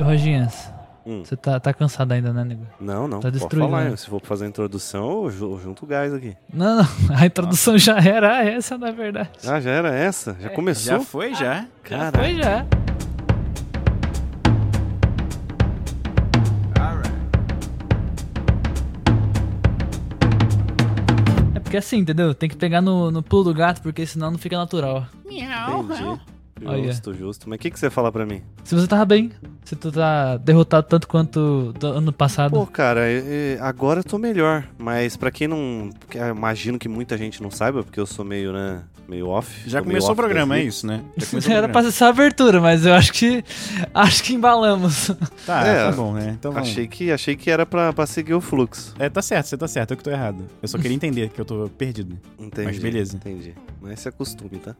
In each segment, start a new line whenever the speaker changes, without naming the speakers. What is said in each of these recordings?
Roginhas,
Hum.
você tá, tá cansado ainda, né, nego?
Não, não.
Tá
pode
destruído,
falar.
né?
Se for fazer a introdução, eu ju- eu junto o gás aqui.
Não, não, a introdução já era essa, na verdade.
Ah, já era essa? Já começou?
É. Já foi, já?
Já
Caraca.
Foi já. É porque assim, entendeu? Tem que pegar no, no pulo do gato, porque senão não fica natural.
Entendi.
Olha.
Justo, justo. Mas o que, que você fala pra mim?
Se você tava bem, se tu tá derrotado tanto quanto do ano passado.
Pô, cara, é- é, agora eu tô melhor. Mas pra quem não. que eu Imagino que muita gente não saiba, porque eu sou meio, né? Meio off.
Já
Tô meio
começou o
off das
programa, é
vidas.
isso, né? Já começou o
Era
programa.
pra ser só a abertura, mas eu acho que. Acho que embalamos.
Tá,
É,
tá bom, né? Então vamos.
Achei que, achei que era pra, pra seguir o fluxo.
É, tá certo, você tá certo, eu que tô errado. Eu só queria entender que eu tô perdido.
Entendi.
Mas beleza.
Entendi. Mas se acostume, tá?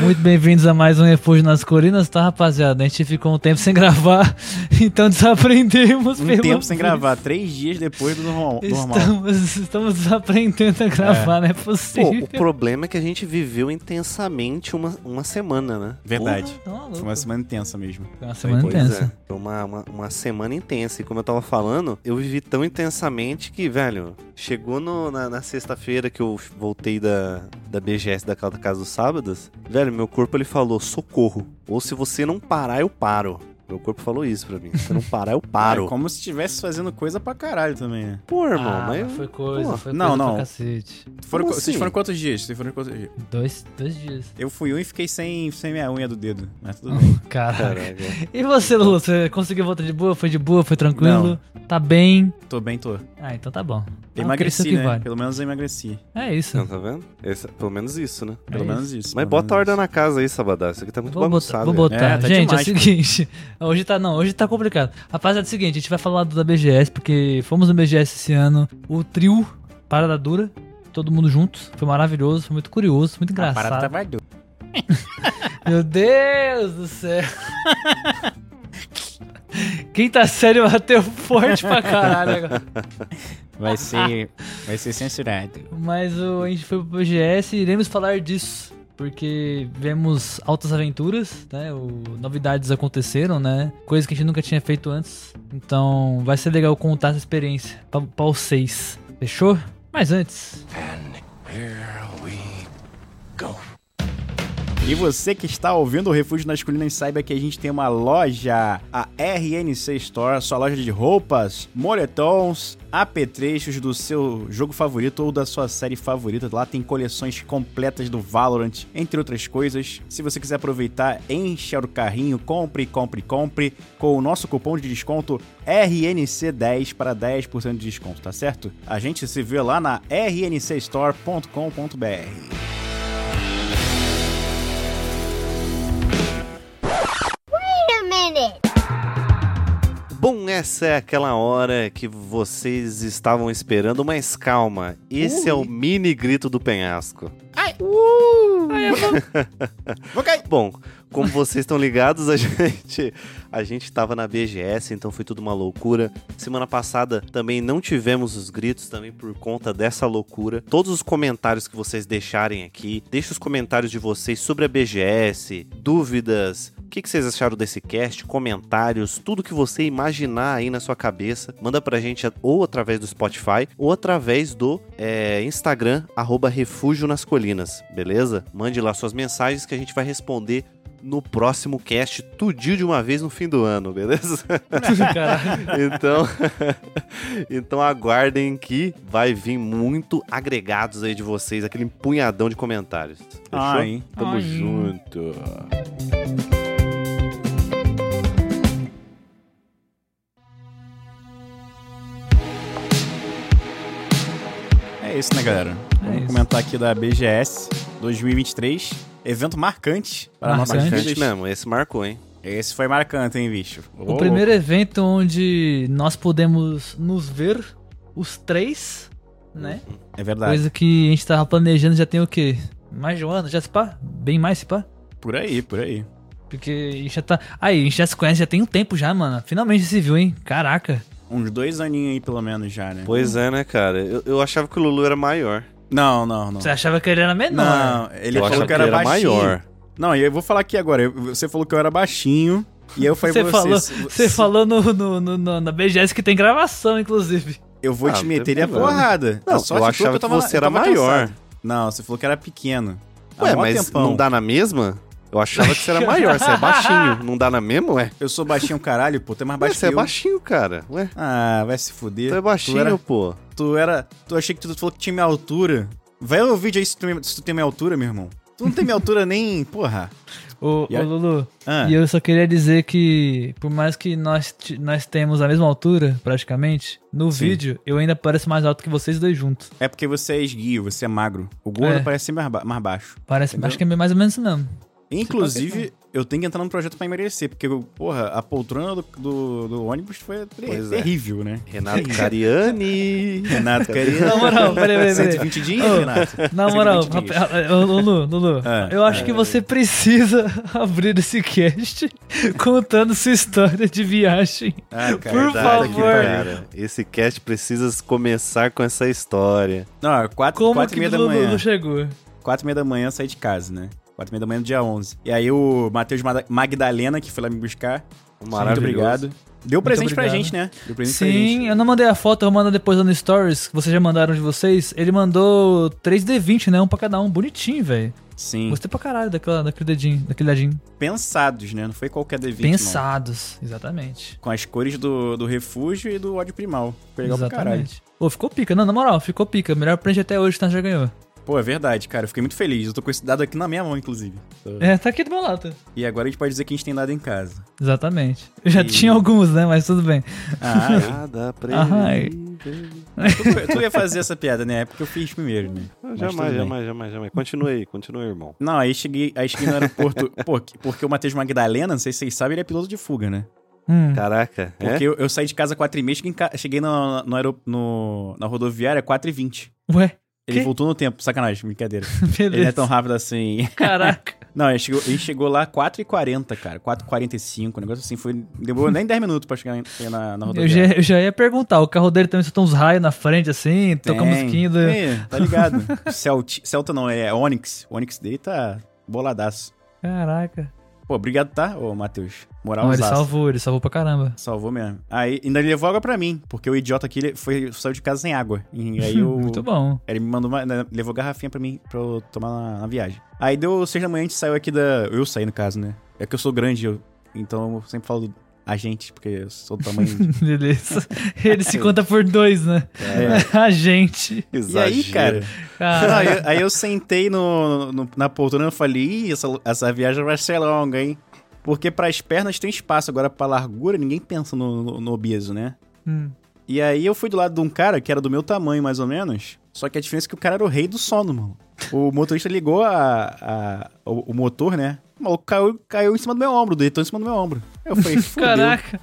Muito bem-vindos a mais um Refúgio nas Colinas, tá, rapaziada? A gente ficou um tempo sem gravar, então desaprendemos.
Um
pelo
tempo sem
menos.
gravar, três dias depois do normal. normal.
Estamos, estamos aprendendo a gravar, não é
Pô,
possível.
o problema é que a gente viveu intensamente uma, uma semana, né?
Verdade.
Tá maluco.
Foi uma semana intensa mesmo.
Foi uma semana
Pois
intensa.
é, foi uma, uma, uma semana intensa. E como eu tava falando, eu vivi tão intensamente que, velho, chegou no- na, na sexta-feira que eu voltei da, da BGS da Casa- Casa dos Sábados, velho, meu corpo ele falou: socorro. Ou se você não parar, eu paro. Meu corpo falou isso pra mim. Se eu não parar, eu
É
paro.
como se estivesse fazendo coisa pra caralho também, né?
Pô, irmão,
Ah,
mas.
foi coisa,
pô,
foi
não,
coisa
não.
pra cacete.
Como
Foram qu-
assim?
Vocês foram quantos dias? Vocês foram quantos dias?
Dois, dois dias.
Eu fui um e fiquei sem, sem minha unha do dedo, mas tudo bem.
Caraca.
Caraca.
E você, Lulu? Você conseguiu voltar de boa? Foi de boa? Foi tranquilo? Tá bem?
tô bem, tô.
Ah, então tá bom. Ah, isso
Eu emagreci,
que
né?
vale.
Pelo menos eu emagreci.
É isso.
Não, tá vendo? Esse- pelo menos isso, né?
né? Pelo
É
menos isso.
Mas
pelo
bota a
menos
ordem
isso.
na casa aí, Sabadá. Isso aqui tá muito
Vou botar,
bagunçado.
vou
velho.
botar.
É, tá
gente, é o
demais, pô.
seguinte. Hoje tá, não, hoje tá complicado. Rapaziada, é o seguinte, a gente vai falar do- da BGS, porque fomos no BGS esse ano, o trio, Parada Dura, todo mundo junto. Foi maravilhoso, foi muito curioso, muito
A
engraçado.
tá
parada tá tava dura.
Meu Deus do céu. Quinta série bateu tá forte pra caralho agora.
Vai ser, vai ser censurado.
Mas o- a gente foi pro BGS e iremos falar disso. Porque vemos altas aventuras, né? O- novidades aconteceram, né? Coisas que a gente nunca tinha feito antes. Então vai ser legal contar essa experiência pra, pra vocês. Fechou? Mas antes.
E você que está ouvindo o Refúgio nas Colinas, saiba que a gente tem uma loja, a RNC Store, sua loja de roupas, moletons, apetrechos do seu jogo favorito ou da sua série favorita. Lá tem coleções completas do Valorant, entre outras coisas. Se você quiser aproveitar, encha o carrinho, compre, compre, compre com o nosso cupom de desconto RNC10 para 10% de desconto, tá certo? A gente se vê lá na rncstore.com.br.
Wait a minute.
Bom, essa é aquela hora que vocês estavam esperando, mas calma, esse é o mini grito do penhasco.
Ok!
Bom, como vocês estão ligados, a gente a gente tava na BGS, então foi tudo uma loucura. Semana passada também não tivemos os gritos também por conta dessa loucura. Todos os comentários que vocês deixarem aqui, deixe os comentários de vocês sobre a BGS, dúvidas, o que, que vocês acharam desse cast, comentários, tudo que você imaginar aí na sua cabeça, manda pra gente a- ou através do Spotify ou através do é, Instagram, arroba Refúgio nas Colinas, beleza? Mande lá suas mensagens que a gente vai responder no próximo cast, tudinho de uma vez no fim do ano, beleza?
Caralho.
Então, então aguardem que vai vir muito agregados aí de vocês, aquele empunhadão de comentários. Fechou?
Ai.
Tamo
Ai.
junto.
É isso, né, galera? Vamos
isso.
comentar aqui da BGS 2023. Evento marcante para
Marcante.
nossas
Gente
vidas.
mesmo, esse marcou, hein?
Esse foi marcante, hein, bicho?
O primeiro evento onde nós podemos nos ver, os três, né?
É verdade.
Coisa que a gente tava planejando já tem o quê? Mais de um ano, já se pá? Bem mais se pá?
Por aí, por aí.
Porque a gente já tá. Aí, a gente já se conhece já tem um tempo já, mano. Finalmente se viu, hein? Caraca.
Uns dois aninhos aí, pelo menos, já, né?
Pois é, né, cara? Eu, eu achava que o Lulu era maior.
Não, não, não.
Você achava que ele era menor.
Não, ele
eu
falou
achava
que era, baixinho.
maior.
Não, e eu vou falar aqui agora. eu- Você falou que eu era baixinho. E eu falei
Você
pra
falou,
se-
você
se-
falou no, no- no- no- na BGS que tem gravação, inclusive.
Eu vou
Ah,
te
não
meter
tem
a
problema.
porrada.
Não,
A sorte
eu
tua
achava que
tava-
você era
tava
maior.
cansado. Não, você falou que era pequeno. Há
Ué,
mó
mas
tempão.
não dá na mesma? Eu achava que você era maior, você é baixinho. Não dá na mesma, ué?
Eu sou baixinho, caralho, pô. Tu é
Ué,
mais baixo
você
que
é
eu.
baixinho, cara. Ué,
Ah, vai se fuder.
tu é baixinho,
era-
pô.
Tu era. Tu achei que tu falou que tinha minha altura. Vai ver o vídeo aí se tu, tem- se tu tem minha altura, meu irmão. Tu não tem minha altura nem. Porra.
Ô,
E aí-
ô, Lulu,
Ah,
e eu só queria dizer que, por mais que nós, ti- nós temos a mesma altura, praticamente, no
Sim.
vídeo eu ainda pareço mais alto que vocês dois juntos.
É porque você é esguio, você é magro. O gordo
É.
parece ser mais, ba- mais baixo.
Parece,
Entendeu?
acho que é mais ou menos isso mesmo.
Inclusive, eu tenho que entrar num projeto pra emagrecer, porque, porra, a poltrona do, do- do ônibus foi ter-
Pois é.
terrível, né?
Renato Cariani.
Renato Carino.
Na moral, peraí, peraí, Oh, peraí.
120 dias, Renato?
Na moral,
120 dias.
rapaz, ô, Lulu, Lulu,
Ah,
eu acho que você precisa abrir esse cast contando sua história de viagem.
Ah, cara,
Por
tá
É Verdade,
favor.
que pariu.
Cara, esse cast precisa começar com essa história.
Não, 4,
Como
4 e
que
meia
o
da
Lulu
manhã.
não chegou?
4 e meia da manhã eu saí de casa, né? 4 e meia da manhã, dia 11. E aí o Matheus Mada- Magdalena, que foi lá me buscar. Muito
Maravilhoso.
obrigado. Deu presente pra
obrigado.
gente, né? Deu presente pra gente.
Sim, eu não mandei a foto, eu mando depois lá no Stories, que vocês já mandaram de vocês. Ele mandou 3D20, né? Um pra cada um. Bonitinho, velho.
Sim.
Gostei pra caralho daquela, daquele dedinho, daquele dedinho.
Pensados, né? Não foi qualquer devido.
Pensados, exatamente.
Com as cores do, do refúgio e do ódio primal. Foi legal pra caralho.
exatamente. Pô, ficou pica. Não, na moral, ficou pica. Melhor prende até hoje que nós já ganhou.
Pô, é verdade, cara. Eu fiquei muito feliz. Eu tô com esse dado aqui na minha mão, inclusive.
É, tá aqui do meu lado.
E agora a gente pode dizer que a gente tem dado em casa.
Exatamente. Eu já
E-
tinha alguns, né? Mas tudo bem.
Ah,
Nada
Ai.
previsível.
tu, tu ia fazer essa piada, né? É porque eu fiz primeiro, né?
Não,
Mas tudo
Jamais,
bem.
jamais, jamais, jamais. Continue aí, continue, irmão.
Não, aí cheguei, aí cheguei no aeroporto. Pô, que- porque o Matheus Magdalena, não sei se vocês sabem, ele é piloto de fuga, né?
Hum.
Caraca, é?
Porque eu, eu saí de casa 4h30, cheguei, em ca- cheguei no, no aero- no- na rodoviária 4h20.
Ué,
Ele
Quê?
voltou no tempo, sacanagem, brincadeira.
beleza.
Ele não é tão rápido assim.
Caraca.
Não, ele chegou, ele chegou lá 4h40, cara. 4h45, um negócio assim. Foi, demorou nem 10 minutos pra chegar em- na, na
Eu
rodoviária.
já, eu já ia perguntar, o carro dele também soltou uns raios na frente, assim, toca a
Tem,
musiquinha do...
tem, tá ligado? Celta, Celta não, é Onix. O Onix dele tá boladaço.
Caraca.
Pô, obrigado, tá, ô Matheus? Moral
Não, ele
zaço.
salvou, ele salvou pra caramba.
Salvou mesmo. Aí ainda ele levou água pra mim, porque o idiota aqui ele foi, saiu de casa sem água. E aí eu.
Muito bom.
Ele me mandou uma. né, Levou garrafinha pra mim pra eu tomar na, na viagem. Aí deu seis da manhã, a gente saiu aqui da. Eu saí, no caso, né? É que eu sou grande, eu- então eu sempre falo a gente, porque eu sou do tamanho. de-
Beleza. Ele se conta por dois, né?
É.
A gente.
E aí, cara? Não,
Cara,
aí, eu- aí eu sentei no, no- na poltrona e falei, Ih, essa, essa viagem vai ser longa, hein? Porque pras pernas tem espaço, agora pra largura ninguém pensa no- no- no obeso, né?
hum,
E aí eu fui do lado de um cara que era do meu tamanho, mais ou menos. Só que a diferença é que o cara era o rei do sono, mano. O motorista ligou a, a- o, o motor, né? O maluco caiu, caiu em cima do meu ombro, deitou em cima do meu ombro. Eu falei, fudeu.
caraca.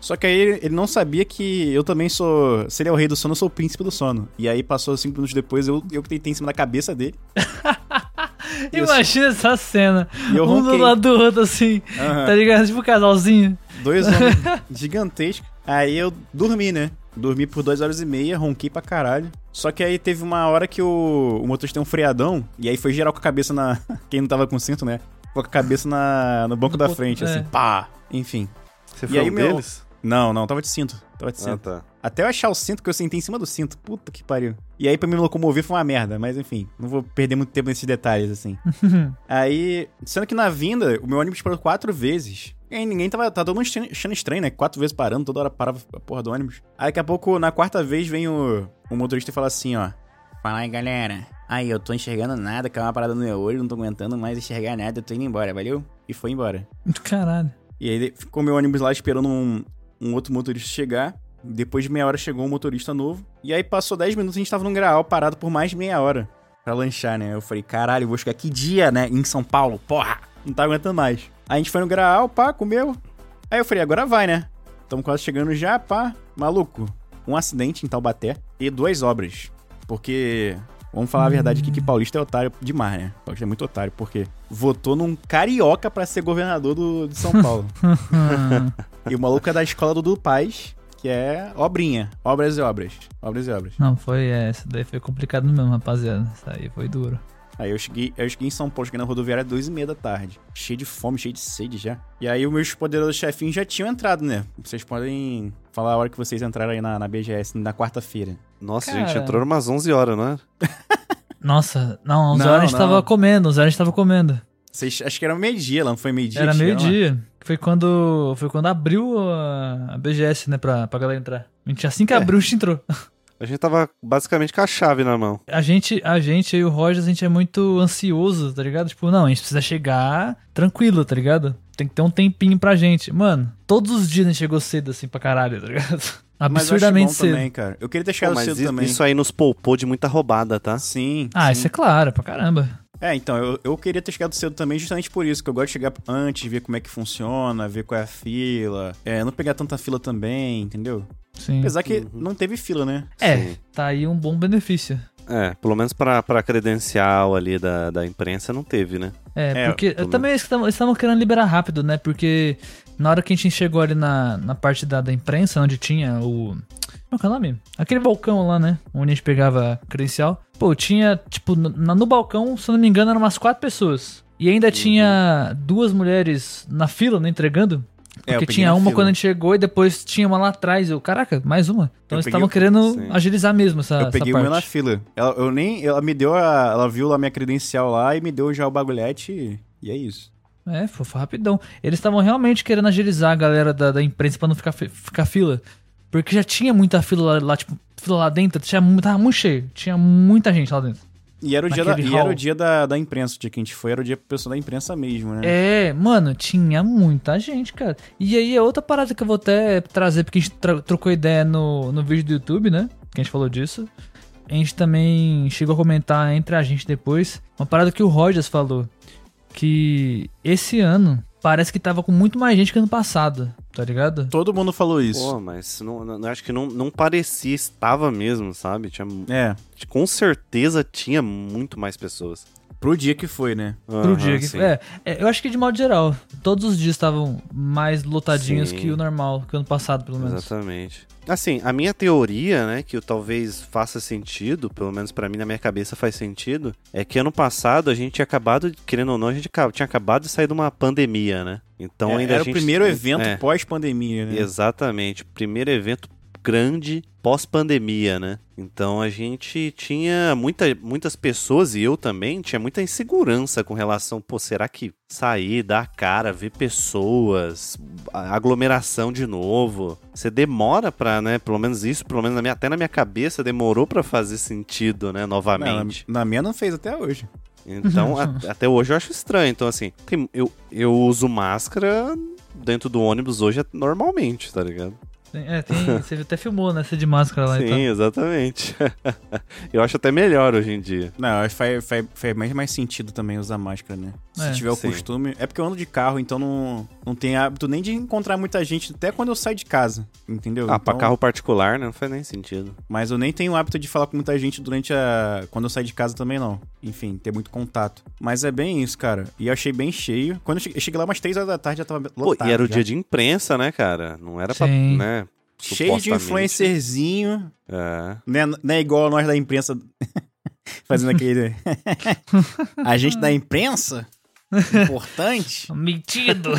Só que aí ele, ele não sabia que eu também sou... Se ele é o rei do sono, eu sou o príncipe do sono. E aí passou cinco minutos depois, eu, eu que deitei em cima da cabeça dele. eu-
Imagina essa cena.
E eu É.
um
ronquei.
do lado do outro, assim.
Aham.
Tá ligado? Tipo um casalzinho.
Dois homens gigantescos. Aí eu dormi, né? Dormi por duas horas e meia, ronquei pra caralho. Só que aí teve uma hora que o, o motorista tem um freadão, e aí foi geral com a cabeça na. Quem não tava com cinto, né? Com a cabeça na, no banco
No
da
ponto-
frente,
é.
assim, pá! Enfim.
Você
E
foi
aí,
um
meu?
deles?
Não, não, tava de cinto. Tava de
Ah,
cinto.
tá.
Até eu achar o cinto que eu sentei em cima do cinto. Puta que pariu. E aí pra me locomover foi uma merda, mas enfim, não vou perder muito tempo nesses detalhes, assim. Aí, sendo que na vinda, o meu ônibus parou quatro vezes. E aí ninguém tava. Tá todo mundo estran- achando estranho, né? Quatro vezes parando, toda hora parava a porra do ônibus. Aí daqui a pouco, na quarta vez, vem o, o motorista e fala assim, ó. Fala aí, galera. Aí, eu tô enxergando nada, caiu uma parada no meu olho, não tô aguentando mais enxergar nada, eu tô indo embora, valeu? E foi embora.
Caralho.
E aí de- ficou meu ônibus lá esperando um, um outro motorista chegar. Depois de meia hora chegou um motorista novo. E aí passou 10 minutos e a gente tava num graal parado por mais de meia hora pra lanchar, né? Eu falei, caralho, vou chegar que dia, né? Em São Paulo, porra! Não tá aguentando mais. Aí a gente foi no graal, pá, comeu. Aí eu falei, agora vai, né? Tamo quase chegando já, pá. Maluco, um acidente em Taubaté e duas obras. Porque, vamos falar a verdade aqui, que paulista é otário demais, né? Paulista é muito otário, porque votou num carioca pra ser governador do, de São Paulo.
Hum,
E o maluco é da escola do Dudu Paz, que é obrinha. Obras e obras. Obras e obras.
Não, foi. É, isso daí foi complicado mesmo, rapaziada. Isso aí foi duro.
Aí eu cheguei, eu cheguei em São Paulo, cheguei na rodoviária às 2 e meia da tarde. Cheio de fome, cheio de sede já. E aí os meus poderosos chefinhos já tinham entrado, né? Vocês podem falar a hora que vocês entraram aí na, na BGS, na quarta-feira.
Nossa, a gente
Cara.
entrou umas 11 horas, não é?
Nossa, não, 11
Não,
horas a gente
não.
tava comendo, 11 horas a gente tava comendo.
Vocês, acho que era meio-dia, lá não foi meio-dia?
Era
que chegaram lá?
meio-dia. que Foi quando, foi quando abriu a, a BGS, né, pra, pra galera entrar. A gente, assim que
É.
abriu, a gente entrou.
A gente tava basicamente com a chave na mão.
A gente, a gente, eu e o Rogers, a gente é muito ansioso, tá ligado? Tipo, não, a gente precisa chegar tranquilo, tá ligado? Tem que ter um tempinho pra gente. Mano, todos os dias a gente chegou cedo, assim, pra caralho, tá ligado?
Mas eu acho bom
Absurdamente cedo.
também, cara. Eu queria ter
Pô,
chegado
mas
cedo
i-
também.
isso aí nos poupou de muita roubada, tá?
Sim.
Ah,
sim.
isso é claro, pra caramba.
É, então, eu, eu queria ter chegado cedo também justamente por isso, que eu gosto de chegar antes, ver como é que funciona, ver qual é a fila, é, não pegar tanta fila também, entendeu?
Sim.
Apesar
Uhum.
que não teve fila, né?
É,
Sim.
tá aí um bom benefício.
É, pelo menos pra, pra credencial ali da, da imprensa não teve, né?
É,
É,
porque
pelo
também eles tavam- eles estavam querendo liberar rápido, né? Porque na hora que a gente chegou ali na, na parte da, da imprensa, onde tinha o. Como é que é o nome? Aquele balcão lá, né? Onde a gente pegava a credencial. Pô, tinha, tipo, no, na- no balcão, se eu não me engano, eram umas quatro pessoas. E ainda
Uhum.
tinha duas mulheres na fila, né? Entregando.
É, eu
Porque
peguei
tinha
na
uma
fila.
quando a gente chegou e depois tinha uma lá atrás. Eu, caraca, mais uma. Então
Eu
eles
peguei
estavam
o-
querendo
sim.
agilizar mesmo essa,
Eu peguei
essa
o meu
parte.
na fila. Ela, eu nem, ela me deu a, ela viu lá minha credencial lá e me deu já o bagulhete e, e é isso.
É, foi, foi rapidão. Eles estavam realmente querendo agilizar a galera da, da imprensa pra não ficar, fi- ficar fila. Porque já tinha muita fila lá, lá, tipo, fila lá dentro, tinha, mu- tava muito cheio. Tinha muita gente lá dentro.
E era o dia, da,
Naquele
e era
hall.
o dia da, da imprensa, o dia que a gente foi, era o dia pro pessoal da imprensa mesmo, né?
É, mano, tinha muita gente, cara. E aí é outra parada que eu vou até trazer, porque a gente tra- trocou ideia no, no vídeo do YouTube, né? Que a gente falou disso. A gente também chegou a comentar entre a gente depois. Uma parada que o Rogers falou. Que esse ano parece que tava com muito mais gente que ano passado, tá ligado?
Todo mundo falou isso.
Pô, mas não, não- acho que não, não parecia, estava mesmo, sabe? Tinha,
É,
com certeza tinha muito mais pessoas.
pro dia que foi, né?
Pro
Aham,
dia que
sim.
é, é, eu acho que de modo geral, todos os dias estavam mais lotadinhos
Sim.
que o normal, que o ano passado, pelo menos.
Exatamente. Assim, a minha teoria, né, que eu talvez faça sentido, pelo menos pra mim na minha cabeça faz sentido, é que ano passado a gente tinha acabado, querendo ou não, a gente ca- tinha acabado de sair de uma pandemia, né? Então
É,
ainda
era
a gente
o primeiro
é,
evento
é,
pós-pandemia, né?
Exatamente, primeiro evento grande pós-pandemia, né? Então a gente tinha muita, muitas pessoas, e eu também, tinha muita insegurança com relação, pô, será que sair, dar a cara, ver pessoas, a- aglomeração de novo, você demora pra, né, pelo menos isso, pelo menos na minha- até na minha cabeça, demorou pra fazer sentido, né,
Não, na,
novamente.
na minha não fez até hoje.
Então, a- até hoje eu acho estranho. Então, assim, tem- eu, eu uso máscara dentro do ônibus hoje é, normalmente, tá ligado?
Tem- É, tem, você até filmou, né? Você de máscara lá
Sim,
e tal.
exatamente. eu acho até melhor hoje em dia.
Não, acho que faz, faz, faz mais, mais sentido também usar máscara, né? Se
É.
tiver o
Sim.
costume. É porque eu ando de carro, então não, não tem hábito nem de encontrar muita gente, até quando eu saio de casa, entendeu?
Ah, pra
Então-
carro particular, né? Não faz nem sentido.
Mas eu nem tenho o hábito de falar com muita gente durante a. quando eu saio de casa também, não. Enfim, ter muito contato. Mas é bem isso, cara. E eu achei bem cheio. Quando eu cheguei, eu cheguei lá umas 3 horas da tarde, já tava
Pô,
lotado.
e era o
já.
dia de imprensa, né, cara? Não era pra.
Sim.
Né?
Cheio de
supostamente.
influencerzinho,
É.
né? Não é igual nós da imprensa fazendo aquele. né? a gente da imprensa? Importante?
Metido!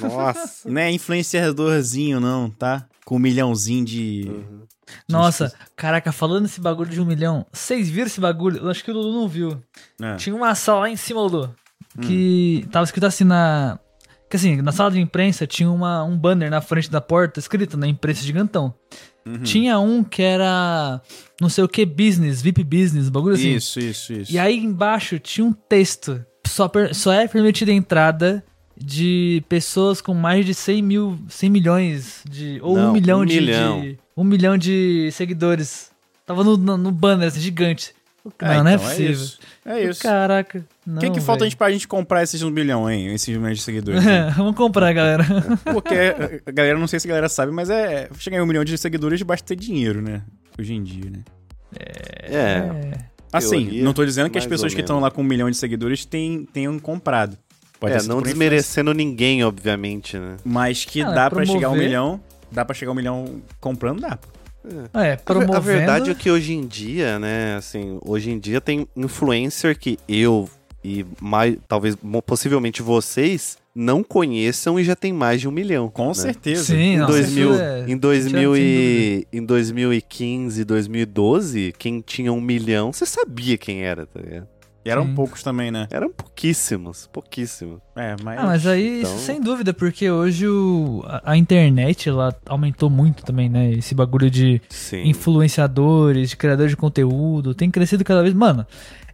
Nossa.
Não é influenciadorzinho, não, tá? Com um milhãozinho de.
Nossa, caraca, falando esse bagulho de um milhão, vocês viram esse bagulho? Eu acho que o Lulu não viu.
É.
Tinha uma sala lá em cima, Lulu,
Hum.
que tava escrito assim na. Que assim, na sala de imprensa tinha uma, um banner na frente da porta escrito na imprensa gigantão.
Uhum.
Tinha um que era não sei o que business, VIP business, bagulho assim.
Isso, isso, isso.
E aí embaixo tinha um texto. Só, per- só é permitida a entrada de pessoas com mais de 100 mil, 100 milhões de. Ou
Não,
um milhão,
um
de,
milhão.
de- Um milhão de seguidores. Tava no, no, no banner, assim, gigante.
Ah,
não, não é
então
possível.
isso. É isso.
Caraca.
O
não,
que, que falta
velho.
a gente pra gente comprar esses um bilhão, hein? Esses milhões de seguidores. hein?
É, Vamos comprar, galera.
Porque a galera, não sei se a galera sabe, mas é. Chegar em um milhão de seguidores basta ter dinheiro, né? Hoje em dia, né?
É.
Assim,
Teoria,
não tô dizendo que as
mais
pessoas
ou
que estão
menos.
lá com um milhão de seguidores tenham, tenham comprado. Pode
É,
sido
não
por
desmerecendo ninguém, obviamente, né?
influência. Mas que
Ah,
dá pra
promover.
chegar a um milhão. Dá pra chegar a um milhão comprando, dá.
É, promovendo.
A verdade é que hoje em dia, né, assim, hoje em dia tem influencer que eu e mais, talvez mo- possivelmente vocês não conheçam e já tem mais de um milhão.
Com
né?
certeza.
Sim,
Em,
não,
2000,
isso é-
em, 2000
sem
e, em 2015, 2012, quem tinha um milhão, você sabia quem era, tá ligado?
E eram
Sim.
poucos também, né?
Eram pouquíssimos, pouquíssimos.
É, mas.
Ah, mas aí,
Então-
isso sem dúvida, porque hoje o- a, a internet ela aumentou muito também, né? Esse bagulho de
Sim.
influenciadores, de criadores de conteúdo, tem crescido cada vez. Mano,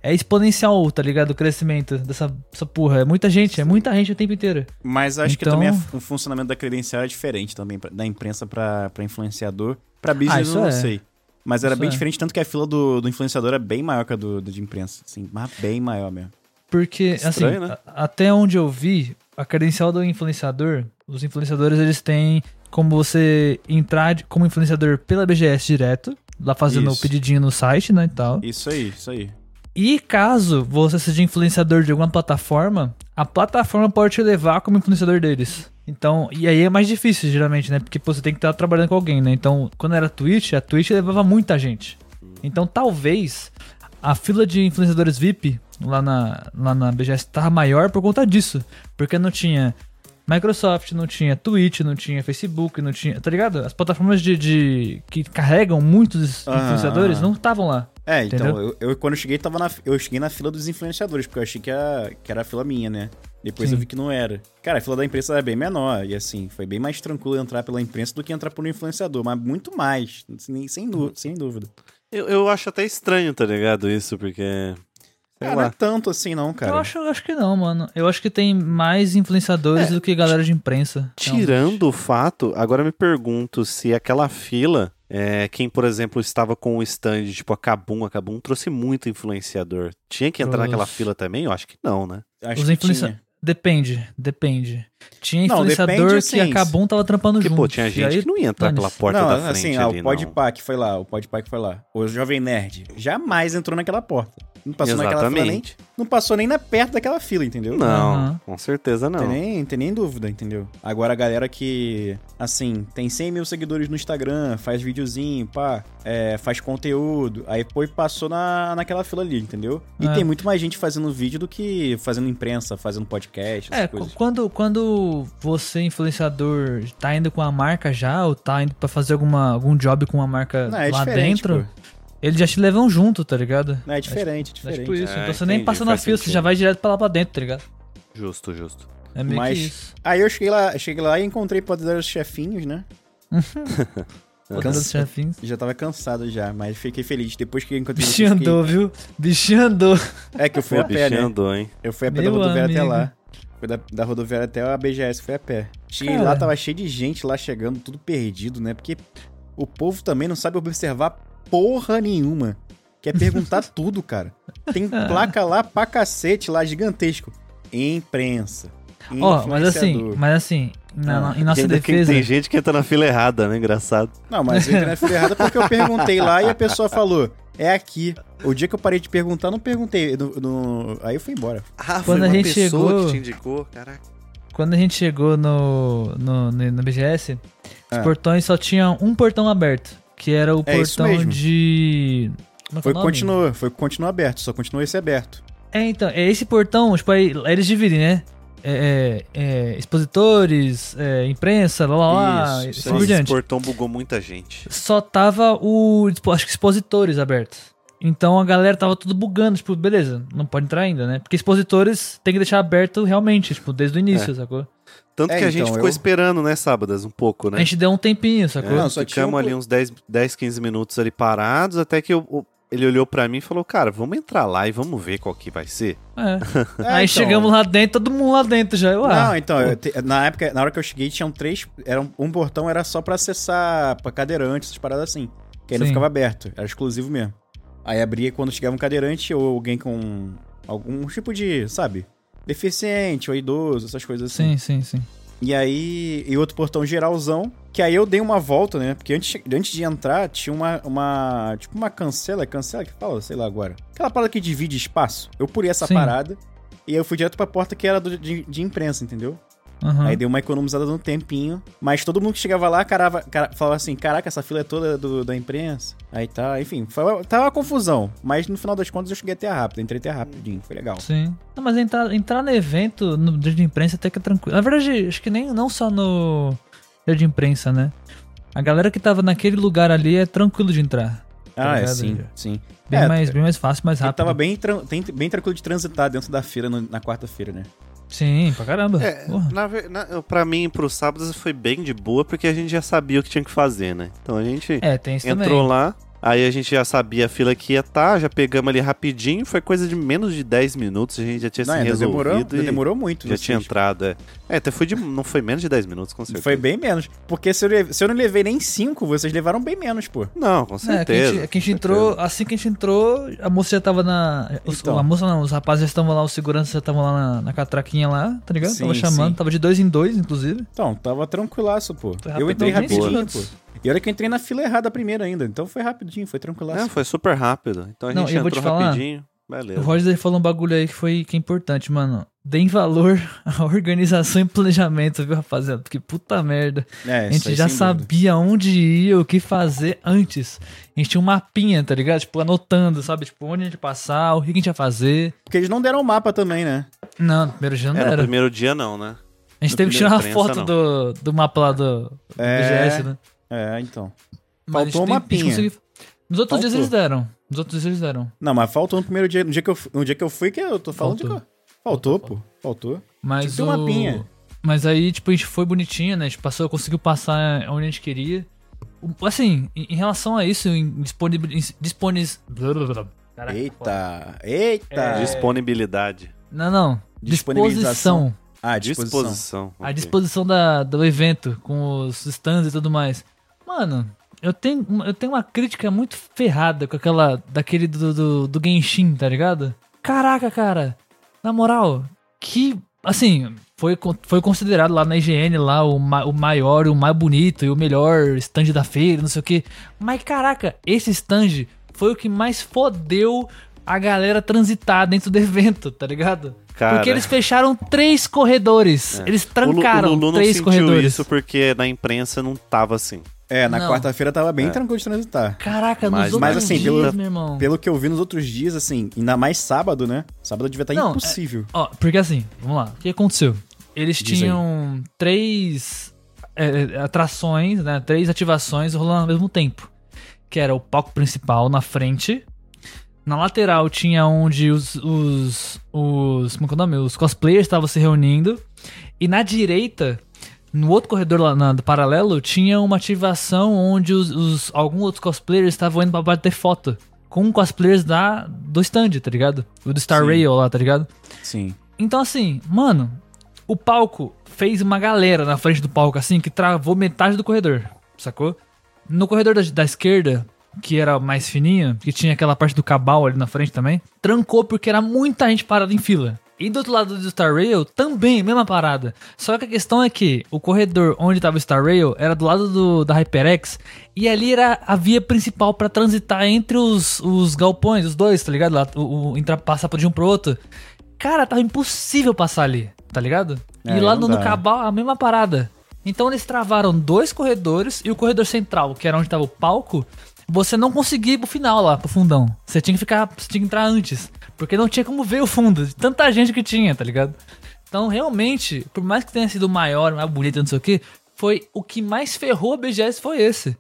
é exponencial, tá ligado? O crescimento dessa, dessa porra. É muita gente, é muita gente o tempo inteiro.
Mas acho que
Então-
também a f- o funcionamento da credencial é diferente também, pra- da imprensa pra pra influenciador. Pra business
Ah,
eu
isso
não
é.
sei. Mas era
Isso
bem
é.
diferente, tanto que a fila do, do influenciador é bem maior que a do, do de imprensa, assim, mas bem maior mesmo.
Porque,
Estranho,
assim,
né?
a- até onde eu vi, a credencial do influenciador, os influenciadores eles têm como você entrar de- como influenciador pela BGS direto, lá fazendo
Isso.
o pedidinho no site, né, e tal.
Isso aí, isso aí.
E caso você seja influenciador de alguma plataforma, a plataforma pode te levar como influenciador deles. Então, e aí é mais difícil, geralmente, né? Porque pô, você tem que estar trabalhando com alguém, né? Então, quando era Twitch, a Twitch levava muita gente. Então, talvez a fila de influenciadores VIP lá na, lá na BGS tava maior por conta disso. Porque não tinha Microsoft, não tinha Twitch, não tinha Facebook, não tinha. Tá ligado? As plataformas de, de- que carregam muitos
Aham,
influenciadores
aham.
não estavam lá.
É, então, eu, eu- quando eu cheguei, tava na, fi- eu cheguei na fila dos influenciadores, porque eu achei que, a, que era a fila minha, né? Depois
Sim.
eu vi que não era. Cara, a fila da imprensa era bem menor, e assim, foi bem mais tranquilo entrar pela imprensa do que entrar por um influenciador, mas muito mais, nem- sem,
Uhum.
dú- sem dúvida.
Eu, eu acho até estranho, tá ligado? Isso, porque. Sei
Cara, não é
lá.
tanto assim não, cara.
Eu acho, eu acho que não, mano. Eu acho que tem mais
É,
influenciadores do que galera de imprensa.
Tirando o fato, agora eu me pergunto se aquela fila. é, quem, por exemplo, estava com o stand, tipo a Kabum, a Kabum trouxe muito influenciador. Tinha que entrar
Trouxe.
naquela fila também? Eu acho que não, né?
Acho
os
que
influenci-
tinha.
Depende, depende. Tinha
Não,
influenciador
depende,
que
assim,
a Kabum tava trampando
Porque,
junto.
pô, tinha
E
gente
aí-
que não ia entrar pela
dane-se.
porta
não,
da frente
assim, ó,
ali,
o
não.
Podpac foi lá, o Podpac foi lá. O Jovem Nerd jamais entrou naquela porta. Não passou naquela fila nem.
Exatamente.
Não passou nem na perto daquela fila, entendeu?
Não,
Aham.
com certeza não.
Tem nem, tem nem dúvida, entendeu? Agora a galera que, assim, tem 100 mil seguidores no Instagram, faz videozinho, pá, é, faz conteúdo, aí pô, e passou na, naquela fila ali, entendeu? E
É.
tem muito mais gente fazendo vídeo do que fazendo imprensa, fazendo podcast, essas
É,
coisas.
qu- quando, quando você, influenciador, tá indo com a marca já, ou tá indo pra fazer alguma, algum job com uma marca
Não, é
lá
diferente,
dentro,
pô.
eles já te levam junto, tá ligado?
Não, é diferente, é
É
diferente.
tipo isso.
Ah,
então você nem
entendi,
passa na
faz
fila, você
sentido.
já vai direto pra lá pra dentro, tá ligado?
Justo, justo.
É meio
Mas-
que isso.
Aí eu cheguei lá, cheguei lá e encontrei poderosos chefinhos, né?
Botando os chefins.
Já tava cansado já, mas fiquei feliz. Depois que eu encontrei vocês,
Bichinho andou, viu? Bichinho andou.
fiquei- É que eu fui
Pô,
a pé,
bichinho
né?
andou, hein?
Eu fui a pé da
Meu
rodoviária até
amigo.
lá. Fui da, da rodoviária até a BGS, fui a pé. Cheguei
Cara.
lá, tava cheio de gente lá chegando, tudo perdido, né? Porque o povo também não sabe observar porra nenhuma. Quer perguntar tudo, cara. Tem placa lá pra cacete, lá gigantesco. Imprensa.
Ó, mas assim,
um influenciador. Ah.
mas assim, na- na- em nossa
Ainda que
defesa.
Tem gente que entra na fila errada, né? Engraçado.
Não, mas eu entrei na fila errada porque eu perguntei lá e a pessoa falou, é aqui. O dia que eu parei de perguntar, eu não perguntei. Eu não- não- Aí eu fui embora.
Ah,
Quando a gente chegou-
indicou, caraca.
Quando a gente chegou no, no, no, no BGS,
Ah.
os portões só tinham um portão aberto, que era o
É isso
portão
mesmo.
de. Como é que é
Foi
o nome?
continuou, foi continuou aberto, só continuou esse aberto.
É, então, é esse portão, tipo, aí, aí eles dividem, né? É, é, é, expositores, é, imprensa, lá lá lá,
Isso,
e assim
isso.
por
Nossa, esse
diante.
portão bugou muita gente.
Só tava o. dispo- Acho que expositores abertos. Então a galera tava tudo bugando, tipo, beleza, não pode entrar ainda, né? Porque expositores tem que deixar aberto realmente, tipo, desde o
É.
início, sacou?
Tanto
É,
que a gente
então,
ficou
eu-
esperando, né, sábadas, um pouco,
A
né?
gente deu um tempinho, sacou?
É,
Não, só tinha um
ficamos ali uns 10, 10, 15 minutos ali parados, até que eu- o- ele olhou pra mim e falou, cara, vamos entrar lá e vamos ver qual que vai ser.
É.
um-
É,
Aí
então.
chegamos lá dentro, todo mundo lá dentro já. Eu,
Não,
ah,
então, eu te- na época, na hora que eu cheguei, tinham três. Era um, um portão era só pra acessar pra cadeirante, essas paradas assim. Que aí não
Sim.
ficava aberto, era exclusivo mesmo. Aí abria quando chegava um cadeirante ou alguém com algum tipo de, sabe? Deficiente ou idoso, essas coisas assim.
sim, sim, sim.
E aí, e outro portão geralzão, que aí eu dei uma volta, né? Porque antes, antes de entrar, tinha uma, uma. Tipo uma cancela, cancela que fala, sei lá agora. Aquela parada que divide espaço. Eu pulei essa
Sim.
parada e eu fui direto pra porta que era do- de, de imprensa, entendeu?
Aham.
Aí deu uma economizada no tempinho. Mas todo mundo que chegava lá carava, cara- falava assim: caraca, essa fila é toda do- da imprensa. Aí tá, enfim, foi, uma- tava uma confusão. Mas no final das contas eu cheguei até rápido, entrei até rapidinho, foi legal.
Sim. Não, mas entrar, entrar no evento, no dia de imprensa, até que é tranquilo. Na verdade, acho que nem não só no dia de imprensa, né? A galera que tava naquele lugar ali é tranquilo de entrar. Tá
ah, é,
ligado,
sim,
Índia?
sim.
Bem,
É,
mais, bem mais fácil, mais
Eu
rápido.
tava bem, tran- tem- bem tranquilo de transitar dentro da feira no- na quarta-feira, né?
Sim, pra caramba.
É,
Porra.
na, ver- na, pra mim, pro sábado foi bem de boa, porque a gente já sabia o que tinha que fazer, né? Então a gente
É, tem isso
entrou
também.
lá, aí a gente já sabia a fila que ia estar, já pegamos ali rapidinho, foi coisa de menos de 10 minutos, a gente já tinha
Não,
se
ainda
resolvido
demorou,
e
ainda demorou muito.
já
vocês.
tinha entrado, é. É, até foi de, não foi menos de 10 minutos, com certeza.
Foi bem menos. Porque se eu, le- se eu não levei nem cinco, vocês levaram bem menos, pô.
Não, com
É, que a
certeza.
gente, que a gente
com
entrou, assim que a gente entrou, a moça já tava na. Os,
Então.
A moça não, os rapazes já estavam lá, os seguranças já estavam lá na, na catraquinha lá, tá ligado?
Sim,
tava chamando,
sim.
tava de dois em dois, inclusive.
Então, tava tranquilaço, pô.
Foi
eu entrei
rapidão, nem cinco
rapidinho, pô.
minutos.
E olha que eu entrei na fila errada primeiro ainda, então foi rapidinho, foi tranquilaço.
certeza. É, foi super rápido. Então a
Não,
gente
eu vou
entrou
te falar,
rapidinho. Beleza.
O Roger falou um bagulho aí que foi que é importante, mano. Deem valor à organização e planejamento, viu, rapaziada? Porque puta merda.
É,
A
isso
gente
aí,
já
sem dúvida.
sabia onde ir, o que fazer antes. A gente tinha um mapinha, tá ligado? Tipo, anotando, sabe? Tipo, onde a gente passar, o que a gente ia fazer.
Porque eles não deram o mapa também, né?
Não, no primeiro dia não
É, no
era.
primeiro dia não, né?
A gente teve que tirar
primeiro
uma
imprensa,
foto do,
não.
do mapa lá do, do
É.
BGS, né?
É, então.
Mas a gente
Faltou um
tem- a gente
mapinha.
conseguiu- Nos outros dias
Faltou.
eles deram. Nos outros dias eles deram.
Não, mas faltou no primeiro dia, no dia que eu, fu- no dia que eu fui, que eu tô falando
Faltou.
de... co- Faltou, pô. Faltou.
Mas
Tinha que ter um
o-
mapinha.
Mas aí, tipo, a gente foi bonitinho, né? A gente passou, conseguiu passar onde a gente queria. O- Assim, em em relação a isso, em disponibil... em disponis... Caraca, foda.
Eita, eita.
É.
Disponibilidade.
Não, não.
Disponibilização.
Disposição.
Ah, disposição.
Disposição.
A
ok.
disposição da, do evento, com os stands e tudo mais. Mano, eu tenho, uma- eu tenho uma crítica muito ferrada com aquela. daquele do, do, do Genshin, tá ligado? Caraca, cara. Na moral, que. Assim, foi, con- foi considerado lá na IGN lá o, ma- o maior, o mais bonito e o melhor stand da feira, não sei o que. Mas caraca, esse stand foi o que mais fodeu a galera transitar dentro do evento, tá ligado?
Cara. É.
Porque eles fecharam três corredores. Eles trancaram
o Lu- o Lulu não
três
sentiu
corredores.
isso porque na imprensa não tava assim.
É, na
Não.
quarta-feira tava bem
É.
tranquilo de transitar.
Caraca,
Mas-
nos outros
mas assim,
dias,
pelo-
meu irmão.
Pelo que eu vi nos outros dias, assim, ainda mais sábado, né? Sábado devia estar
Não, é-
impossível.
Ó, porque assim, vamos lá. O que aconteceu? Eles
Diz aí.
tinham três é, atrações, né? Três ativações rolando ao mesmo tempo. Que era o palco principal na frente. Na lateral tinha onde os. os, os como que é o nome? Os cosplayers estavam se reunindo. E na direita, no outro corredor lá na- do paralelo, tinha uma ativação onde os, os- alguns outros cosplayers estavam indo pra bater foto. Com cosplayers da, do stand, tá ligado? O do Star
Sim.
Rail lá, tá ligado?
Sim.
Então, assim, mano, o palco fez uma galera na frente do palco, assim, que travou metade do corredor, sacou? No corredor da, da esquerda, que era mais fininho, que tinha aquela parte do cabal ali na frente também, trancou porque era muita gente parada em fila. E do outro lado do Star Rail, também, mesma parada. Só que a questão é que o corredor onde tava o Star Rail era do lado do, da HyperX, e ali era a via principal pra transitar entre os, os galpões, os dois, tá ligado? Lá, o, o, entrar, passar de um pro outro. Cara, tava impossível passar ali, tá ligado?
É,
e lá
não
no, no
dá.
Cabal, a mesma parada. Então eles travaram dois corredores e o corredor central, que era onde tava o palco, você não conseguia ir pro final lá, pro fundão. Você tinha que ficar, você tinha que entrar antes, porque não tinha como ver o fundo, de tanta gente que tinha, tá ligado? Então, realmente, por mais que tenha sido o maior, mais bonito, não sei o que, foi o que mais ferrou a BGS foi esse.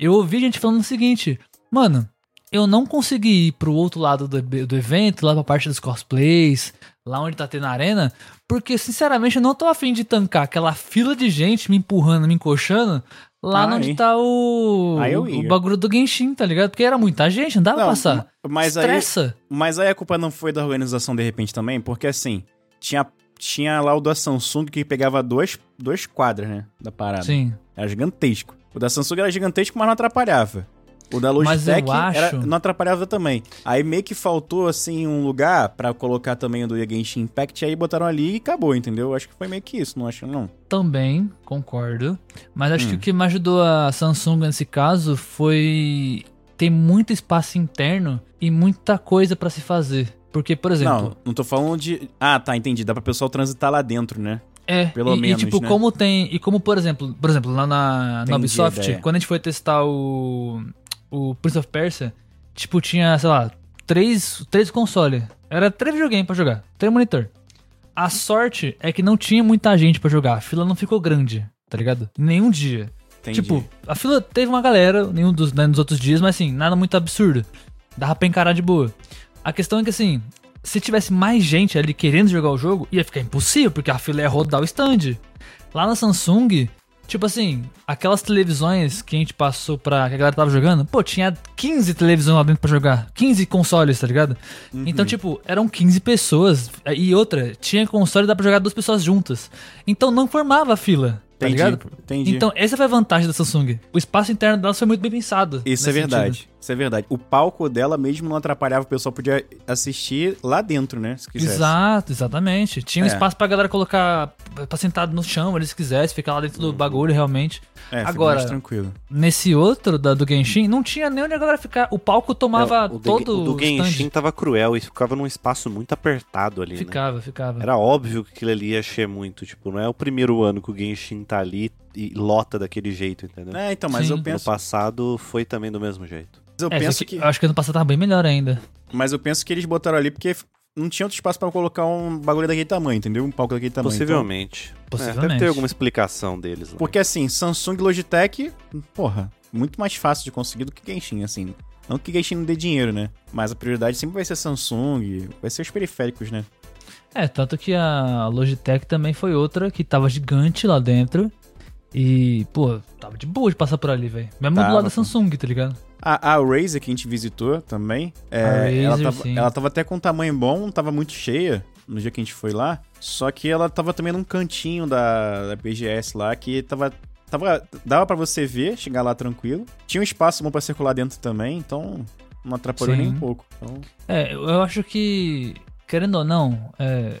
Eu ouvi gente falando o seguinte, mano, eu não consegui ir pro outro lado do, do evento, lá pra parte dos cosplays, lá onde tá tendo a arena, porque sinceramente eu não tô afim de tancar aquela fila de gente me empurrando, me encoxando, lá
Ah,
onde
aí.
tá o,
Aí eu
o,
ia.
bagulho do Genshin, tá ligado? Porque era muita gente, não dava pra
Não,
Ah, passar.
Mas aí,
Estressa.
mas aí a culpa não foi da organização de repente também, porque assim, tinha, tinha lá o da Samsung que pegava dois, dois quadras, né? Da parada.
Sim.
Era gigantesco. O da Samsung era gigantesco, mas não atrapalhava. O da
Mas eu
Logitech era,
acho-
não atrapalhava também. Aí meio que faltou, assim, um lugar pra colocar também o do Genshin Impact, aí botaram ali e acabou, entendeu? Acho que foi meio que isso, não acho não.
Também, concordo. Mas
Hum.
acho que o que me ajudou a Samsung nesse caso foi ter muito espaço interno e muita coisa pra se fazer. Porque, por exemplo,
Não, não tô falando de... Ah, tá, entendi. Dá pra pessoal transitar lá dentro, né?
É,
Pelo
e,
menos,
e tipo,
né?
como tem. E como, por exemplo, por exemplo, lá na, na
Entendi a
Ubisoft,
ideia.
quando a gente foi testar o. o Prince of Persia, tipo, tinha, sei lá, três, três consoles. Era três videogames pra jogar, três monitor. A sorte é que não tinha muita gente pra jogar, a fila não ficou grande, tá ligado? Nenhum dia.
Entendi.
Tipo, a fila teve uma galera nenhum dos, né, nos outros dias, mas assim, nada muito absurdo. Dava pra encarar de boa. A questão é que assim, se tivesse mais gente ali querendo jogar o jogo, ia ficar impossível, porque a fila ia rodar o stand. Lá na Samsung, tipo assim, aquelas televisões que a gente passou pra. que a galera tava jogando, pô, tinha 15 televisões lá dentro pra jogar. 15 consoles, tá ligado?
Uhum.
Então, tipo, eram 15 pessoas. E outra, tinha console e dá pra jogar duas pessoas juntas. Então não formava fila. Tá
entendi,
ligado?
entendi.
Então, essa foi a vantagem da Samsung. O espaço interno dela foi muito bem pensado.
Isso
nesse
é verdade.
sentido. né?
Isso é verdade. O palco dela mesmo não atrapalhava, o pessoal podia assistir lá dentro, né? Se quisesse.
Exato, exatamente. Tinha um
É.
espaço pra galera colocar, pra sentado no chão, eles quisessem, ficar lá dentro do bagulho realmente.
Uhum. É, fica
Agora-
mais tranquilo.
Nesse outro, da, do Genshin, não tinha nem onde a galera ficar. O palco
É,
tomava
o do-
todo
o do
stand.
Genshin tava cruel e ficava num espaço muito apertado ali, né?
Ficava, ficava.
Era óbvio que aquilo ali ia encher muito. Tipo, não é o primeiro ano que o Genshin tá ali e lota daquele jeito, entendeu?
É, então, mas
Sim.
eu
No
penso,
passado foi também do mesmo jeito.
eu
É, só
penso
que-
que,
eu acho que ano passado tava bem melhor ainda.
mas eu penso que eles botaram ali porque não tinha outro espaço pra colocar um bagulho daquele tamanho, entendeu? Um palco daquele tamanho. então-
Possivelmente. É,
Possivelmente.
deve ter alguma explicação deles lá.
Porque assim, Samsung e Logitech, porra, muito mais fácil de conseguir do que Genshin, assim. Não que Genshin não dê dinheiro, né? Mas a prioridade sempre vai ser Samsung, vai ser os periféricos, né?
É, tanto que a Logitech também foi outra que tava gigante lá dentro. E, pô, tava de boa de passar por ali, velho. Mesmo do
Tava,
lado da
pô.
Samsung, tá ligado?
A, a Razer que a gente visitou também, é,
A Razer,
ela, tava,
sim.
ela tava até com um tamanho bom, tava muito cheia no dia que a gente foi lá. Só que ela tava também num cantinho da, da BGS lá, que tava. tava dava pra você ver, chegar lá tranquilo. Tinha um espaço bom pra circular dentro também, então não atrapalhou
Sim.
nem um pouco. Então,
É, eu eu acho que, querendo ou não, é,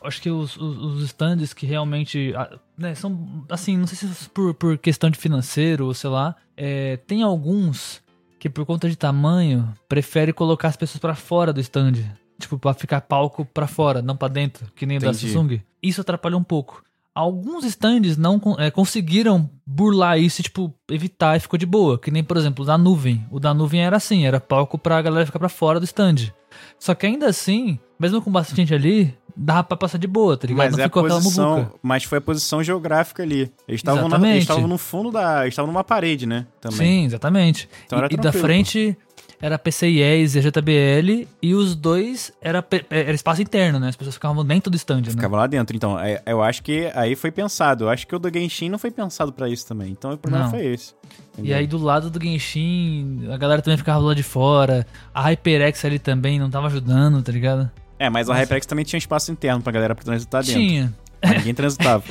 eu acho que os, os, os stands que realmente ah, né, são, assim, não sei se por, por questão de financeiro ou sei lá, é, tem alguns que por conta de tamanho prefere colocar as pessoas pra fora do stand, tipo, pra ficar palco pra fora, não pra dentro, que nem o da
Entendi.
Samsung. Isso atrapalha um pouco. Alguns stands não con- é, conseguiram burlar isso e, tipo, evitar e ficou de boa. Que nem, por exemplo, o da nuvem. O da nuvem era assim, era palco pra galera ficar pra fora do stand. Só que ainda assim, mesmo com bastante gente ali, dava pra passar de boa, tá ligado?
Mas,
não
é a
ficou aquela
posição,
muvuca.
mas foi a posição geográfica ali. Eles estavam na-
Exatamente.
eles estavam no fundo da. Eles estavam numa parede, né? Também.
Sim, exatamente. E-
Então era
e, da
tranquilo,
frente era PCIEs e a JBL, e os dois era, pe- era espaço interno, né? As pessoas ficavam dentro do stand, né?
Ficava lá dentro. Então, é- eu acho que aí foi pensado. Eu acho que o do Genshin não foi pensado pra isso também. Então, o problema
Não.
foi esse.
E
entendeu?
aí do lado do Genshin, a galera também ficava lá de fora. A HyperX ali também não tava ajudando, tá ligado?
É, mas a HyperX também tinha espaço interno pra galera transitar dentro.
Tinha.
Mas Ninguém transitava.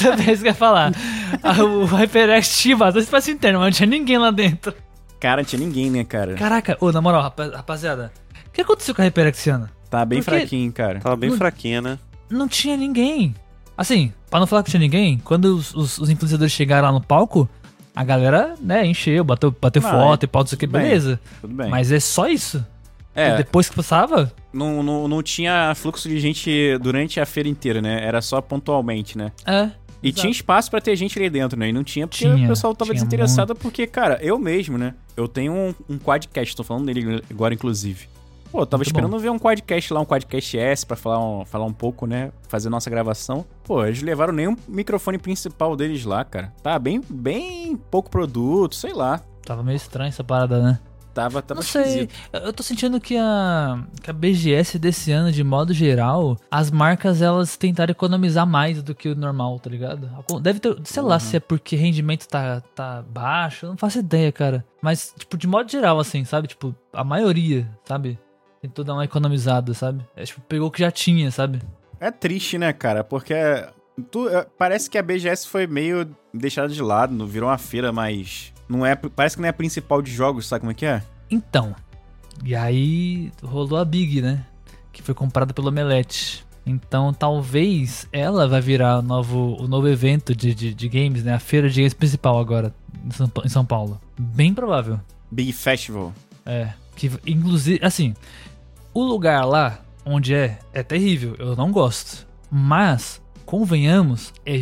Sabe isso que eu ia falar. A- O HyperX tinha bastante espaço interno, mas não tinha ninguém lá dentro.
cara, não tinha ninguém, né, cara?
Caraca, ô, na moral, rapa- rapaziada, o que aconteceu com a HyperX esse ano?
Tá bem
Por quê?
fraquinho, cara.
Tava bem
Não-
fraquinha, né?
não tinha ninguém. Assim, pra não falar que tinha ninguém, quando os, os- os influenciadores chegaram lá no palco, a galera, né, encheu, bateu, bateu
Ah,
foto e pau, não sei o que,
tudo bem,
beleza.
Tudo bem.
Mas é só isso. E
é,
depois que passava,
não, não, não tinha fluxo de gente durante a feira inteira, né? Era só pontualmente, né?
é.
E
Exato.
tinha espaço pra ter gente ali dentro, né? E não tinha porque
Tinha,
o pessoal tava
tinha
desinteressado, porque, cara, eu mesmo, né? Eu tenho um, um quadcast, tô falando dele agora, inclusive. Pô, eu tava
Muito
esperando ver um quadcast lá, um quadcast S, pra falar um, falar um pouco, né? Fazer nossa gravação. Pô, eles levaram nem o microfone principal deles lá, cara. Tá bem, bem pouco produto, sei lá.
Tava meio estranho essa parada, né?
Tava, tava
não sei.
esquisito.
Eu eu tô sentindo que a, que a BGS desse ano, de modo geral, as marcas elas tentaram economizar mais do que o normal, tá ligado? Acon- Deve ter. Sei
Uhum.
lá se é porque rendimento tá, tá baixo, eu não faço ideia, cara. Mas, tipo, de modo geral, assim, sabe? Tipo, a maioria, sabe? Tentou dar uma economizada, sabe? É, tipo, pegou o que já tinha, sabe?
É triste, né, cara? Porque tu- é, parece que a BGS foi meio deixada de lado, não- virou uma feira, mas. Não é, parece que não é a principal de jogos, sabe como é que é?
Então. E aí rolou a Big, né? Que foi comprada pelo Omelete. Então talvez ela vai virar o novo, o novo evento de, de, de games, né? A feira de games principal agora em São, Pa- em São Paulo. Bem provável.
Big Festival.
É. Que, inclusive, assim, o lugar lá onde é, é terrível. Eu não gosto. Mas, convenhamos, é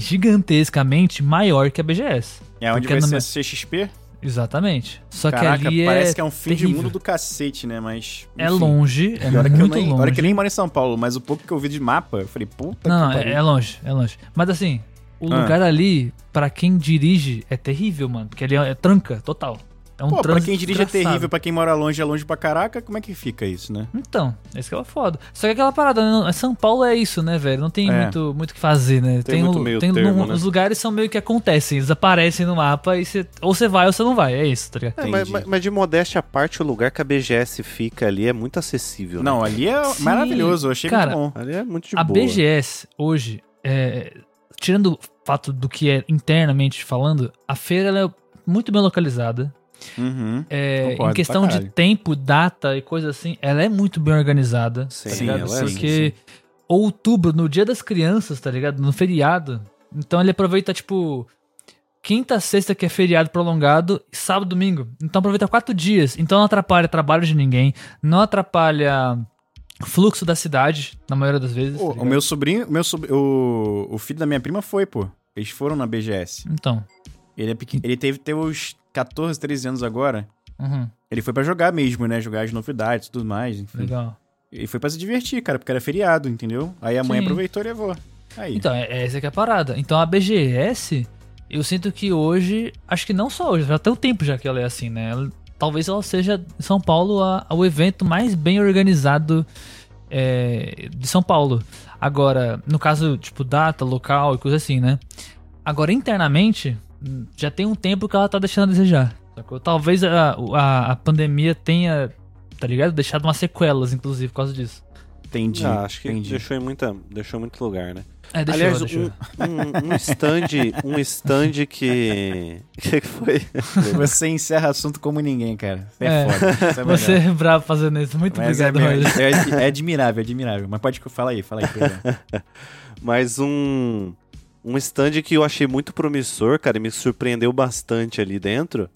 gigantescamente maior que a BGS.
É onde
Porque
vai
no
ser
me-
a CXP?
Exatamente. Só
Caraca,
que ali
parece
é
que é um fim de
terrível.
mundo do cacete, né? Mas.
É
enfim.
longe, é
E olha que, eu
muito
nem,
longe.
olha que eu nem moro em São Paulo, mas o pouco que eu vi de mapa, eu falei, puta
Não,
que
não, é, é longe, é longe. Mas assim, o
Ah.
lugar ali, pra quem dirige, é terrível, mano. Porque ali é, é tranca, total. É um
Pô, pra
trânsito
quem dirige é
desgraçado.
terrível, pra quem mora longe é longe pra caraca, como é que fica isso, né?
Então, esse que é o foda. Só que aquela parada, né? não- São Paulo é isso, né, velho? Não tem
É.
muito muito o que fazer, né?
Tem muito
lu-
meio termo, né?
Os lugares são meio que acontecem, eles aparecem no mapa e você ou você vai ou você não vai. É isso, tá ligado?
É, mas,
Entendi.
mas- mas de modéstia à parte, o lugar que a BGS fica ali é muito acessível. né?
Não, ali é
Sim.
maravilhoso, eu achei
Cara,
muito bom.
Ali é muito de
a
boa.
BGS hoje, é, tirando o fato do que é internamente falando, a feira ela é muito bem localizada.
Uhum.
É,
Concordo pra
em questão de
caralho.
tempo, data e coisa assim, ela é muito bem organizada.
Sim,
tá
Sim,
ligado?
ela é,
Porque outubro, no dia das crianças, tá ligado? No feriado. Então ele aproveita, tipo, quinta, sexta, que é feriado prolongado, e sábado, domingo. Então aproveita quatro dias. Então não atrapalha trabalho de ninguém, não atrapalha fluxo da cidade, na maioria das vezes.
Pô,
tá
o meu sobrinho, o meu sobrinho, o, o filho da minha prima foi, pô. Eles foram na BGS.
Então.
Ele, é pequ- ele teve ter uns 14, 13 anos agora.
Uhum,
Ele foi pra jogar mesmo, né? Jogar as novidades e tudo mais, enfim.
legal.
Ele foi pra se divertir, cara, porque era feriado, entendeu? Aí a mãe
Sim.
aproveitou e levou. Aí.
Então, é, é essa que é a parada. Então a BGS, eu sinto que hoje, acho que não só hoje, já tem um tempo já que ela é assim, né? Ela- talvez ela seja em São Paulo a- o evento mais bem organizado é, de São Paulo. Agora, no caso, tipo, data, local e coisa assim, né? Agora, internamente, hum, já tem um tempo que ela tá deixando a desejar. sacou? Talvez a, a, a pandemia tenha, tá ligado? Deixado umas sequelas, inclusive, por causa disso.
entendi.
Ah, acho que
entendi.
deixou em, muita, deixou em muito lugar, né?
É, deixa
Aliás,
eu, deixa eu.
um, um, um stand, um stand que... O que que foi?
Você encerra assunto como ninguém, cara. Você é,
É.
foda. Isso é
Você
verdade.
é bravo fazendo isso. Muito né?
Mas é,
obrigado,
mesmo,
Roger.
é, é admirável, é admirável. Mas pode falar aí, fala aí.
Né?
perdão.
Mas um, um stand que eu achei muito promissor, cara, e me surpreendeu bastante ali dentro,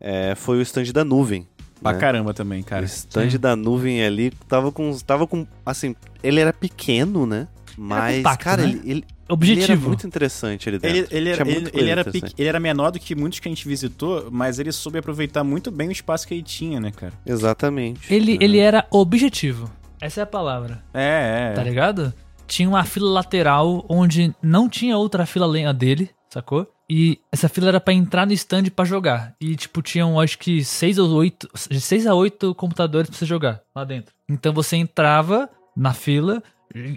é, foi o stand da nuvem.
pra
né?
caramba também,
O
cara.
stand
Sim.
da nuvem ali tava com. Tava com. Assim, ele era pequeno, né? Mas,
compacto,
cara,
né?
ele, ele- ele era
Objetivo.
muito interessante ali dentro.
Ele, ele, era,
é Tinha muita
ele,
coisa
ele era
interessante.
pequ- ele era menor do que muitos que a gente visitou, mas ele soube aproveitar muito bem o espaço que ele tinha, né, cara?
Exatamente.
Ele,
Uhum.
ele era objetivo. Essa é a palavra,
É, é.
tá ligado? Tinha uma fila lateral onde não tinha outra fila além a dele, sacou? E essa fila era pra entrar no stand pra jogar. E, tipo, tinham, acho que, seis ou oito, de seis a oito computadores pra você jogar lá dentro. Então você entrava na fila,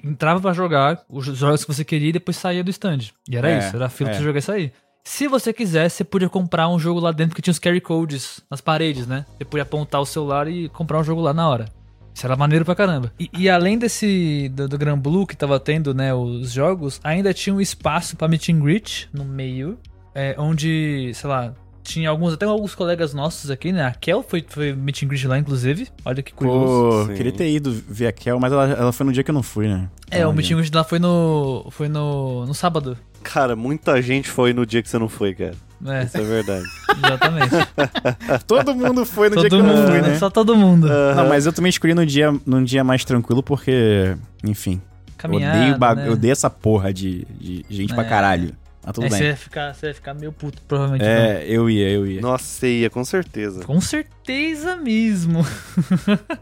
entrava pra jogar os jogos que você queria e depois saía do stand. E era
É,
isso, era a fila
é.
pra você jogar e sair. Se você quisesse, você podia comprar um jogo lá dentro que tinha os carry codes nas paredes, né? Você podia apontar o celular e comprar um jogo lá na hora. Isso era maneiro pra caramba. E, e além desse do, do Gran Blue que tava tendo, né, os jogos, ainda tinha um espaço pra meet and greet no meio, é, onde, sei lá, tinha alguns, até alguns colegas nossos aqui, né? A Kel foi, foi meet and greet lá, inclusive. Olha que curioso.
Pô,
Sim.
queria ter ido ver a Kel, mas ela, ela foi no dia que eu não fui, né?
é, o
Então,
meet and greet lá foi no foi no, no sábado,
Cara, muita gente foi no dia que você não foi, cara.
né?
Isso é verdade.
Exatamente.
Todo mundo foi no dia que
todo
eu não
mundo,
fui,
né?
né?
Só todo mundo.
Não, mas eu também escolhi num dia, num dia mais tranquilo, porque, enfim, eu
Caminhada,
odeio, ba-
né?
eu odeio essa porra de, de gente pra
É.
caralho. Mas tudo
Aí você
bem.
ia ficar, você ia ficar meio puto, provavelmente. não.
É, eu ia, eu ia.
Nossa, você ia, com certeza.
Com certeza mesmo.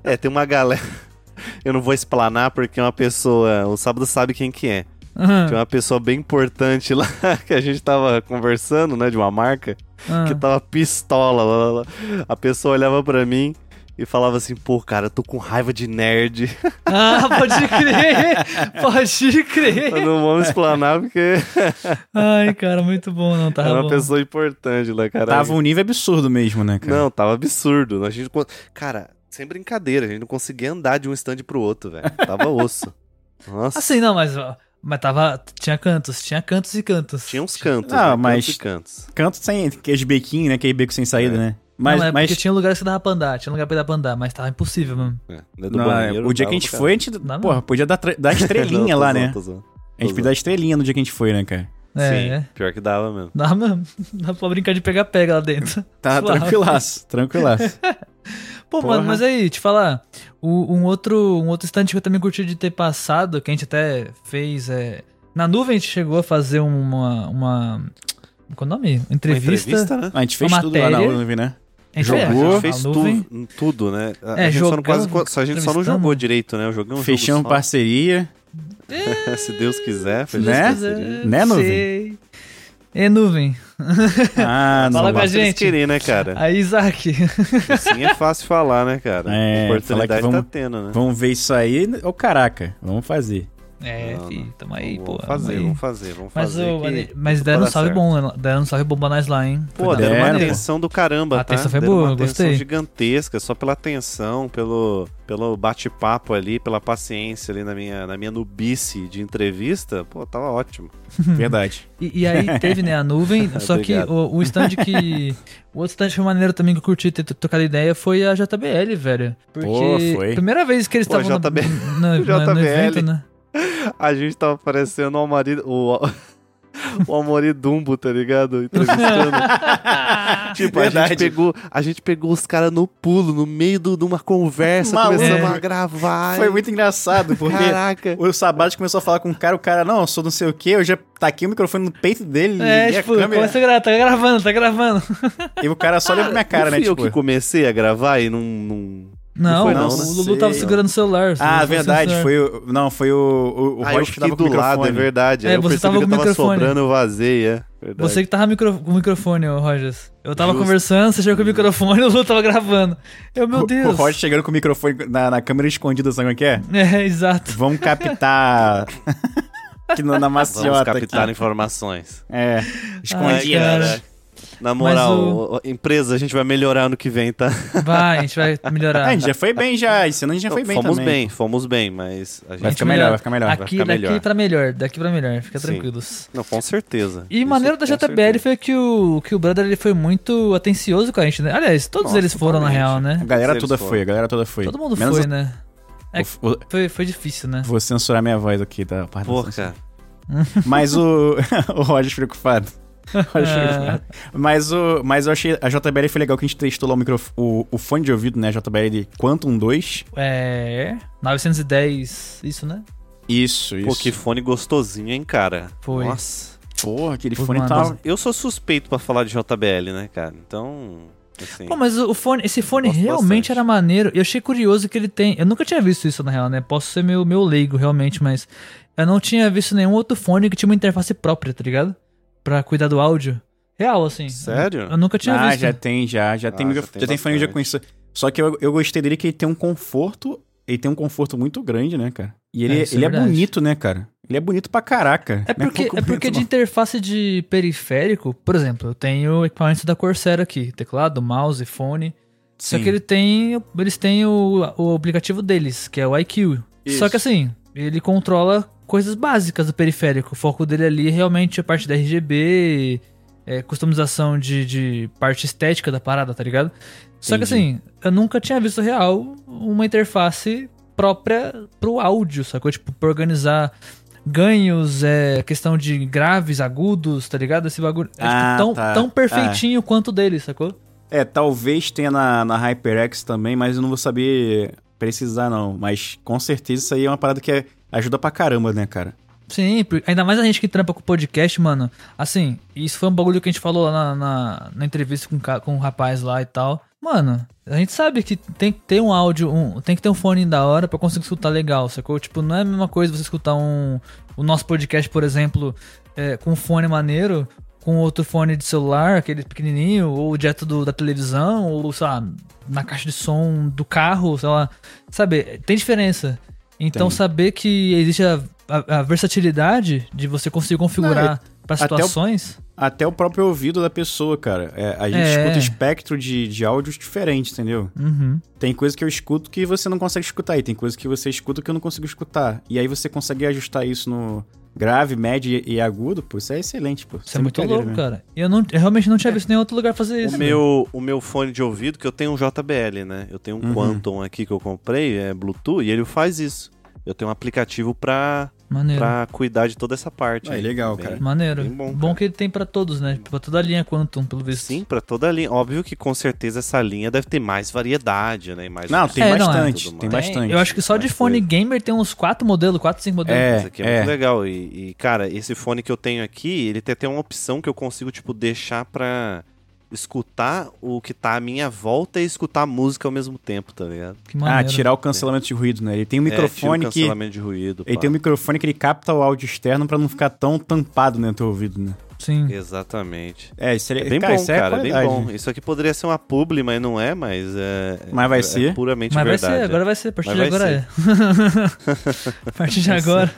É, tem uma galera. Eu não vou explanar porque é uma pessoa. O sábado sabe quem que é. Tinha uma pessoa bem importante lá que a gente tava conversando, né? De uma marca,
Ah,
que tava pistola. Lá, lá, lá. A pessoa olhava pra mim e falava assim: pô, cara, eu tô com raiva de nerd.
Ah, pode crer! Pode
Eu
crer!
não vamos explanar porque
Ai, cara, muito bom, não,
era
tava
É uma
bom.
pessoa importante lá, cara.
Tá Tava um nível absurdo mesmo, né, cara?
Não, tava absurdo. A gente, não con- cara, sem brincadeira, a gente não conseguia andar de um stand pro outro, velho. Tava osso. Nossa.
Assim, não, mas, ó, mas tava. Tinha cantos, tinha cantos e cantos.
Tinha uns cantos,
Ah,
né? Cantos
mas-
e cantos.
Canto sem. Aqueles bequinhos, né? Aquele beco sem saída,
É.
né?
Mas,
Mas.
não, é
mas
porque tinha lugares que dava pra andar, tinha lugar pra dar pra andar, mas tava impossível mesmo.
É, né, do
não,
banheiro,
o dia
dava
que a gente
pra
foi, a gente.
Dá não.
porra, podia dar, tra- dar
caralho. Não,
estrelinha
tô
lá,
zoando,
né?
tô zoando.
A gente podia dar estrelinha no dia que a gente foi, né, cara?
É,
Sim,
é.
pior que dava mesmo.
Dá mesmo. Dá pra brincar de pegar-pega lá dentro.
Tá
Suave.
tranquilaço, tranquilaço.
Pô,
Porra.
mano, mas aí, te falar, o- um outro um outro instante que eu também curti de ter passado, que a gente até fez é, Na nuvem a gente chegou a fazer uma. uma qual é o nome? Entrevista.
Uma entrevista, né?
A gente fez
Uma
tudo lá na
matéria.
nuvem,
um
né?
A gente-
Jogou.
é,
A
na
gente fez
nuvem.
tu, tudo, né? A,
É,
a gente só não,
jogamos,
quase, só- a gente só não
entrevistamos.
jogou direito, né? Eu joguei um
Fechamos
jogo só.
parceria.
É,
Se Deus quiser,
Se Deus
fechamos
Né?
parceria.
quiser,
Né,
não
nuvem?
sei. É nuvem.
Ah,
Fala
não.
com a
Basta eles
gente.
querer, né, cara?
Aí, Isaac.
Assim é fácil falar, né, cara?
É, falar que
Oportunidade
vamos-
tá tendo, né?
Vamos ver isso aí. Ô, caraca, vamos fazer.
É,
Não,
filho,
não.
tamo aí,
vamos
pô. tamo
fazer,
aí.
vamos fazer, vamos
Mas,
fazer.
o-
que-
mas
que
deram um
vai dar
salve
certo.
bom, né? deram um salve bom pra nós lá, hein?
Pô,
Foi da
deram uma
hora.
maneira.
atenção do caramba,
A
tá?
atenção foi
Deram
boa,
uma atenção
gostei.
gigantesca, só pela atenção, pelo, pelo bate-papo ali, pela paciência ali na minha, na minha nubice de entrevista. Pô, tava ótimo.
Uhum. Verdade.
E, e aí teve, né, a nuvem, só que
Obrigado.
o, o stand que... O outro stand que foi maneiro também que eu curti ter tocado ideia foi a JBL, velho. Porque
foi.
primeira vez que eles
Pô,
estavam no,
JBL.
no- no- no evento,
JBL.
né?
A gente tava parecendo o Almari... O, o Amori Dumbo, tá ligado? Entrevistando. tipo, a gente,
Verdade.
pegou, a gente pegou os caras no pulo, no meio do- de uma conversa,
Maluco.
começamos
É.
a gravar.
Foi muito engraçado, porque
Caraca.
o Sabat começou a falar com o cara, o cara, não, eu sou não sei o quê, eu já taquei o microfone no peito dele,
É,
liguei
tipo,
a câmera,
começa a gravar, tá gravando, tá gravando.
e o cara só olha pra minha cara,
Não
né,
fui eu
tipo...
que comecei a gravar e não... não...
Não,
foi
não,
o
né?
Lulu tava
Sei.
segurando o celular.
Ah,
segurando o
verdade,
celular.
foi o... Não, foi o, o, o
Ah, eu
Rocha que
fiquei
tava com
do
o microfone.
lado, é verdade.
É,
Aí eu
você
percebi
tava com
que eu
o
tava
microfone.
sobrando, eu vazei, é. Verdade.
Você que tava micro- com o microfone, ô Rogers. Eu tava
Justo.
conversando, você chegou com o microfone e o Lulu tava gravando. Eu, meu
O-
Deus.
O Rocha chegando com o microfone na, na câmera escondida, sabe como é que é?
É, exato.
Vamos captar... aqui na, na maciota.
Vamos
aqui.
captar informações.
É, escondido.
Ai, cara.
Na moral,
o-
o- o- empresa, a gente vai melhorar ano que vem, tá?
Vai, a gente vai melhorar.
Ah, a gente já foi bem já, esse ano a gente já foi bem
fomos
também.
bem, fomos bem, mas a gente.
Vai
A gente
ficar melhor, vai ficar melhor, vai
Aqui,
ficar
daqui
melhor.
pra melhor, daqui pra melhor, fica
Sim.
tranquilos.
Não, com certeza.
E
Isso
maneiro da
com
JBL
certeza.
foi que o, que o brother ele foi muito atencioso com a gente, né? Aliás, todos
Nossa,
eles foram, na
totalmente.
real,
A
né?
galera
Eles
toda
foram.
foi, a galera toda foi.
Todo mundo
Menos
foi,
o-
né? né?
o- o-
Foi, foi difícil, né?
Vou censurar minha voz aqui, tá? Pardon.
Pô, cara.
Mas o. o Roger ficou ocupado. O Roger ficou
É.
ocupado. Mas, o, mas eu achei. A JBL foi legal que a gente testou lá o, micro, o, o fone de ouvido, né? JBL Quantum 2.
É. 910, isso, né?
Isso, isso.
Pô, que fone gostosinho, hein, cara?
Foi.
Nossa.
Porra, aquele
Pô,
fone
mano,
tal.
mas-
Eu sou suspeito pra falar de JBL, né, cara? Então. Assim,
Pô, mas o fone, esse fone
Gosto
realmente
bastante.
era maneiro. Eu achei curioso que ele tem. Eu nunca tinha visto isso na real, né? Posso ser meu, meu leigo realmente, mas eu não tinha visto nenhum outro fone que tinha uma interface própria, tá ligado? Pra cuidar do áudio. Real, assim.
Sério?
Eu, eu nunca tinha
ah,
visto. É
já tem, já. Já
Ah,
tem,
já
micro-
tem
já tem fone já
bastante.
com isso. Só que eu, eu gostei dele que ele tem um conforto. Ele tem um conforto muito grande, né, cara? E ele
É,
é,
isso é
ele é
verdade.
bonito, né, cara? Ele é bonito pra caraca.
É
Não
porque,
um pouco
é porque
bonito,
de interface de periférico, por exemplo, eu tenho equipamentos da Corsair aqui, teclado, mouse, fone.
não.
Só
Sim.
que ele tem, eles têm o, o aplicativo deles, que é o IQ.
Isso.
Só que assim, ele controla coisas básicas do periférico. O foco dele ali é realmente a parte da RGB, é, customização de, de parte estética da parada, tá ligado? Só que assim, eu nunca tinha visto real uma interface própria pro áudio, sacou? Tipo, pra organizar ganhos, é, questão de graves, agudos, tá ligado? Esse bagulho. É, tipo,
Ah,
tão,
tá.
tão perfeitinho quanto o dele, sacou?
É, talvez tenha na, na HyperX também, mas eu não vou saber precisar, não. Mas com certeza isso aí é uma parada que é- ajuda pra caramba, né, cara?
Sim, por- ainda mais a gente que trampa com podcast, mano. Assim, isso foi um bagulho que a gente falou lá na, na, na entrevista com, o ca- com o rapaz lá e tal. Mano, a gente sabe que tem que ter um áudio, um- tem que ter um fone da hora pra conseguir escutar legal, sacou? Tipo, não é a mesma coisa você escutar um. O nosso podcast, por exemplo, é, com um fone maneiro, com outro fone de celular, aquele pequenininho, ou direto do, da televisão, ou, sei lá, na caixa de som do carro, sei lá. Sabe, tem diferença. Então,
Tem.
saber que existe a, a- a versatilidade de você conseguir configurar pra
até o-
situações.
Até o próprio ouvido da pessoa, cara. É, a gente
É.
escuta espectro de, de áudios diferentes, entendeu?
Uhum.
Tem coisa que eu escuto que você não consegue escutar, e tem coisa que você escuta que eu não consigo escutar. E aí você consegue ajustar isso no grave, médio e- e agudo, pô, isso é excelente, pô.
Isso é muito louco, cara. E eu, não, eu realmente não tinha visto nenhum outro lugar fazer isso.
né? É. O meu, o meu fone de ouvido, que eu tenho um JBL, né? Eu tenho um
Uhum.
Quantum aqui que eu comprei, é Bluetooth, e ele faz isso. Eu tenho um aplicativo pra,
Maneiro.
pra cuidar de toda essa parte.
Ah,
aí.
legal,
Bem-
cara.
Maneiro.
Bem bom,
bom
cara.
que ele tem pra todos, né? Pra toda a linha Quantum, pelo visto.
Sim, pra toda a linha. Óbvio que com certeza essa linha deve ter mais variedade, né? E mais
Não, tem
É, não, é.
bastante,
Tudo
tem
mais.
bastante.
Eu acho que só de
Mas
fone
foi.
gamer tem uns 4 modelos, 4, 5 modelos.
É,
Isso aqui é, muito legal. E, e, cara, esse fone que eu tenho aqui, ele tem até uma opção que eu consigo, tipo, deixar pra escutar o que tá à minha volta e escutar a música ao mesmo tempo, tá ligado?
Que maneiro.
Ah, tirar o cancelamento de ruído, né? Ele tem um
É, tira o
microfone que...
cancelamento de ruído.
Ele
pá.
tem um microfone que ele capta o áudio externo pra não ficar tão tampado no teu ouvido, né?
Sim.
Exatamente.
É, isso
É bem
cara,
bom,
isso é
cara, é bem
qualidade,
bom.
né?
Isso aqui poderia ser uma publi, mas não é, mas é.
Mas vai
é
ser.
puramente
Mas vai
verdade. é.
ser, agora vai ser. A partir
Mas
de
vai
agora é. a partir de agora.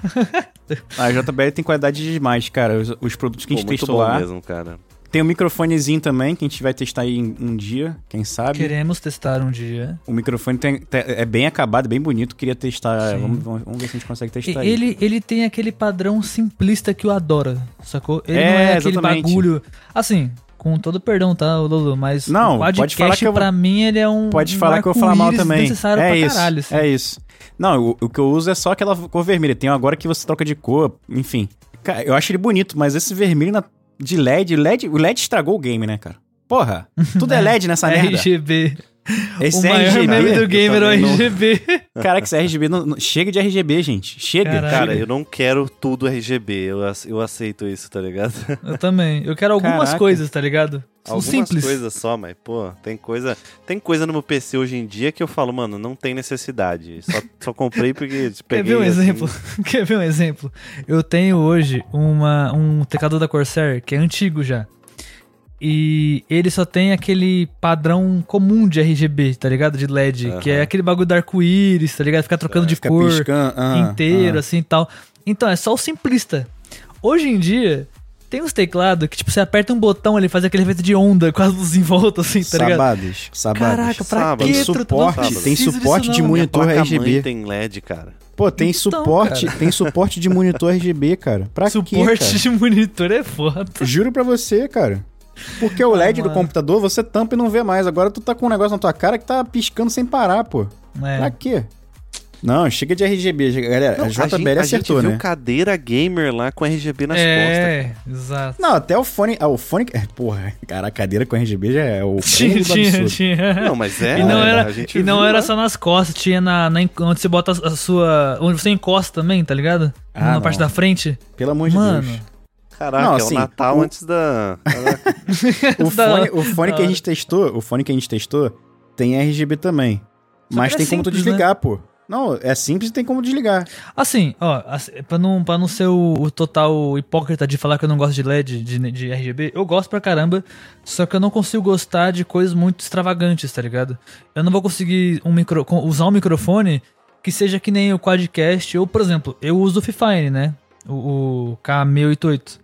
Ah, A JBL tem qualidade demais, cara. Os, os produtos que a
Pô,
gente
muito
testou
bom
lá.
mesmo, cara.
Tem um microfonezinho também, que a gente vai testar aí em- um dia, quem sabe.
Queremos testar um dia.
O microfone tem- te- é bem acabado, bem bonito. Queria testar.
Sim.
Vamos, vamos- vamos ver se a gente consegue
E
testar aí.
ele, ele tem aquele padrão simplista que eu adoro, sacou? Ele
É,
não é aquele
exatamente.
bagulho. Assim, com todo perdão, tá, Lulu? Mas
Não,
o
pode
podcast
falar que eu-
pra mim ele é um.
Pode
um
falar que eu vou falar mal
arco-íris
também.
desnecessário
é
pra
isso.
caralho, assim.
É isso. Não, o, o que eu uso é só aquela cor vermelha. Tem um agora que você troca de cor, enfim. Cara, eu acho ele bonito, mas esse vermelho na- de LED, LED, o LED estragou o game, né, cara? Porra, tudo é LED nessa merda.
RGB.
Esse
o maior
RGB,
meme do gamer é o
também não-
RGB.
Caraca, esse RGB não, não- chega de RGB, gente. Chega.
Caralho.
Cara,
chega.
eu não quero tudo RGB, eu, ac- eu aceito isso, tá ligado?
Eu também. Eu quero algumas
Caraca.
coisas, tá ligado? São
Algumas
simples.
coisas só, mas, pô, tem coisa, tem coisa no meu PC hoje em dia que eu falo, mano, não tem necessidade. Só, só comprei porque
Quer
peguei.
ver um
assim.
exemplo? Quer ver um exemplo? Eu tenho hoje uma, um teclado da Corsair que é antigo já. E ele só tem aquele padrão comum de RGB, tá ligado? De LED,
Aham.
que é aquele bagulho do arco-íris, tá ligado? Ficar trocando de
É, Fica
cor
piscando, ah,
inteiro,
ah.
assim e tal. Então, é só o simplista. Hoje em dia, tem uns teclados que, tipo, você aperta um botão, ele faz aquele efeito de onda com as luzes em volta, assim, tá ligado?
Sabados, sabados.
Caraca, pra
Sábado.
que
Tem
tro- não
suporte,
preciso
tem
disso
suporte de
não.
Minha
monitor
placa-mãe
RGB.
tem LED, cara.
Pô, tem
Então,
suporte, tem suporte de monitor RGB, cara. Pra quê,
Suporte
cara?
de monitor é foda.
Juro pra você, cara. Porque o LED do
mano.
computador você tampa e não vê mais. Agora tu tá com um negócio na tua cara que tá piscando sem parar, pô.
É.
Pra quê? Não, chega de RGB, galera.
Não,
a JBL
gente-
acertou,
a gente
né?
viu cadeira gamer lá com RGB nas costas.
é, exato.
Não, até o fone. ah, o fone. é, Porra, cara, a cadeira com RGB já é o.
Tinha,
cúmulo do
tinha,
absurdo.
tinha.
Não, mas é.
e não
né?
era,
A gente
e não
viu
era
lá.
só nas costas, tinha na, na- onde você bota a sua. Onde você encosta também, tá ligado?
Ah,
na
não.
parte da frente.
Pelo amor de
Mano.
Deus.
Caraca,
Não,
é
assim,
o Natal
o-
antes da.
O
Da
fone,
hora,
o fone
da
que a
hora.
gente testou, o fone que a gente testou tem RGB também.
Só
mas
que
tem
é
como tu
simples,
desligar, pô. Não, é simples e tem como desligar.
Assim, ó, assim, pra não, pra não ser o, o total hipócrita de falar que eu não gosto de LED, de, de RGB, eu gosto pra caramba, só que eu não consigo gostar de coisas muito extravagantes, tá ligado? Eu não vou conseguir um micro, com- usar um microfone que seja que nem o Quadcast, ou, por exemplo, eu uso o Fifine, né? O, o K688.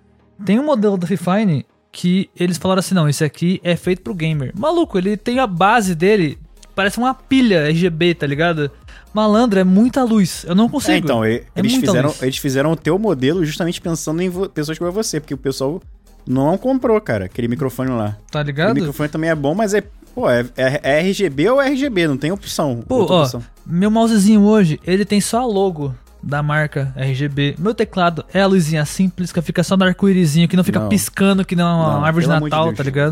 Tem um modelo da Fifine que eles falaram assim, não, esse aqui é feito pro gamer. Maluco, ele tem a base dele, parece uma pilha RGB, tá ligado? Malandro, é muita luz. Eu não consigo.
É, então, e-
É
eles,
muita
fizeram,
luz.
eles fizeram o teu modelo justamente pensando em vo- pessoas como você, porque o pessoal não comprou, cara, aquele microfone lá.
Tá
O
ligado?
microfone também é bom, mas é, pô, é, é- é RGB ou RGB, não tem opção.
Pô,
outra
ó,
opção.
meu mousezinho hoje, ele tem só a logo da marca RGB. Meu teclado é a luzinha simples, que fica só no arco-írisinho, que não fica
Não.
piscando que não é uma
Não,
árvore de
pelo amor de
Natal,
Deus.
tá ligado?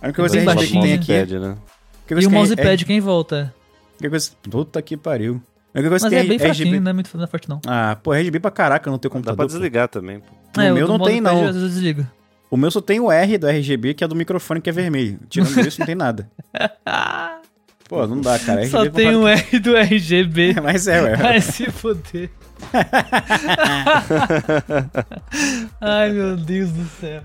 A única É coisa
bem
RGB que tem
baixinho.
aqui...
Mousepad, né?
a única
E
coisa
o
que é-
mousepad, quem volta?
a única coisa- Puta que pariu. A única coisa
Mas
que
é
tem
bem
RGB...
fraquinho, não é muito não é forte não.
Ah, pô, RGB pra caraca no teu
Dá
computador.
pra
pô.
desligar também. pô.
No
é,
meu
do
não tem,
mousepad,
não.
Às vezes eu desligo.
O meu só tem o R do RGB, que é do microfone que é vermelho. Tirando isso, não tem nada.
Ah,
Pô, não dá, cara.
só
RGB pra
tem
caralho.
o R do RGB.
Mas é, ué.
Vai se foder. Ai, meu Deus do céu.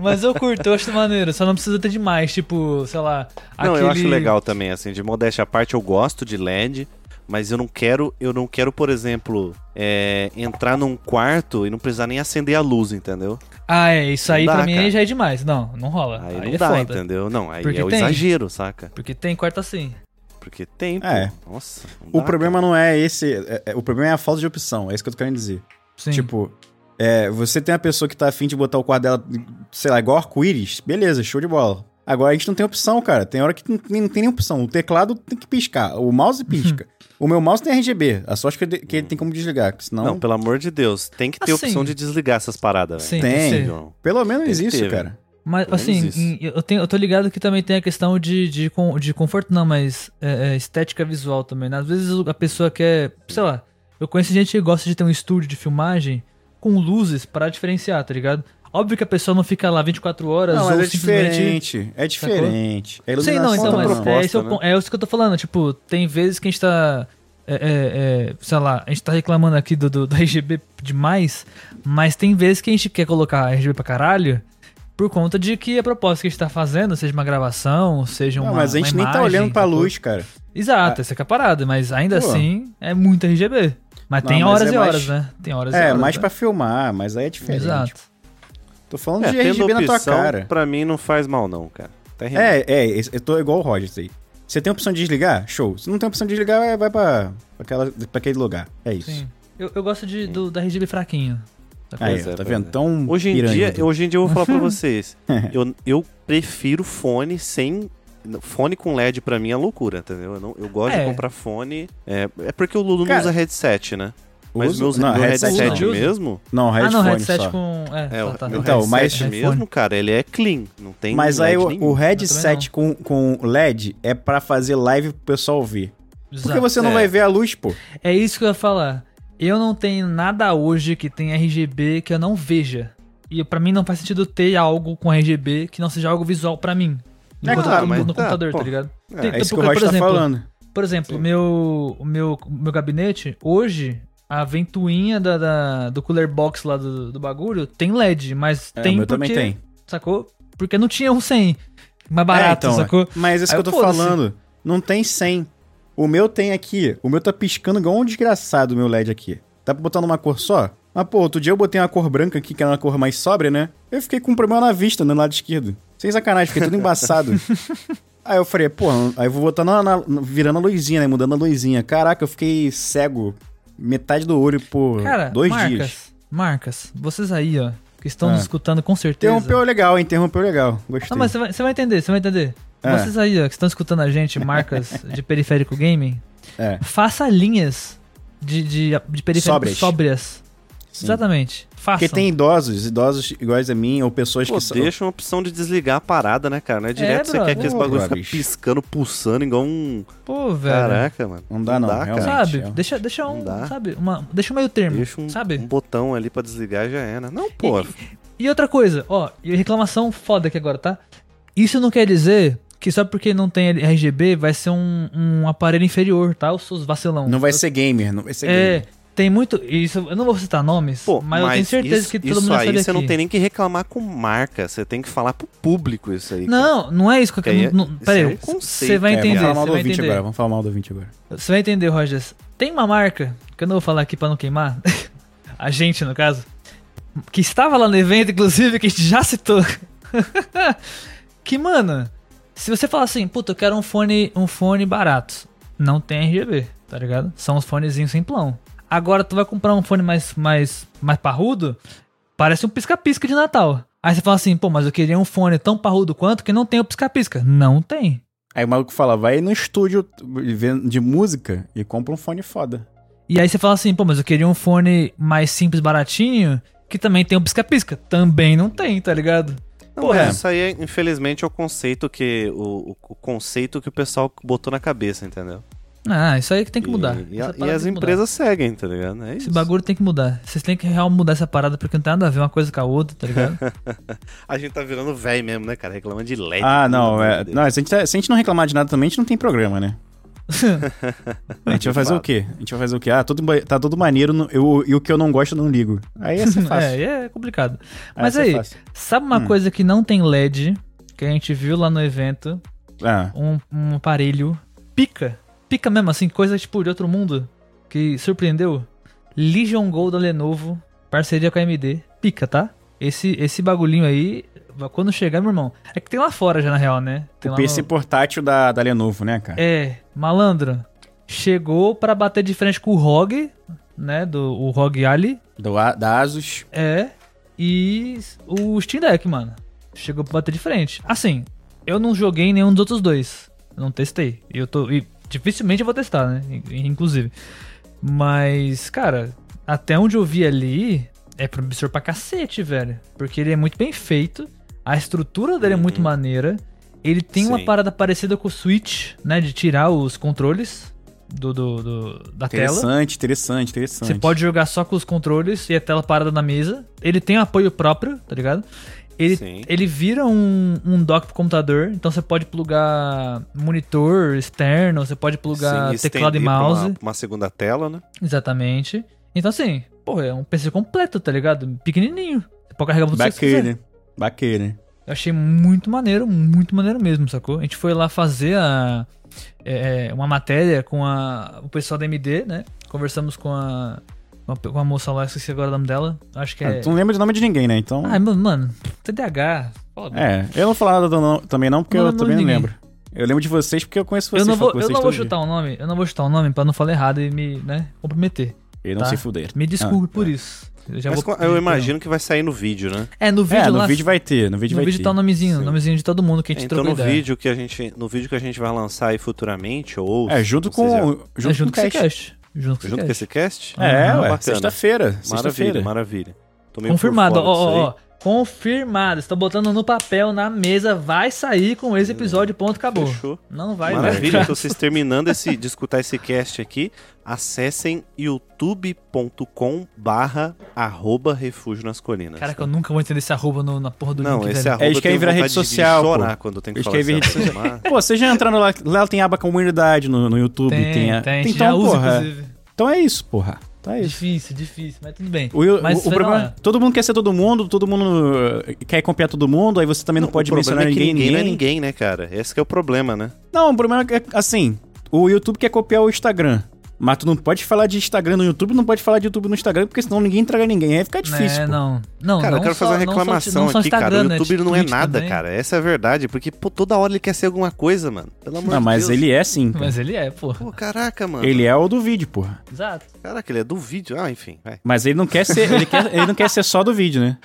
Mas eu curto, eu acho maneiro. Só não precisa ter demais, tipo, sei lá.
Não, eu acho
aquele-
legal também, assim, de modéstia à parte, eu gosto de LED, mas eu não quero, eu não quero, por exemplo, é, entrar num quarto e não precisar nem acender a luz, entendeu?
Ah, é, isso
Não
aí
dá,
pra mim
cara.
já é demais. Não, não rola.
Aí,
Aí,
não
é
dá,
foda.
entendeu? Não, aí
Porque
é o
tem.
exagero, saca?
Porque tem quarto assim.
Porque tem, pô.
É.
Nossa. não
O
dá,
problema
cara.
não é esse. é- é- o problema é a falta de opção. É isso que eu tô querendo dizer.
Sim.
Tipo, é, você tem uma pessoa que tá afim de botar o quadro dela, sei lá, igual arco-íris. Beleza, show de bola. Agora a gente não tem opção, cara. Tem hora que não tem, não tem nem opção. O teclado tem que piscar. O mouse pisca. o meu mouse tem RGB. A sorte que, ele- que ele tem como desligar, que senão.
Hum. Não, pelo amor de Deus, tem que ter
Assim.
opção de desligar essas paradas,
Sim,
velho.
Tem.
sim.
João.
Pelo menos
Tem que
isso,
ter,
cara.
Mas,
Pelo menos
assim,
isso.
em- eu, tenho, eu tô ligado que também tem a questão de, de, con- de conforto, não, mas é, é, estética visual também. né? Às vezes a pessoa quer, sei lá, eu conheço gente que gosta de ter um estúdio de filmagem com luzes pra diferenciar, tá ligado? Óbvio que a pessoa não fica lá 24 horas
Não,
ou
mas é
simplesmente...
diferente. É diferente. É
Sim,
iluminação
não, então,
tá
mas
proposta,
é, esse é, o
né?
pon- é isso que eu tô falando. Tipo, tem vezes que a gente tá. é, é, é, sei lá, a gente tá reclamando aqui do, do, do RGB demais, mas tem vezes que a gente quer colocar RGB pra caralho por conta de que a proposta que a gente tá fazendo, seja uma gravação, seja uma.
Não, mas a gente
uma
nem tá
imagem,
olhando pra
sacou?
luz, cara.
Exato, essa que é a parada, mas ainda
Pô.
assim é muito RGB. Mas
Não,
tem
mas
horas
é
e
mais-
horas, né? Tem horas e horas.
É, mais
né?
pra filmar, mas aí é diferente.
Exato.
Tô falando
É,
de
tendo
RGB na tua
opção,
cara.
Pra mim não faz mal, não, cara. Até rende.
É, é, esse- eu tô igual o Rogers aí. Você tem opção de desligar? Show. Se não tem opção de desligar, vai- vai pra, pra, aquela- pra aquele lugar. É isso.
Sim. Eu, eu gosto de, do, da RGB fraquinho. sacou?
Aí,
Pois é,
tá
pois
vendo?
é.
Tão
Hoje em,
piranha. então. É.
dia, hoje em dia eu vou falar pra vocês. eu, eu prefiro fone sem. Fone com LED pra mim é loucura, entendeu? Eu, não- eu gosto
É.
de comprar fone. É, é porque o Lulu não
Cara,
usa headset, né? Mas
uso-
meus,
não,
meu
headset
headset,
não.
mesmo.
Não,
Ah,
headphone
não, headset
só.
com. É,
É,
tá,
o
tá.
meu
Então, mas-
headset mesmo, cara, ele é clean. Não tem
Mas
LED
aí o,
nenhum.
o
também
headset com, com LED é pra fazer live pro pessoal ver. Porque
Exato.
você não
É.
vai ver a luz, pô.
É isso que eu ia falar. Eu não tenho nada hoje que tem RGB que eu não veja. E pra mim não faz sentido ter algo com RGB que não seja algo visual pra mim.
É
Enquanto
claro,
eu tô
mas
no
tá,
computador,
pô.
tá ligado?
É,
Tem-
É isso que o
porque,
Rod tá
exemplo,
falando.
Por exemplo, o meu, o meu, o meu gabinete, hoje, a ventoinha da, da- do cooler box lá do, do bagulho tem LED, mas
É,
tem
o meu
porque,
também tem.
sacou? Porque não tinha um 100 mais barato,
É, então,
sacou?
Mas isso
Aí
que
eu
eu tô
foda-se.
falando. Não tem 100. O meu tem aqui. O meu tá piscando igual um desgraçado, o meu LED aqui. Tá botando uma cor só? Mas, pô, outro dia eu botei uma cor branca aqui, que era uma cor mais sóbria, né? Eu fiquei com um problema na vista, no lado esquerdo. Sem sacanagem, fiquei tudo embaçado. aí eu falei, pô, aí eu vou botar na, na- virando a luzinha, né? Mudando a luzinha. Caraca, eu fiquei cego. Metade do olho por
Cara,
dois
marcas,
dias.
marcas, vocês aí, ó, que estão
Ah.
nos escutando com certeza.
Interrompeu legal, hein? Interrompeu legal. Gostei.
Não, Ah, mas você vai, você vai entender, você vai entender.
Ah.
Vocês aí, ó, que estão escutando a gente, marcas de periférico gaming,
É,
faça linhas de, de, de periférico
Sóbrias.
sóbrias.
sim.
Exatamente. Façam.
Porque tem idosos, idosos iguais a mim, ou pessoas
Pô,
que são...
deixa uma opção de desligar a parada, né, cara? Não é direto você
brother.
quer que esse
Pô,
bagulho fica
bicho.
piscando, pulsando igual um.
Pô, velho.
Caraca, mano.
Não dá, não, realmente.
cara.
Sabe?
é.
Deixa, deixa um,
Não dá.
sabe? Uma, deixa um meio termo,
Deixa um,
sabe?
um botão ali pra desligar e já era. Não, pô.
E outra coisa, ó, e reclamação foda aqui agora, tá? Isso não quer dizer que só porque não tem RGB vai ser um, um aparelho inferior, tá? Os seus vacilão.
Não vai ser gamer, não vai ser
É,
gamer.
tem muito. Isso, eu não vou citar nomes,
Pô,
mas, eu tenho certeza
isso,
que todo
isso
mundo já
aí
sabe
você
aqui.
não tem nem que reclamar com marca, você tem que falar pro público isso aí. cara.
Não, não é isso que eu
Aí é-
quero. não- não-
isso
Peraí,
aí é
você
conceito,
vai
É,
entender.
vamos falar mal
Você
do
vai
ouvinte agora,
entender.
vamos falar mal do ouvinte agora.
Você vai entender, Rogers. Tem uma marca, que eu não vou falar aqui pra não queimar, a gente no caso, que estava lá no evento, inclusive, que a gente já citou. que, mano, se você falar assim, puta, eu quero um fone, um fone barato, não tem RGB, tá ligado? São os fonezinhos simplão. Agora tu vai comprar um fone mais, mais, mais parrudo, parece um pisca-pisca de Natal. Aí você fala assim, pô, mas eu queria um fone tão parrudo quanto que não tem o pisca-pisca. Não tem.
Aí o maluco fala, vai no estúdio de música e compra um fone foda.
E aí você fala assim, pô, mas eu queria um fone mais simples, baratinho, que também tem um pisca-pisca. Também não tem, tá ligado?
Não,
Pô,
mas
é.
isso aí, é, infelizmente, é o conceito que. O, o- o conceito que o pessoal botou na cabeça, entendeu?
Ah, isso aí que tem que
E-
mudar.
E,
Essa parada
a- e as
tem que mudar.
empresas seguem, tá ligado? É
Esse
isso.
bagulho tem que mudar. Vocês têm que realmente mudar essa parada porque não tem nada a ver uma coisa com a outra, tá ligado?
A gente tá virando velho mesmo, né, cara? Reclamando de LED.
Ah,
pelo
não,
amor
é,
de Deus.
não se, a gente, tá- se a gente não reclamar de nada também, a gente não tem programa, né? a gente vai fazer o quê? A gente vai fazer o quê? Ah, tudo, ba- tá tudo maneiro no- eu, e o que eu não gosto eu não ligo. Aí ia ser fácil.
é, e é complicado.
Aí
Mas
é
ia ser
aí,
fácil.
sabe uma
Hum.
coisa que não tem LED, que a gente viu lá no evento?
Ah,
Um, um aparelho pica. Pica mesmo, assim, coisa tipo de outro mundo que surpreendeu. Legion Go da Lenovo, parceria com a AMD. Pica, tá? Esse, esse bagulhinho aí, quando chegar, meu irmão. É que tem lá fora já, na real, né? Tem
o
lá
PC
no-
portátil da, da Lenovo, né, cara?
É, malandro. Chegou pra bater de frente com o ROG, né? Do, o ROG Ali.
Do A- da Asus.
É. E o Steam Deck, mano. Chegou pra bater de frente. Assim, Eu não joguei nenhum dos outros dois. Eu Não testei. E eu tô. E dificilmente eu vou testar, né? In- Inclusive. Mas, cara, até onde eu vi ali, é promissor pra cacete, velho. Porque ele é muito bem feito. A estrutura dele é muito
Uhum.
maneira. Ele tem uma
Sim.
parada parecida com o Switch, né? De tirar os controles do, do- do- da tela.
Interessante, interessante, interessante.
Você pode jogar só com os controles e a tela parada na mesa. Ele tem um apoio próprio, tá ligado? Ele,
Sim.
ele vira um, um dock pro computador, então você pode plugar monitor externo, você pode plugar
Sim,
teclado e
estender pra uma-
mouse.
Uma, segunda tela, né?
Exatamente. Então assim, pô, é um PC completo, tá ligado? Pequenininho. Você pode carregar tudo que você quiser.
Bacana, bacana.
Eu achei muito maneiro, muito maneiro mesmo, sacou? A gente foi lá fazer a, é, é, uma matéria com a, o pessoal da MD, né? Conversamos com a, com a, com a moça lá, esqueci agora o nome dela. Acho que é. Ah,
Ah, tu não lembra de nome de ninguém, né? Então.
Ai, mano, mano, TDAH. foda.
É, eu não vou falar nada do no- também não, porque
Não
eu
lembro
também
de
não
ninguém.
lembro. Eu lembro de vocês porque eu conheço vocês.
eu não
falo
vou,
com
eu
vocês
não vou
todo dia.
chutar o nome, eu não vou chutar o nome pra não falar errado e me, né, comprometer.
E não
tá?
se fuder.
Me desculpe
Ah,
por isso. Eu, já
Mas
vou
co-
pedir então.
eu
perdão.
imagino que vai sair no vídeo, né?
É, no vídeo
É, no
lá.
vídeo vai ter, no vídeo
no
vai
vídeo
ter.
tá o nomezinho, o
Sim.
nomezinho de todo mundo que a gente
Então
trocou
no
ideia.
vídeo que a gente, no vídeo que a gente vai lançar aí futuramente ou
É, junto com,
vocês já-
junto,
É, junto
com
com
o
esse
cast.
cast. É Junto com esse
junto com
cast.
esse cast.
É,
Aham,
ué,
Ah, bacana.
sexta-feira,
Maravilha,
sexta-feira.
maravilha. Tô meio por
Confirmado, ó,
fora disso aí.
ó, ó. Confirmado. Estão botando no papel, na mesa. Vai sair com esse episódio, ponto, acabou.
Fechou.
Não vai, né?
Maravilha.
vai.
Então, vocês terminando esse, de escutar esse cast aqui, acessem youtube.com barra arroba refúgio nas colinas.
Caraca, eu nunca vou entender esse arroba no- na porra do
Não,
link,
esse
velho.
arroba
Eles
eu
querem
tenho
virar
vontade
rede
de- de
social, pô. É
chorar quando eu tenho que
Eles
falar
querem
esse
virar
arroba.
Pô, vocês já entraram lá, lá tem aba comunidade no, no YouTube, tem,
Tem, tem,
a...
a gente
então,
já usa,
porra.
inclusive.
Então é isso, porra. Então é isso.
Difícil, difícil, mas tudo bem.
O, o-
Mas
o
foi
problema
na
é,
hora.
todo mundo quer ser todo mundo, todo mundo eh, quer copiar todo mundo, aí você também não,
o
pode
problema
mencionar
é que
ninguém,
ninguém não é
ninguém.
ninguém, né, cara? Esse que é o problema, né?
Não, o problema é que, assim, o YouTube quer copiar o Instagram. Mas tu não pode falar de Instagram no YouTube, não pode falar de YouTube no Instagram, porque senão ninguém entrega ninguém. Aí fica difícil.
É,
pô.
não. Não,
Cara,
não
eu quero
só-
fazer uma
não só-
reclamação
não só
aqui, cara. O
Instagram, né,
YouTube não é
Twitch
nada,
também.
cara. Essa é a verdade. Porque, pô, toda hora ele quer ser alguma coisa, mano. Pelo amor
Não,
de
mas
Deus.
ele é sim. cara.
Mas ele é, pô.
Pô, caraca, mano.
Ele é o do vídeo, porra.
Exato.
Caraca, ele é do vídeo. Ah, enfim. vai.
Mas ele não quer ser, ele, quer, ele não quer ser só do vídeo, né?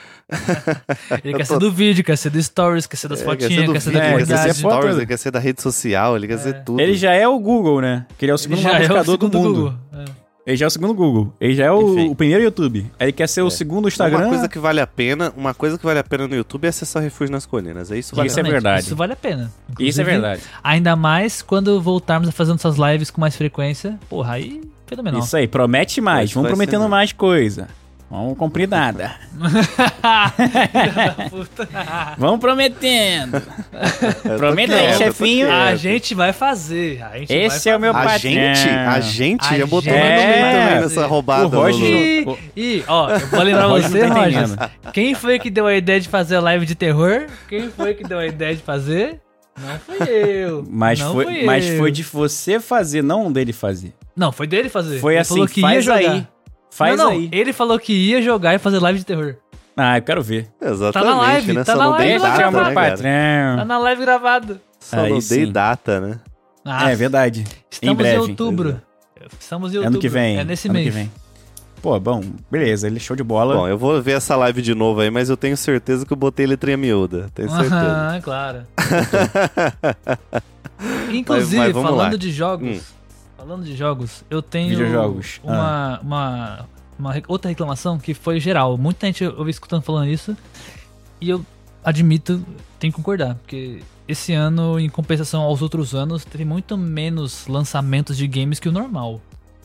Ele quer ser do vídeo, quer ser do stories, quer ser das
É,
fotinhas, quer ser da
vídeo,
é,
quer ser
comunidade.
a foto,
stories,
né?
ele quer ser da rede social, ele quer ser tudo.
Ele já é o Google, né? Que ele é o
Ele
segundo maior
já é o
buscador do
segundo
mundo.
Google. É.
Ele já é o segundo Google. Ele já é
Enfim. É.
o, o primeiro YouTube. Aí ele quer ser o segundo Instagram.
Uma coisa que vale a pena, uma coisa que vale a pena no YouTube é acessar refúgio nas colinas. É isso, vale
Isso
a
é
pena.
Exatamente.
verdade.
Isso vale a pena.
Isso é
Inclusive,
verdade.
Ainda mais quando voltarmos a fazer nossas lives com mais frequência. Porra, aí fenomenal.
Isso aí, promete mais.
Isso
Vamos
vai ser
prometendo
mesmo.
mais coisa. Vamos cumprir nada.
Puta.
Vamos prometendo.
Eu tô
Prometa
quieto,
aí,
eu tô
chefinho.
quieto.
a gente vai fazer. A gente
É. Esse
vai
é o meu
é, A
patrão.
gente, a gente
A
já botou
gente.
mais no meio também
É.
nessa roubada.
O Roger-
Lulu.
E,
O-
e, ó, eu vou lembrar
O Roger
você,
não tá
Roger.
entendendo.
Quem foi que deu a ideia de fazer a live de terror? Quem foi que deu a ideia de fazer? Não fui eu.
Mas,
não
foi,
fui
mas
eu.
foi de você fazer, não dele fazer.
Não, foi dele fazer.
Foi
ele
assim,
falou que
faz
ia jogar.
aí. Faz
não, não,
aí.
ele falou que ia jogar e fazer live de terror.
Ah, eu quero ver.
Exatamente,
Tá na live,
né?
tá
Só
na
não dei
live,
Esse
lá
é
data,
o meu
né, cara?
Tá
patrão.
na live gravada.
Só não
Aí
dei
sim.
data, né?
Ah,
É verdade.
Estamos
em breve.
outubro.
é.
Estamos em outubro.
Ano que vem.
É nesse
ano
mês.
Que vem. Pô, bom, beleza, ele é show de bola.
Bom, eu vou ver essa live de novo aí, mas eu tenho certeza que eu botei letrinha miúda. Tenho certeza.
Aham, Ah, claro.
mas
Inclusive,
vamos
falando
lá. Hum.
de jogos, falando de jogos, eu tenho
Videojogos. ah.
uma, uma, uma rec- outra reclamação que foi geral. Muita gente eu ouvi escutando falando isso e eu admito, tenho que concordar, porque esse ano, em compensação aos outros anos, teve muito menos lançamentos de games que o normal.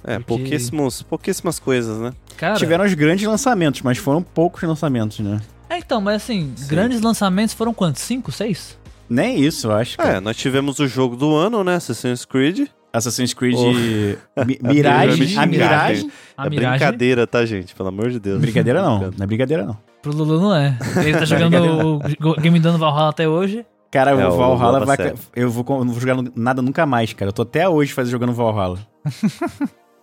é,
porque-
pouquíssimos, pouquíssimas coisas, né?
Cara,
Tiveram os grandes lançamentos, mas foram poucos lançamentos, né?
é então, mas assim,
Sim.
grandes lançamentos foram quantos? Cinco, seis?
Nem isso, eu acho. cara.
É, nós tivemos o jogo do ano, né? Assassin's Creed.
Assassin's Creed
Oh.
Mi- Mirage.
Pirâmide
A
de
Mirage.
A
é
miragem
brincadeira, tá, gente? Pelo amor de Deus.
Brincadeira não,
Brincando.
não é brincadeira não.
pro Lulu não é. Ele tá jogando o Game Dano Valhalla até hoje.
Cara,
É,
o
o
Valhalla
Lula
vai.
sério.
Eu vou, eu não vou jogar nada nunca mais, cara. Eu tô até hoje fazendo jogando Valhalla.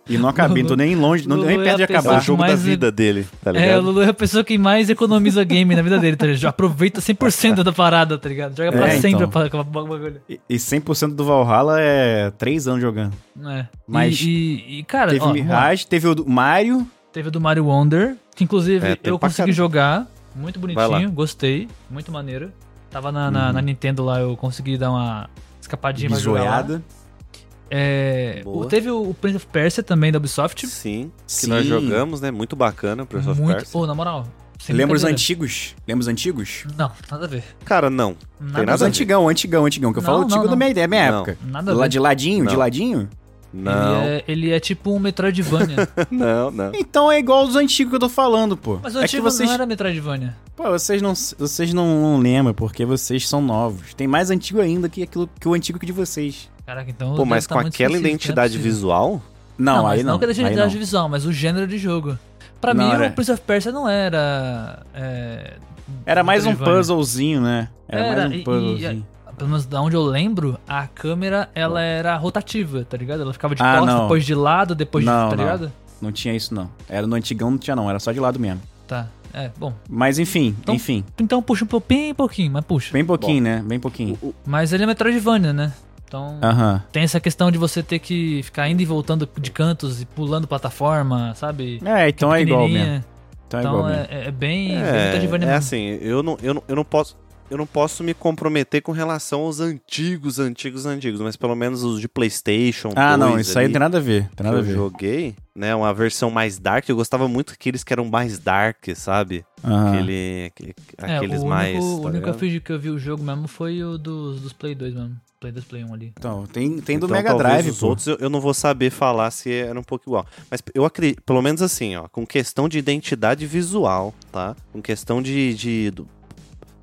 e não acabei, não tô nem longe, não,
Lula
nem
é
perto de
a pessoa
É o
acabar.
Abaixo,
jogo da
mas-
vida dele, tá
É, o
ligado?
Lulu é a pessoa que mais economiza game na vida dele, tá ligado? Aproveita 100% da parada, tá ligado? Joga pra
É,
sempre
então.
a pa- a bagulho.
E e 100% do Valhalla é 3 anos jogando.
É.
Mas
e, e- e, cara,
Teve
ó, vamos lá.
Mirage, teve o do Mario.
teve o do Mario Wonder, que inclusive
É, tem
eu
pra
consegui
caramba.
jogar. Muito
Vai lá.
bonitinho, gostei, muito maneiro. Tava na, na-
Uhum.
na Nintendo lá, eu consegui dar uma escapadinha pra jogar lá.
Bizoiada.
É,
Boa.
o- teve o Prince of Persia também da Ubisoft.
Sim, que
Sim.
nós jogamos, né? Muito bacana, Prince of
muito.
Persia.
Pô, na moral. sem
Lembra os
brincadeira.
antigos? Lembra os antigos?
Não, nada a ver.
Cara, não.
Nada,
nada
Os
a
antigão, antigão, antigão. Que eu
Não,
falo
não,
antigo
não.
da minha ideia, da minha
Não.
época.
nada a
Lá
ver.
de ladinho, de
Não.
ladinho?
Não,
Ele, é, ele é tipo um Metroidvania.
não, não.
Então é igual os antigos que eu tô falando, pô.
Mas o
é que
antigo
vocês,
não era Metroidvania.
pô, vocês não, vocês não, não lembram porque vocês são novos. Tem mais antigo ainda que aquilo que o antigo que de vocês.
Caraca, então.
Pô,
deve
mas
tá
com
muito
aquela
específico, não é
identidade
possível.
visual,
Não, aí
mas
não.
Não que a
aí
identidade visual, mas o gênero de jogo. Pra
Não, é.
mim,
era-
o Prince of Persia não era. é,
Era mais um
Metroidvania.
puzzlezinho, né? Era,
Era,
mais
e-
um
e-
puzzlezinho.
Pelo menos da onde eu lembro, a câmera ela era rotativa, tá ligado? Ela ficava de
Ah,
costas,
não.
depois de lado, depois
Não,
de. tá
não.
ligado?
Não tinha isso, não. Era no antigão, não tinha, não. Era só de lado mesmo.
Tá. É, bom.
Mas enfim,
Então-
enfim.
Então puxa um pouquinho, bem pouquinho, mas puxa.
Bem pouquinho, né? Bem pouquinho.
Mas ele é Metroidvania, né? Então
Aham.
tem essa questão de você ter que ficar indo e voltando de cantos e pulando plataforma, sabe?
É, então é igual mesmo.
Pequenininha.
Então é igual
Então
mesmo.
é, é bem, bem Metroidvania
é,
mesmo.
é assim, eu não, eu, não, eu não posso... Eu não posso me comprometer com relação aos antigos, antigos, antigos, mas pelo menos os de PlayStation.
Ah, não,
2
isso aí
ali. um
não tem nada a ver. Tem nada a
eu
ver.
joguei, né? Uma versão mais dark. Eu gostava muito daqueles que eram mais dark, sabe?
Aham. Ah.
Aquele, aque-
É,
aqueles
o
mais.
Único,
tá
o único
ligado?
aflige que eu vi o jogo mesmo foi o dos, dos Play 2 mesmo. Play 2, Play 1 ali.
Então, tem, tem do
Então,
Mega
talvez
Drive,
Os
pô.
outros eu, eu não vou saber falar se era um pouco igual. Mas eu acredito, pelo menos assim, ó, com questão de identidade visual, tá? Com questão de, de, do-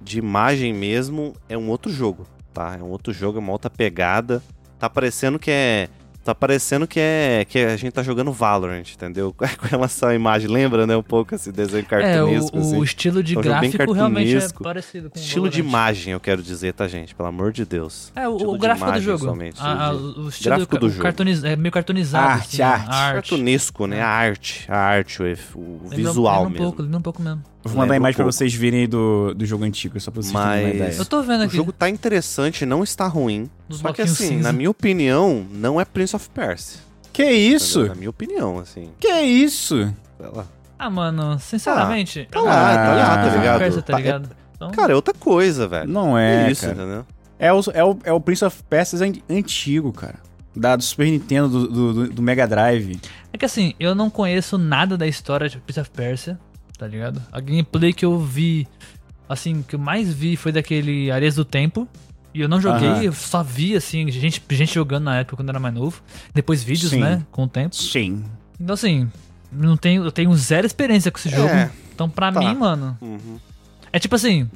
de imagem mesmo, é um outro jogo, tá? É um outro jogo, é uma outra pegada. Tá parecendo que é. Tá parecendo que é que a gente tá jogando Valorant, entendeu? Com relação à imagem, lembra, né? Um pouco esse desenho
É, o,
cartunesco,
o
assim.
estilo de
É um jogo bem
gráfico realmente é
cartunesco.
parecido com o
Estilo de
Valorant.
imagem, eu quero dizer, tá, gente? Pelo amor de Deus.
É, o,
Estilo
o
de
gráfico do
imagem
jogo.
somente,
Ah, ah,
estilo
o estilo
gráfico do
o
jogo.
cartuniz- é meio cartunizado.
Arte,
assim, né?
arte.
É Cartunesco, né? A arte, a arte, o, ef- o visual
É. lembra um
mesmo.
pouco, lembra um pouco mesmo.
Vou mandar
Lembra
a
um
imagem pra
pouco.
vocês verem aí do, do jogo antigo, só pra vocês terem uma
Mas-
ideia.
Eu tô vendo
O
aqui.
jogo tá interessante, não está ruim.
Nos
só que
bloquinhos
assim,
cinza.
na minha opinião, não é Prince of Persia.
Que
entendeu?
isso?
Na minha opinião, assim.
Que isso?
Sei lá.
Ah, mano, sinceramente.
Tá lá, tá lá, tá
Ah.
ligado?
Persa, tá
Tá- é-
ligado? Então,
cara, é outra coisa, velho.
Não
é,
é,
isso,
cara.
entendeu?
É o, é, o, é o Prince of Persia an- antigo, cara. Da, do Super Nintendo, do, do- do- do Mega Drive.
é que assim, eu não conheço nada da história de Prince of Persia, tá ligado? A gameplay que eu vi, assim, que eu mais vi foi daquele Areias do Tempo. E eu não joguei,
Aham.
eu só vi, assim, gente, gente jogando na época quando eu era mais novo. Depois vídeos,
Sim.
né? Com o tempo.
Sim.
Então, assim, não tenho, eu tenho zero experiência com esse jogo. Então, pra
tá.
mim, mano,
Uhum.
é tipo assim,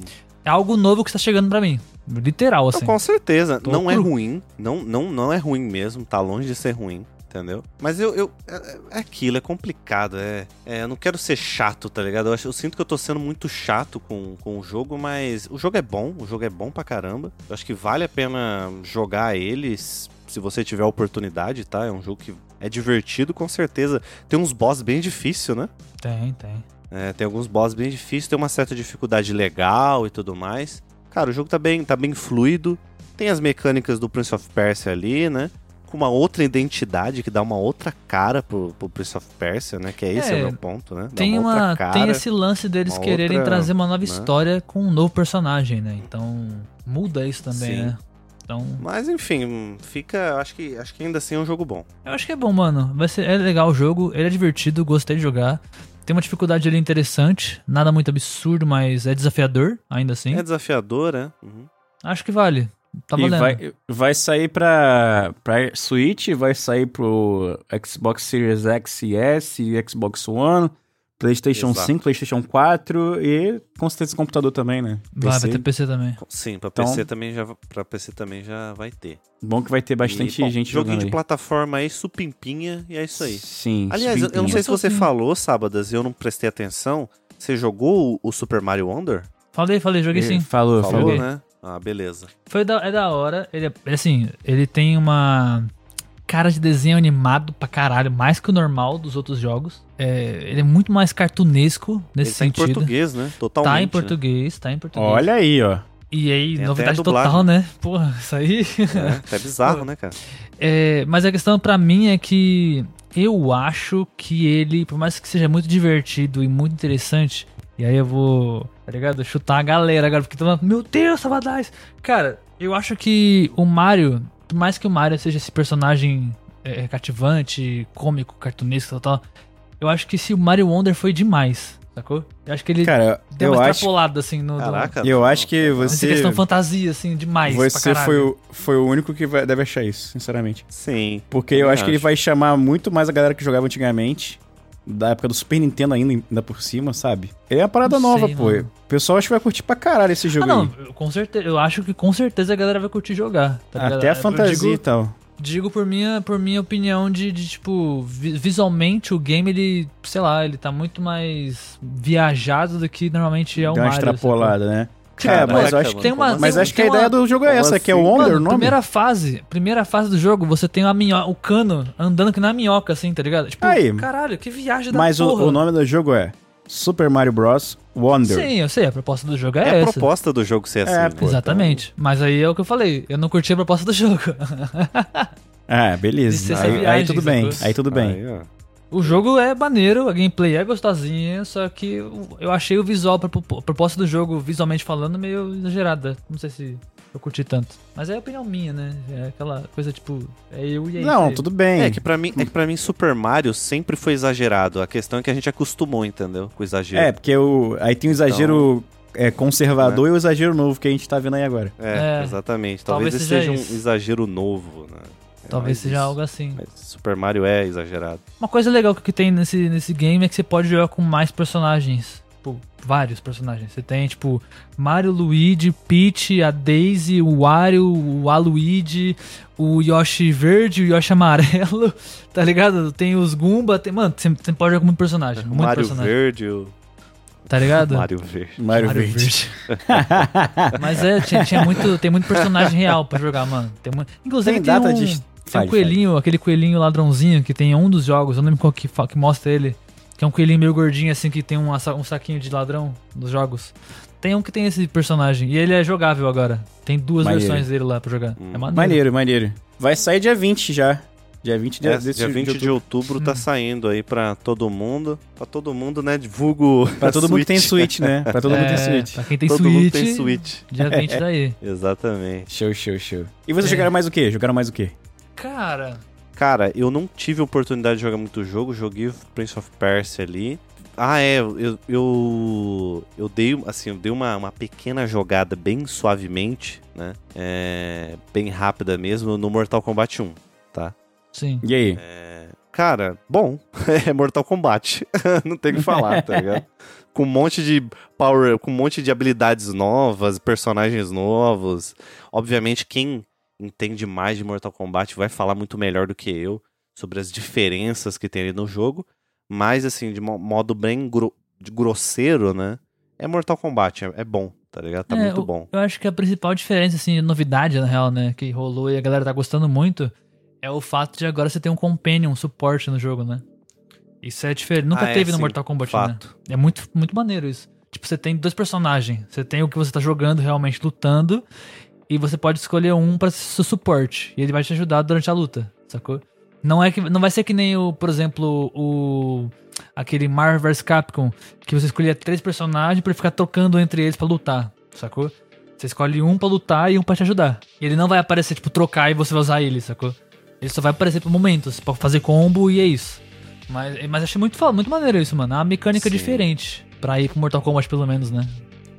é algo novo que está chegando pra mim. Literal,
Então,
assim.
com certeza,
Tô
não é
cru.
ruim. Não, não, não é ruim mesmo, tá longe de ser ruim. Entendeu? Mas eu. eu é, é aquilo, é complicado. É, é, eu não quero ser chato, tá ligado? Eu, acho- eu sinto que eu tô sendo muito chato com, com o jogo, mas o jogo é bom, o jogo é bom pra caramba. Eu acho que vale a pena jogar ele s- se você tiver a oportunidade, tá? É um jogo que é divertido, com certeza. Tem uns boss bem difícil, né?
Tem, tem.
É, tem alguns boss bem difíceis, tem uma certa dificuldade legal e tudo mais. Cara, o jogo tá bem, tá bem fluido. Tem as mecânicas do Prince of Persia ali, né? Com uma outra identidade que dá uma outra cara pro, pro Prince of Persia, né? Que é esse
É,
é, o meu ponto, né? Dá
Tem,
outra
uma,
cara.
tem esse lance deles
uma
quererem
outra,
trazer uma nova
né?
história com um novo personagem, né? Então, muda isso também,
Sim.
né? Então,
Mas enfim, fica. Acho que, acho que ainda assim é um jogo bom.
eu acho que é bom, mano. Vai ser, é legal o jogo, ele é divertido, gostei de jogar. Tem uma dificuldade ali interessante, nada muito absurdo, mas é desafiador, ainda assim.
É desafiador, né? Uhum.
Acho que vale. Tá
e
valendo.
vai, vai sair pra, pra Switch, vai sair pro Xbox Series X e S, Xbox One, PlayStation
Exato.
5, PlayStation 4 e com certeza esse computador também, né?
Vai, vai
PC.
ter PC também.
Sim, pra,
Então-
PC também já, pra PC também já vai ter.
Bom que vai ter bastante
E, bom,
gente
Joguinho
jogando.
de
aí.
plataforma aí, supimpinha, e é isso aí.
Sim.
Aliás, eu, eu não
subimpinha.
sei se você
Sim.
falou, Sábadas, e eu não prestei atenção. Você jogou o, o Super Mario Wonder?
Falei, falei, joguei sim.
Falou, falou.
joguei.
né? Ah, beleza.
Foi da, é da hora. Ele, é- assim, ele tem uma cara de desenho animado pra caralho, mais que o normal dos outros jogos. É, ele é muito mais cartunesco nesse
Ele tá em
sentido.
português, né? Totalmente.
tá em
né?
português, tá em português.
Olha aí, ó.
E aí,
Tem até
novidade
a dublagem.
total, né? Porra, isso aí.
É, tá bizarro, né, cara?
É, mas a questão pra mim é que eu acho que ele, por mais que seja muito divertido e muito interessante, E aí eu vou, tá ligado? Chutar a galera agora, porque todo mundo, meu Deus, Sabadais! Cara, eu acho que o Mario, por mais que o Mario seja esse personagem é, cativante, cômico, cartunista e tal, tal, eu acho que se o Mario Wonder foi demais, sacou? Eu acho que ele
Cara,
deu
eu
uma
acho,
extrapolada, assim, no, do-
Caraca.
eu acho que
nessa
você.
questão fantasia, assim, demais. pra
Você
caralho.
foi o, foi o único que vai- deve achar isso, sinceramente.
Sim.
Porque eu
Eu
acho que ele
acho.
vai chamar muito mais a galera que jogava antigamente. Da época do Super Nintendo ainda, ainda por cima, sabe? Ele é uma parada
Não sei,
nova, pô.
mano.
O pessoal acho que vai curtir pra caralho esse
Ah,
jogo
não,
aí.
eu, com certeza, eu acho que com certeza a galera vai curtir jogar. tá ligado?
Até a
Eu
fantasia
digo- é
e tal.
Digo por minha, por minha opinião de, de, tipo, vi- visualmente o game, ele, sei lá, ele tá muito mais viajado do que normalmente é o
Deu uma
Mario. sacou? Tipo,
extrapolada, né?
Caraca,
mas eu acho
mano,
Tem uma-
como
Mas
Tem- um
assim?
acho que a
tem uma-
ideia do jogo é
Como
essa, que é o
assim?
Wonder, o
Mano,
nome?
primeira fase, primeira fase do jogo, você tem a minho- o cano andando que na minhoca, assim, tá ligado? Tipo,
Aí.
caralho, que viagem da
Mas o,
porra.
o nome do jogo é Super Mario Bros. Wonder.
Sim, eu sei, a proposta do jogo é,
É a
essa.
proposta do jogo ser assim.
É,
pô,
então.
Exatamente. Mas aí é o que eu falei, eu não curti a proposta do jogo.
Ah,
Isso
beleza.
é
Aí, aí
viagem,
tudo bem.
sacou?
Aí tudo bem.
Aí, ó.
O jogo é maneiro, a gameplay é gostosinha, só que eu- eu achei o visual, pra- a proposta do jogo, visualmente falando, meio exagerada. Não sei se eu curti tanto. Mas é a opinião minha, né? É aquela coisa tipo, é eu e é isso
Não,
aí.
tudo bem.
É que, pra mim, é que pra mim Super Mario sempre foi exagerado. A questão é que a gente acostumou, entendeu? Com o exagero.
É, porque o, aí tem o exagero é, conservador e o exagero novo que a gente tá vendo aí agora.
É,
É.
exatamente.
Talvez
Talvez, esse
seja
seja,
isso.
um exagero novo, né? É
Talvez
mais
seja
isso.
algo assim.
Mas Super Mario é exagerado.
Uma coisa legal que tem nesse, nesse game é que você pode jogar com mais personagens. Tipo, vários personagens. Você tem, tipo, Mario, Luigi, Peach, a Daisy, o Wario, o Aluigi, o Yoshi verde, o Yoshi amarelo, tá ligado? Tem os Goomba, tem... Mano, você, você pode jogar com muito personagem, muito
Mario
personagem,
Verde, o
tá ligado?
Mario Verde.
Mario, Verde.
Mas é, tinha, tinha muito, tem muito personagem real pra jogar, mano. Tem mu- Inclusive
Tem
tem
data
um-
de-
Tem
Fale,
um coelhinho, aquele coelhinho ladrãozinho que tem em um dos jogos, eu não lembro qual que, fa- que mostra ele. Que é um coelhinho meio gordinho, assim, que tem um, sa- um saquinho de ladrão nos jogos. Tem um que tem esse personagem. E ele é jogável agora. Tem duas
Maneiro.
versões dele lá pra jogar. É maneiro.
Maneiro, maneiro. Vai sair dia 20 já. Dia 20 de,
É,
desse
dia 20 de
outubro.
outubro
Hum.
tá saindo aí pra todo mundo. Pra todo mundo, né? Divulgo.
Pra todo mundo que tem
Switch.
Switch, né? Pra todo mundo que
É,
tem Switch.
Pra quem tem
todo
Switch, tá
mundo tem Switch.
dia 20 daí.
Exatamente.
Show, show, show. E vocês
É.
jogaram mais o quê? Jogaram mais o quê?
Cara,
Cara, eu não tive oportunidade de jogar muito jogo, joguei o Prince of Persia ali. Ah, é, eu, eu, eu dei, assim, eu dei uma, uma pequena jogada bem suavemente, né? É, bem rápida mesmo, no Mortal Kombat 1, tá?
sim.
E aí?
É, cara, bom, é Mortal Kombat, não tem o que falar, tá ligado? Com um monte de power, com um monte de habilidades novas, personagens novos. Obviamente, quem entende mais de Mortal Kombat vai falar muito melhor do que eu sobre as diferenças que tem ali no jogo. Mas, assim, de mo- modo bem gro- de grosseiro, né? É Mortal Kombat, é, é bom, tá ligado? Tá
É,
muito
o-
bom.
Eu acho que a principal diferença, assim, novidade, na real, né, que rolou e a galera tá gostando muito, é o fato de agora você ter um companion, um suporte no jogo, né? Isso é diferente. Nunca
Ah, é,
teve no
sim,
Mortal Kombat, né?
Fato.
É muito, muito maneiro isso. Tipo, você tem dois personagens. Você tem o que você tá jogando realmente lutando. E você pode escolher um pra ser seu suporte. E ele vai te ajudar durante a luta, sacou? Não é que não vai ser que nem o, por exemplo, o aquele Marvel vs Capcom, que você escolhia três personagens pra ficar trocando entre eles pra lutar, sacou? Você escolhe um pra lutar e um pra te ajudar. E ele não vai aparecer tipo trocar e você vai usar ele, sacou? Ele só vai aparecer por momentos, pra fazer combo e é isso. Mas, mas achei muito, fa- muito maneiro isso, mano. É uma mecânica
Sim.
diferente pra ir pro Mortal Kombat, pelo menos, né?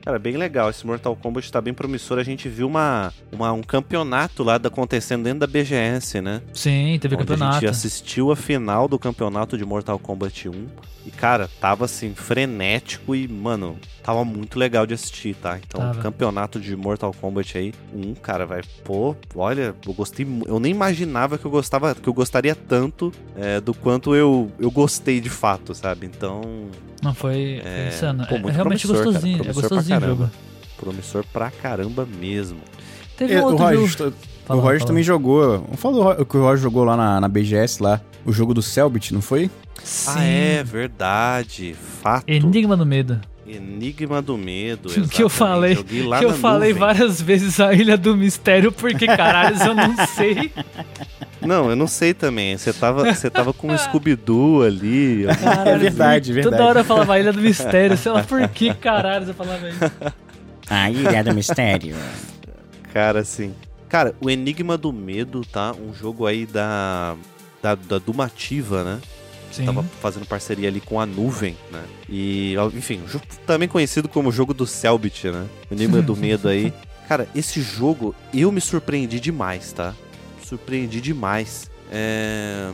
Cara, bem legal. Esse Mortal Kombat tá bem promissor. A gente viu uma, uma- um campeonato lá da- acontecendo dentro da BGS, né?
Sim, teve
Onde A
campeonato.
gente assistiu a final do campeonato de Mortal Kombat 1. E, cara, tava assim, frenético e, mano, tava muito legal de assistir, tá? Então,
Tava.
campeonato de Mortal Kombat aí, um, cara, vai, pô, olha, eu gostei. mu- Eu nem imaginava que eu gostava, que eu gostaria tanto é, do quanto eu, eu gostei de fato, sabe? Então,
Não, foi foi
É,
insano.
pô,
é
muito
realmente
promissor, cara.
gostosinho. É
Promissor pra
gostosinho o jogo.
caramba. promissor pra caramba mesmo.
Teve
E
um
o
outro
Roger,
jogo.
tu-
Fala,
o Roger
fala.
também jogou. Vamos falar do Ro- o que o Roger jogou lá na, na BGS, lá. O jogo do Selbit, não foi?
Sim.
Ah, é verdade. Fato.
Enigma do Medo.
Enigma do Medo.
Que eu
exatamente.
falei-
Joguei lá
que eu
na
falei
nuvem.
várias vezes a Ilha do Mistério, porque caralho, eu não sei.
Não, eu não sei também. Você tava, você tava com um Scooby-Doo ali.
É verdade, verdade.
Toda hora eu falava Ilha do Mistério, sei lá por que caralho eu falava isso.
A Ah, Ilha do Mistério.
Cara, assim. Cara, o Enigma do Medo, tá? Um jogo aí da. Da, da Dumativa, né?
Sim.
Tava fazendo parceria ali com a Nuvem, né? E, ó, enfim, um jogo também conhecido como jogo do Selbit, né? O Enigma do Medo aí. Cara, esse jogo eu me surpreendi demais, tá? Surpreendi demais. É...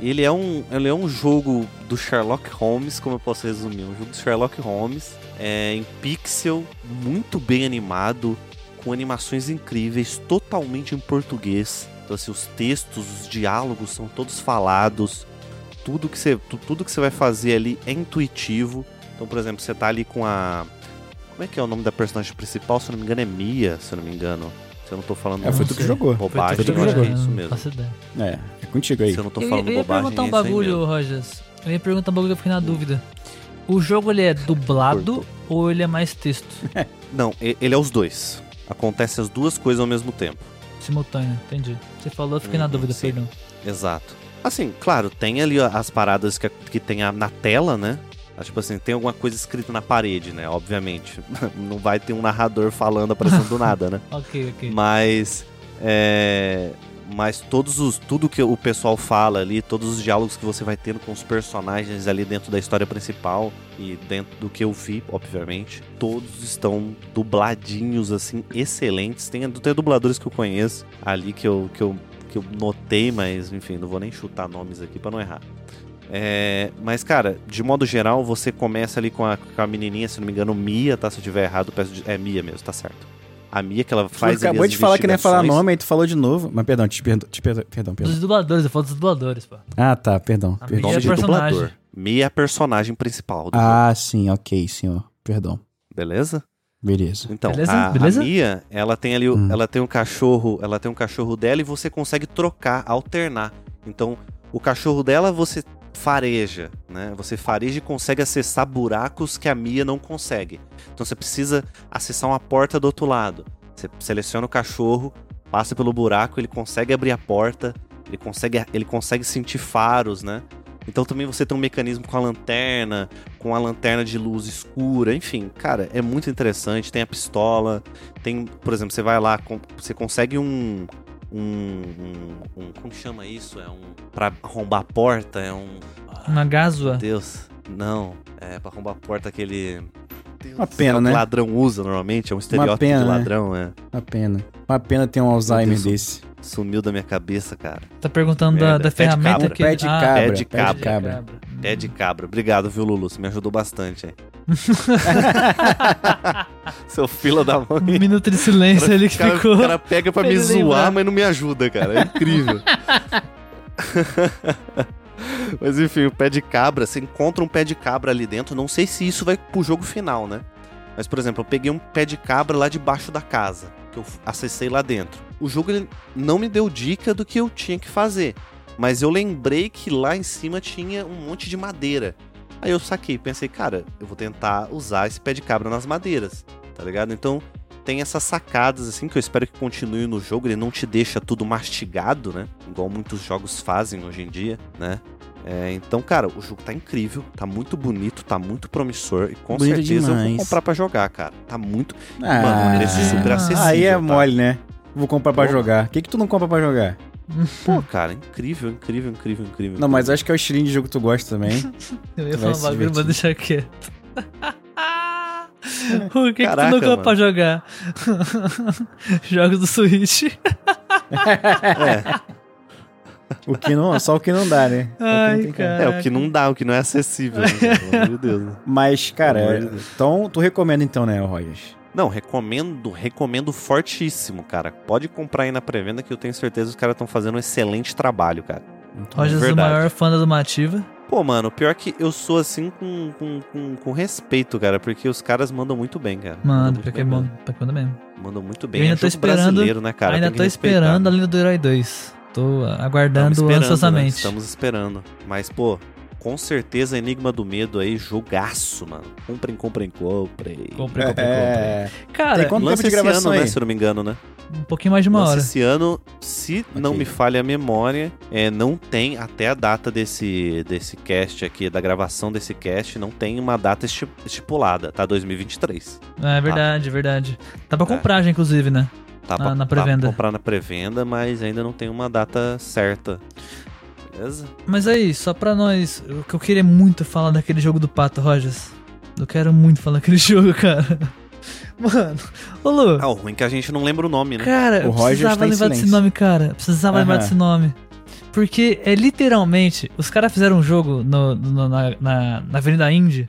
Ele é, um, ele é um jogo do Sherlock Holmes, como eu posso resumir? Um jogo do Sherlock Holmes, é, em pixel, muito bem animado, com animações incríveis, totalmente em português. Então, assim, os textos, os diálogos são todos falados. Tudo que você, tu- tudo que você vai fazer ali é intuitivo. Então, por exemplo, você tá ali com a. Como é que é o nome da personagem principal? Se eu não me engano, é Mia, se eu não me engano. Se eu não tô falando.
É, foi tu que jogou.
Foi
Bobagem,
tudo
que
eu acho que
jogou,
é
né?
isso
Não
mesmo.
faço ideia.
É, é contigo aí.
Se eu não tô
Eu,
falando
eu ia
bobagem,
perguntar um
é isso aí mesmo.
bagulho, Rojas. Eu ia perguntar um bagulho que eu fiquei na dúvida. O jogo ele é dublado ou ele é mais texto?
Não, e- ele é os dois. Acontece as duas coisas ao mesmo tempo.
Simultâneo, entendi. Você falou, eu fiquei na
Uhum,
dúvida,
sim.
perdão.
Exato. Assim, claro, tem ali as paradas que, que tem a- na tela, né? Ah, Tipo assim, tem alguma coisa escrita na parede, né? Obviamente. Não vai ter um narrador falando, aparecendo do nada, né?
Ok, ok.
Mas. É, mas todos os. Tudo que o pessoal fala ali, todos os diálogos que você vai tendo com os personagens ali dentro da história principal e dentro do que eu vi, obviamente, todos estão dubladinhos, assim, excelentes. Tem, tem dubladores que eu conheço ali que eu, que eu, que eu notei, mas enfim, não vou nem chutar nomes aqui pra não errar. É, mas, cara, de modo geral, você começa ali com a, com a menininha, se não me engano, Mia, tá? Se eu tiver errado, peço de- é Mia mesmo, tá certo. A Mia que ela faz.
tu
ali
acabou
as
de falar que nem ia falar
investigações.
nome, aí tu falou de novo. Mas perdão, te perdo, te perdo, perdão, perdão.
Dos dubladores, eu falo dos dubladores, pô.
Ah, tá, perdão.
A
perdão.
Mia
Nome
é
de
personagem.
dublador. Mia é a personagem principal do jogo,
Ah, sim, ok, senhor. Perdão.
beleza?
Beleza.
Então,
Beleza?
a, a
Beleza?
Mia, ela tem ali, o-
Hum.
ela tem um cachorro, ela tem um cachorro dela e você consegue trocar, alternar. Então, o cachorro dela você fareja, né? Você fareja e consegue acessar buracos que a Mia não consegue. Então você precisa acessar uma porta do outro lado. Você seleciona o cachorro, passa pelo buraco, ele consegue abrir a porta, ele consegue, ele consegue sentir faros, né? Então também você tem um mecanismo com a lanterna, com a lanterna de luz escura, enfim, cara, é muito interessante. Tem a pistola, tem, por exemplo, você vai lá, com- você consegue um, um, um, um- como que chama isso? É um Pra arrombar a porta, é um,
Uma
meu
gásua.
Deus, não, é pra arrombar a porta aquele
Uma pena, né?
ladrão usa normalmente, é um estereótipo
pena,
de
né?
ladrão, é.
Uma pena. Uma pena ter um Alzheimer
Deus.
desse.
Sumiu da minha cabeça, cara.
Tá perguntando da,
Merda.
da
Pé de
ferramenta
cabra.
que...
Pé de
Ah,
cabra.
pé de
pé
cabra. Pé de cabra. Obrigado, viu, Lulu? Você me ajudou bastante aí. Seu fila da
Um
mãe.
minuto de silêncio ali que
O cara,
ficou.
o cara pega pra me
Ele
zoar,
lembra.
mas não me ajuda, cara. É incrível. mas enfim, o pé de cabra, você encontra um pé de cabra ali dentro. Não sei se isso vai pro jogo final, né? Mas, por exemplo, eu peguei um pé de cabra lá debaixo da casa, que eu f- acessei lá dentro. O jogo ele não me deu dica do que eu tinha que fazer, mas eu lembrei que lá em cima tinha um monte de madeira. Aí eu saquei, pensei, cara, eu vou tentar usar esse pé de cabra nas madeiras, tá ligado? Então tem essas sacadas, assim, que eu espero que continue no jogo. Ele não te deixa tudo mastigado, né? Igual muitos jogos fazem hoje em dia, né? É, então, cara, o jogo tá incrível, tá muito bonito, tá muito promissor. E com
Bonito
certeza eu vou
demais.
comprar pra jogar, cara. Tá muito.
Ah,
Mano, preço super acessível.
Aí é
tá?
mole, né? Vou comprar pra
Porra.
jogar. O que, que tu não compra pra jogar?
Pô, cara, incrível, incrível, incrível, incrível.
Não, mas acho que é o estilinho de jogo que tu gosta também.
Eu ia
Tu vai
falar um
se
bagulho, mas
divertir.
deixar quieto. o que,
Caraca,
que tu não
mano.
pra jogar? Jogos do Switch.
É
o que não, só o que não dá, né? Só o que não
Ai,
tem como.
cara.
É, o que não dá, o que não é acessível. né? Pelo amor de Deus. né?
Mas,
Pelo
cara,
amor de Deus.
então tu recomenda então, né, Rogers?
Não, recomendo, recomendo fortíssimo, cara. Pode comprar aí na pré-venda que eu tenho certeza que os caras estão fazendo um excelente trabalho, cara.
Então,
Rojas é o
verdade.
maior fã da Domativa.
Pô, mano, pior que eu sou assim com, com, com, com respeito, cara, porque os caras mandam muito bem, cara.
Mano,
muito
pior que é
bem
bom.
mesmo.
Pior que manda mesmo.
Mandam muito
Eu
bem.
ainda
é
tô
jogo
esperando-
brasileiro, né, cara?
Ainda
Tem que
tô
respeitar.
esperando a linha do Herói 2. Tô
Tamo
aguardando
esperando, né?
ansiosamente.
Estamos esperando. Mas, pô, Com certeza, Enigma do Medo aí, jogaço, mano. Comprem, comprem, comprem. É,
Comprei, comprei, comprei.
É,
Cara,
Tem quanto
Lança
tempo de
esse
gravação
ano, né?
aí?
Se eu não me engano, né?
um pouquinho mais de uma
Lança
hora.
esse ano, se não
Ok.
me falha a memória, é, não tem, até a data desse, desse cast aqui, da gravação desse cast, não tem uma data esti- estipulada, tá? 2023.
É verdade, verdade. Tá pra comprar já, inclusive, né?
Tá
Na-
pra,
na
tá pra
pré-venda.
comprar na pré-venda, mas ainda não tem uma data certa. Beleza?
Mas aí, só pra nós, o que eu queria muito falar daquele jogo do Pato, Rogers. Eu quero muito falar daquele jogo, cara. Mano, ô Lu,
Ah, o ruim é que a gente não lembra o nome, né?
cara, eu
O Rogers
precisava
tá em
lembrar desse
silêncio.
nome, cara. Eu precisava lembrar
Aham.
desse nome. Porque é literalmente, os caras fizeram um jogo no- no- na, na, na Avenida Indy,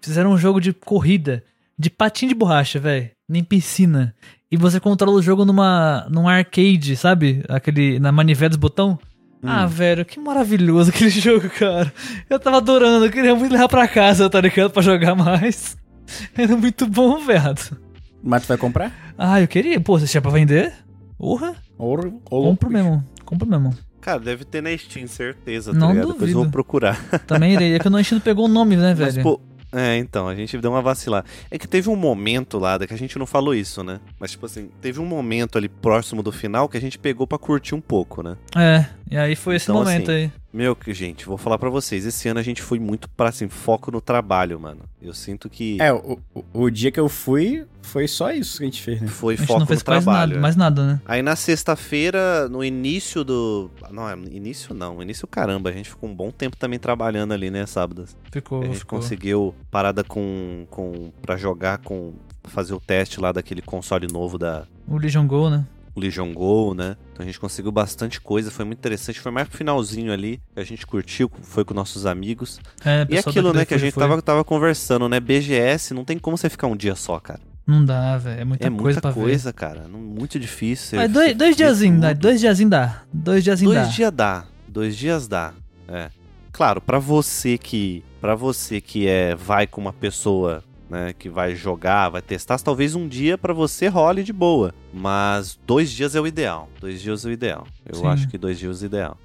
fizeram um jogo de corrida, de patim de borracha, velho, nem piscina. E você controla o jogo numa, num arcade, sabe? Aquele, na manivela dos botão.
Hum.
Ah, velho, que maravilhoso aquele jogo, cara. Eu tava adorando, eu queria muito levar pra casa, tá ligado? Pra jogar mais. Era muito bom, viado.
Mas tu vai comprar?
Ah, eu queria. Pô, você tinha pra vender? Porra,
Ou, ou
compro mesmo. Compro mesmo.
Cara, deve ter na Steam, certeza,
Não
tá ligado? Depois eu
duvido.
vou procurar.
Também irei. É que eu não, a gente não pegou o nome, né,
Mas,
velho?
pô, é, então, a gente deu uma vacilar. É que teve um momento lá, da- que a gente não falou isso, né? Mas, tipo assim, teve um momento ali próximo do final que a gente pegou pra curtir um pouco, né?
É, e aí foi esse
Então,
momento
assim,
aí.
Meu, que gente, vou falar pra vocês, esse ano a gente foi muito pra, assim, foco no trabalho, mano. Eu sinto que
É, o, o, o dia que eu fui, foi só isso que a gente fez, né?
foi
A gente
foco
não fez
no
quase
trabalho. é.
nada, mais nada, né?
Aí na sexta-feira, no início do. Não, é início não, início caramba, a gente ficou um bom tempo também trabalhando ali, né, sábados.
Ficou.
A gente
ficou.
conseguiu parada com. com para jogar com. fazer o teste lá daquele console novo da
O Legion Go, né?
Legion Go, né? Então a gente conseguiu bastante coisa, foi muito interessante. Foi mais pro finalzinho ali, que a gente curtiu, foi com nossos amigos.
É,
e
pessoal
aquilo,
daqui
né,
da
que a
Folha
gente
foi.
tava, tava conversando, né? BGS, não tem como você ficar um dia só, cara.
Não dá, velho. É muita
é
coisa
muita
pra ver.
coisa, cara. não- Muito difícil.
Mas
você-
dois,
você
dois
ver
diazinhos, dá.
tudo.
Dois diazinhos dá. Dois diazinhos dá.
Dois dias dá. Dois dias dá. É. Claro, pra você que. para você que é. Vai com uma pessoa. Né, que vai jogar, vai testar, talvez um dia pra você role de boa. Mas dois dias é o ideal. Dois dias é o ideal. Eu
Sim.
acho que dois dias é o ideal.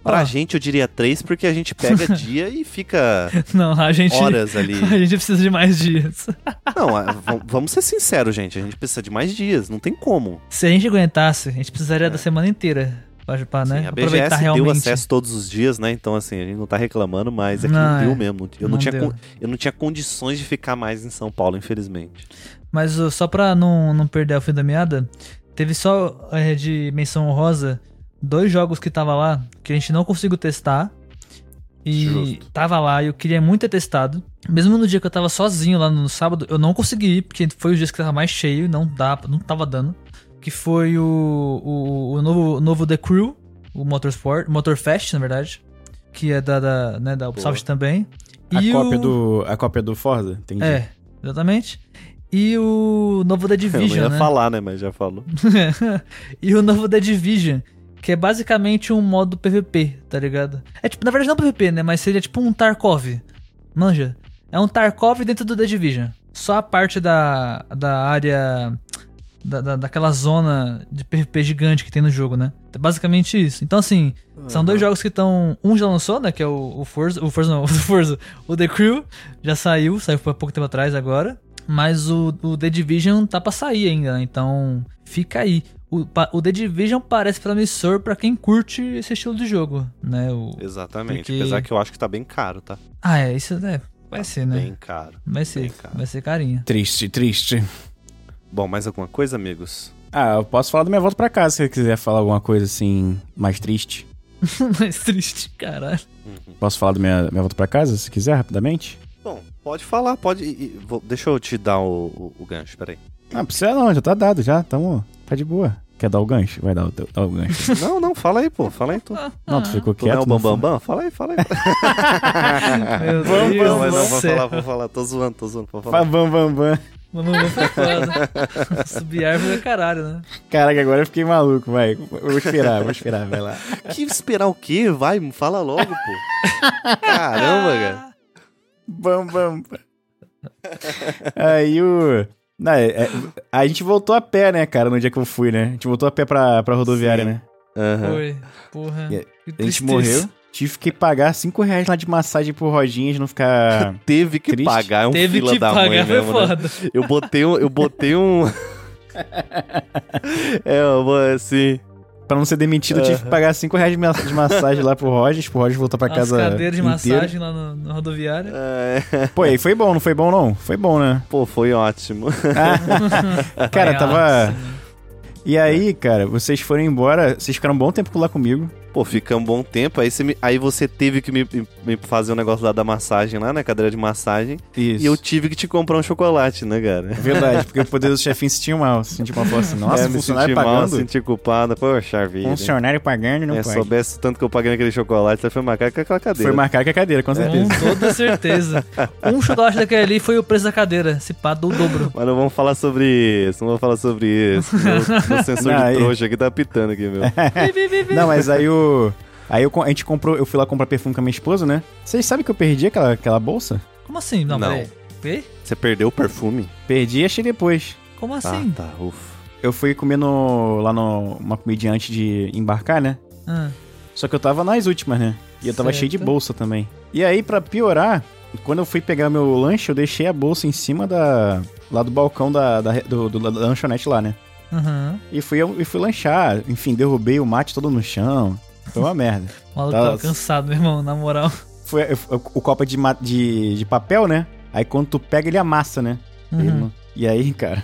Pra
Ó.
gente, eu diria três, porque a gente pega dia e fica
Não, a gente.
horas ali.
A gente precisa de mais dias.
Não, a- v- vamos ser sinceros, gente. A gente precisa de mais dias, não tem como.
Se a gente aguentasse, a gente precisaria da semana inteira pra, pra né,
É. Sim, a
aproveitar
BGS
realmente.
deu acesso todos os dias, né? Então, assim, a gente não tá reclamando, mas é que
Não,
não,
é.
deu mesmo. Eu não,
Não
tinha
deu.
con- eu não tinha condições de ficar mais em São Paulo, infelizmente.
Mas ó, só pra não, não perder o fim da meada, teve só é, de menção honrosa dois jogos que tava lá que a gente não conseguiu testar. E
Justo.
tava lá e eu queria muito ter testado. Mesmo no dia que eu tava sozinho lá no sábado, eu não consegui ir, porque foi o dia que tava mais cheio e não, dá, não tava dando. Que foi o, o, o novo, o novo The Crew, o Motorsport, Motorfest, na verdade. Que é da, da, né, da Ubisoft também.
A
E
cópia,
o...
do, a cópia do Forza? Entendi.
É, exatamente. E o novo The
eu não
Division,
ia
né?
falar, né? Mas já falou.
e o novo The Division, que é basicamente um modo PVP, tá ligado? É tipo, na verdade não PVP, né? Mas seria tipo um Tarkov. Manja. É um Tarkov dentro do The Division. Só a parte da, da área. Da, da- daquela zona de PVP gigante que tem no jogo, né? É basicamente isso. Então, assim, são dois jogos que estão. Um já lançou, né? Que é o, o Forza. O Forza não, o Forza. O The Crew já saiu, saiu há pouco tempo atrás agora. Mas o, o The Division tá pra sair ainda, né? Então fica aí. O, pa- o The Division parece promissor pra quem curte esse estilo de jogo, né? O,
Exatamente.
Porque-
Apesar que eu acho que tá bem caro, tá?
ah, é, isso é, vai ser, né?
Bem caro.
Vai ser,
bem caro.
vai ser carinha.
Triste, triste.
Bom, mais alguma coisa, amigos?
Ah, eu posso falar da minha volta pra casa se você quiser falar alguma coisa assim mais triste.
Mas triste, caralho.
Posso falar da minha, minha volta pra casa se quiser rapidamente?
Bom, pode falar, pode. e- e- vou- Deixa eu te dar o, o- o gancho, peraí.
Não, precisa não, já tá dado, já. Tamo, tá de boa. Quer dar o gancho? Vai dar o, dar o gancho.
Não, não, fala aí, pô. Fala aí tu.
Ah.
Não, tu ficou
Tu não é
quieto.
o Bambambam? Fala aí, fala aí.
Ah, Meu
Vamos,
Deus
não, mas não,
do
vou
céu.
falar, vou falar. Tô zoando, tô zoando, vou falar.
Bam, bam, bam, bam.
Vamos, vamos pra fora. Subir árvore é caralho, né?
Caraca, agora eu fiquei maluco, vai. Eu vou esperar, vou esperar, vai lá.
Que esperar o quê? Vai, fala logo, pô. Caramba, cara.
Bam, bam, bam. Aí o... Não, é- é- a gente voltou a pé, né, cara, no dia que eu fui, né? A gente voltou a pé pra, pra rodoviária,
Sim.
né?
Aham.
Foi, porra.
E
que
A gente
tristeza.
morreu. Tive que pagar 5 reais lá de massagem pro Rodinhas não ficar.
Teve que
Triste.
pagar, é um
Teve
fila
que
da mãe
pagar, foi
mesmo, né?
foda.
Eu botei um. Eu botei um. é, mano, assim.
Pra não ser demitido, eu tive que pagar 5 reais de ma- de massagem lá pro tipo, Rogers, pro Rogers voltar pra
As
casa.
cadeiras de
inteiro.
massagem lá no, na rodoviária.
é,
Pô, e foi bom, não foi bom, não? Foi bom, né?
pô, foi ótimo.
Ah, cara, tava. E aí, cara, vocês foram embora, vocês ficaram um bom tempo lá comigo.
Pô, fica um bom tempo. Aí você, me- aí você teve que me, me fazer um negócio lá da massagem, lá, né? Cadeira de massagem.
Isso.
E eu tive que te comprar um chocolate, né, cara? É,
Verdade, porque o poder do chefinho se sentiu mal. Se sentiu mal, falou assim, nossa,
me
funcionário
senti mal,
pagando.
senti culpado. Poxa vida. hein?
funcionário pagando não
É,
pode.
soubesse o tanto que eu paguei naquele chocolate, você foi marcar com aquela cadeira.
Foi marcar com a cadeira, com certeza.
Com toda certeza. Um chocolate daquele ali foi o preço da cadeira. Se pá, do dobro.
Mas não vamos falar sobre isso, não vamos falar sobre isso. Meu, meu sensor
Não, aí-
de trouxa aqui tá pitando aqui, meu.
Vi, vi, vi, vi.
Não, mas aí o. Aí eu, co- a gente comprou, eu fui lá comprar perfume com a minha esposa, né? Vocês sabem que eu perdi aquela, aquela bolsa?
Como assim? Não,
Não.
peraí. Quê?
Você perdeu o perfume?
Perdi e achei depois.
Como
Tá,
assim?
tá, ufa.
Eu fui comer no, lá no, uma comida antes de embarcar, né?
Ah,
Só que eu tava nas últimas, né? E eu tava
Certo.
cheio de bolsa também. E aí, pra piorar, quando eu fui pegar meu lanche, eu deixei a bolsa em cima da. lá do balcão da, da- do, do- da lanchonete lá, né?
aham.
E fui, eu, e fui lanchar. Enfim, derrubei o mate todo no chão. Foi uma merda.
O maluco tava
Tá.
cansado, meu irmão, na moral.
Foi eu- eu- o copo é de, ma- de, de papel, né? Aí quando tu pega, ele amassa, né? Ele
Uhum.
não- E aí, cara,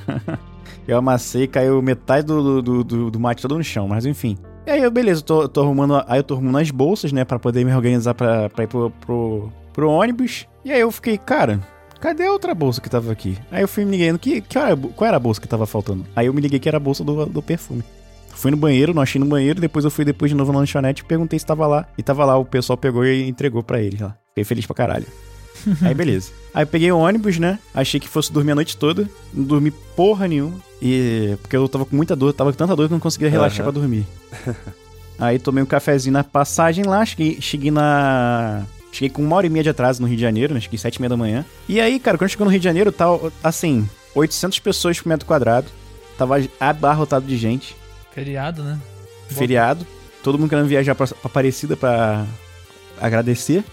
eu amassei, caiu metade do, do, do, do mate todo no chão, mas enfim. E aí, eu, beleza, eu tô, tô arrumando. Aí eu tô arrumando as bolsas, né? Pra poder me organizar pra, pra ir pro, pro, pro ônibus. E aí eu fiquei, cara, cadê a outra bolsa que tava aqui? Aí eu fui me ligando, que, que era, qual era a bolsa que tava faltando? Aí eu me liguei que era a bolsa do, do perfume. Fui no banheiro, não achei no banheiro, depois eu fui depois de novo na lanchonete e perguntei se tava lá. E tava lá, o pessoal pegou e entregou pra ele lá. Fiquei feliz pra caralho. Aí beleza. Aí eu peguei o ônibus, né? Achei que fosse dormir a noite toda. Não dormi porra nenhuma. E. Porque eu tava com muita dor, tava com tanta dor que eu não conseguia relaxar
Aham.
pra dormir. Aí tomei um cafezinho na passagem lá, cheguei, cheguei na. Cheguei com uma hora e meia de atraso no Rio de Janeiro, né? Cheguei sete e meia da manhã. E aí, cara, quando chegou no Rio de Janeiro, tal, assim, 800 pessoas por metro quadrado. Tava abarrotado de gente
Feriado, né?
feriado, todo mundo querendo viajar pra, pra Aparecida pra agradecer,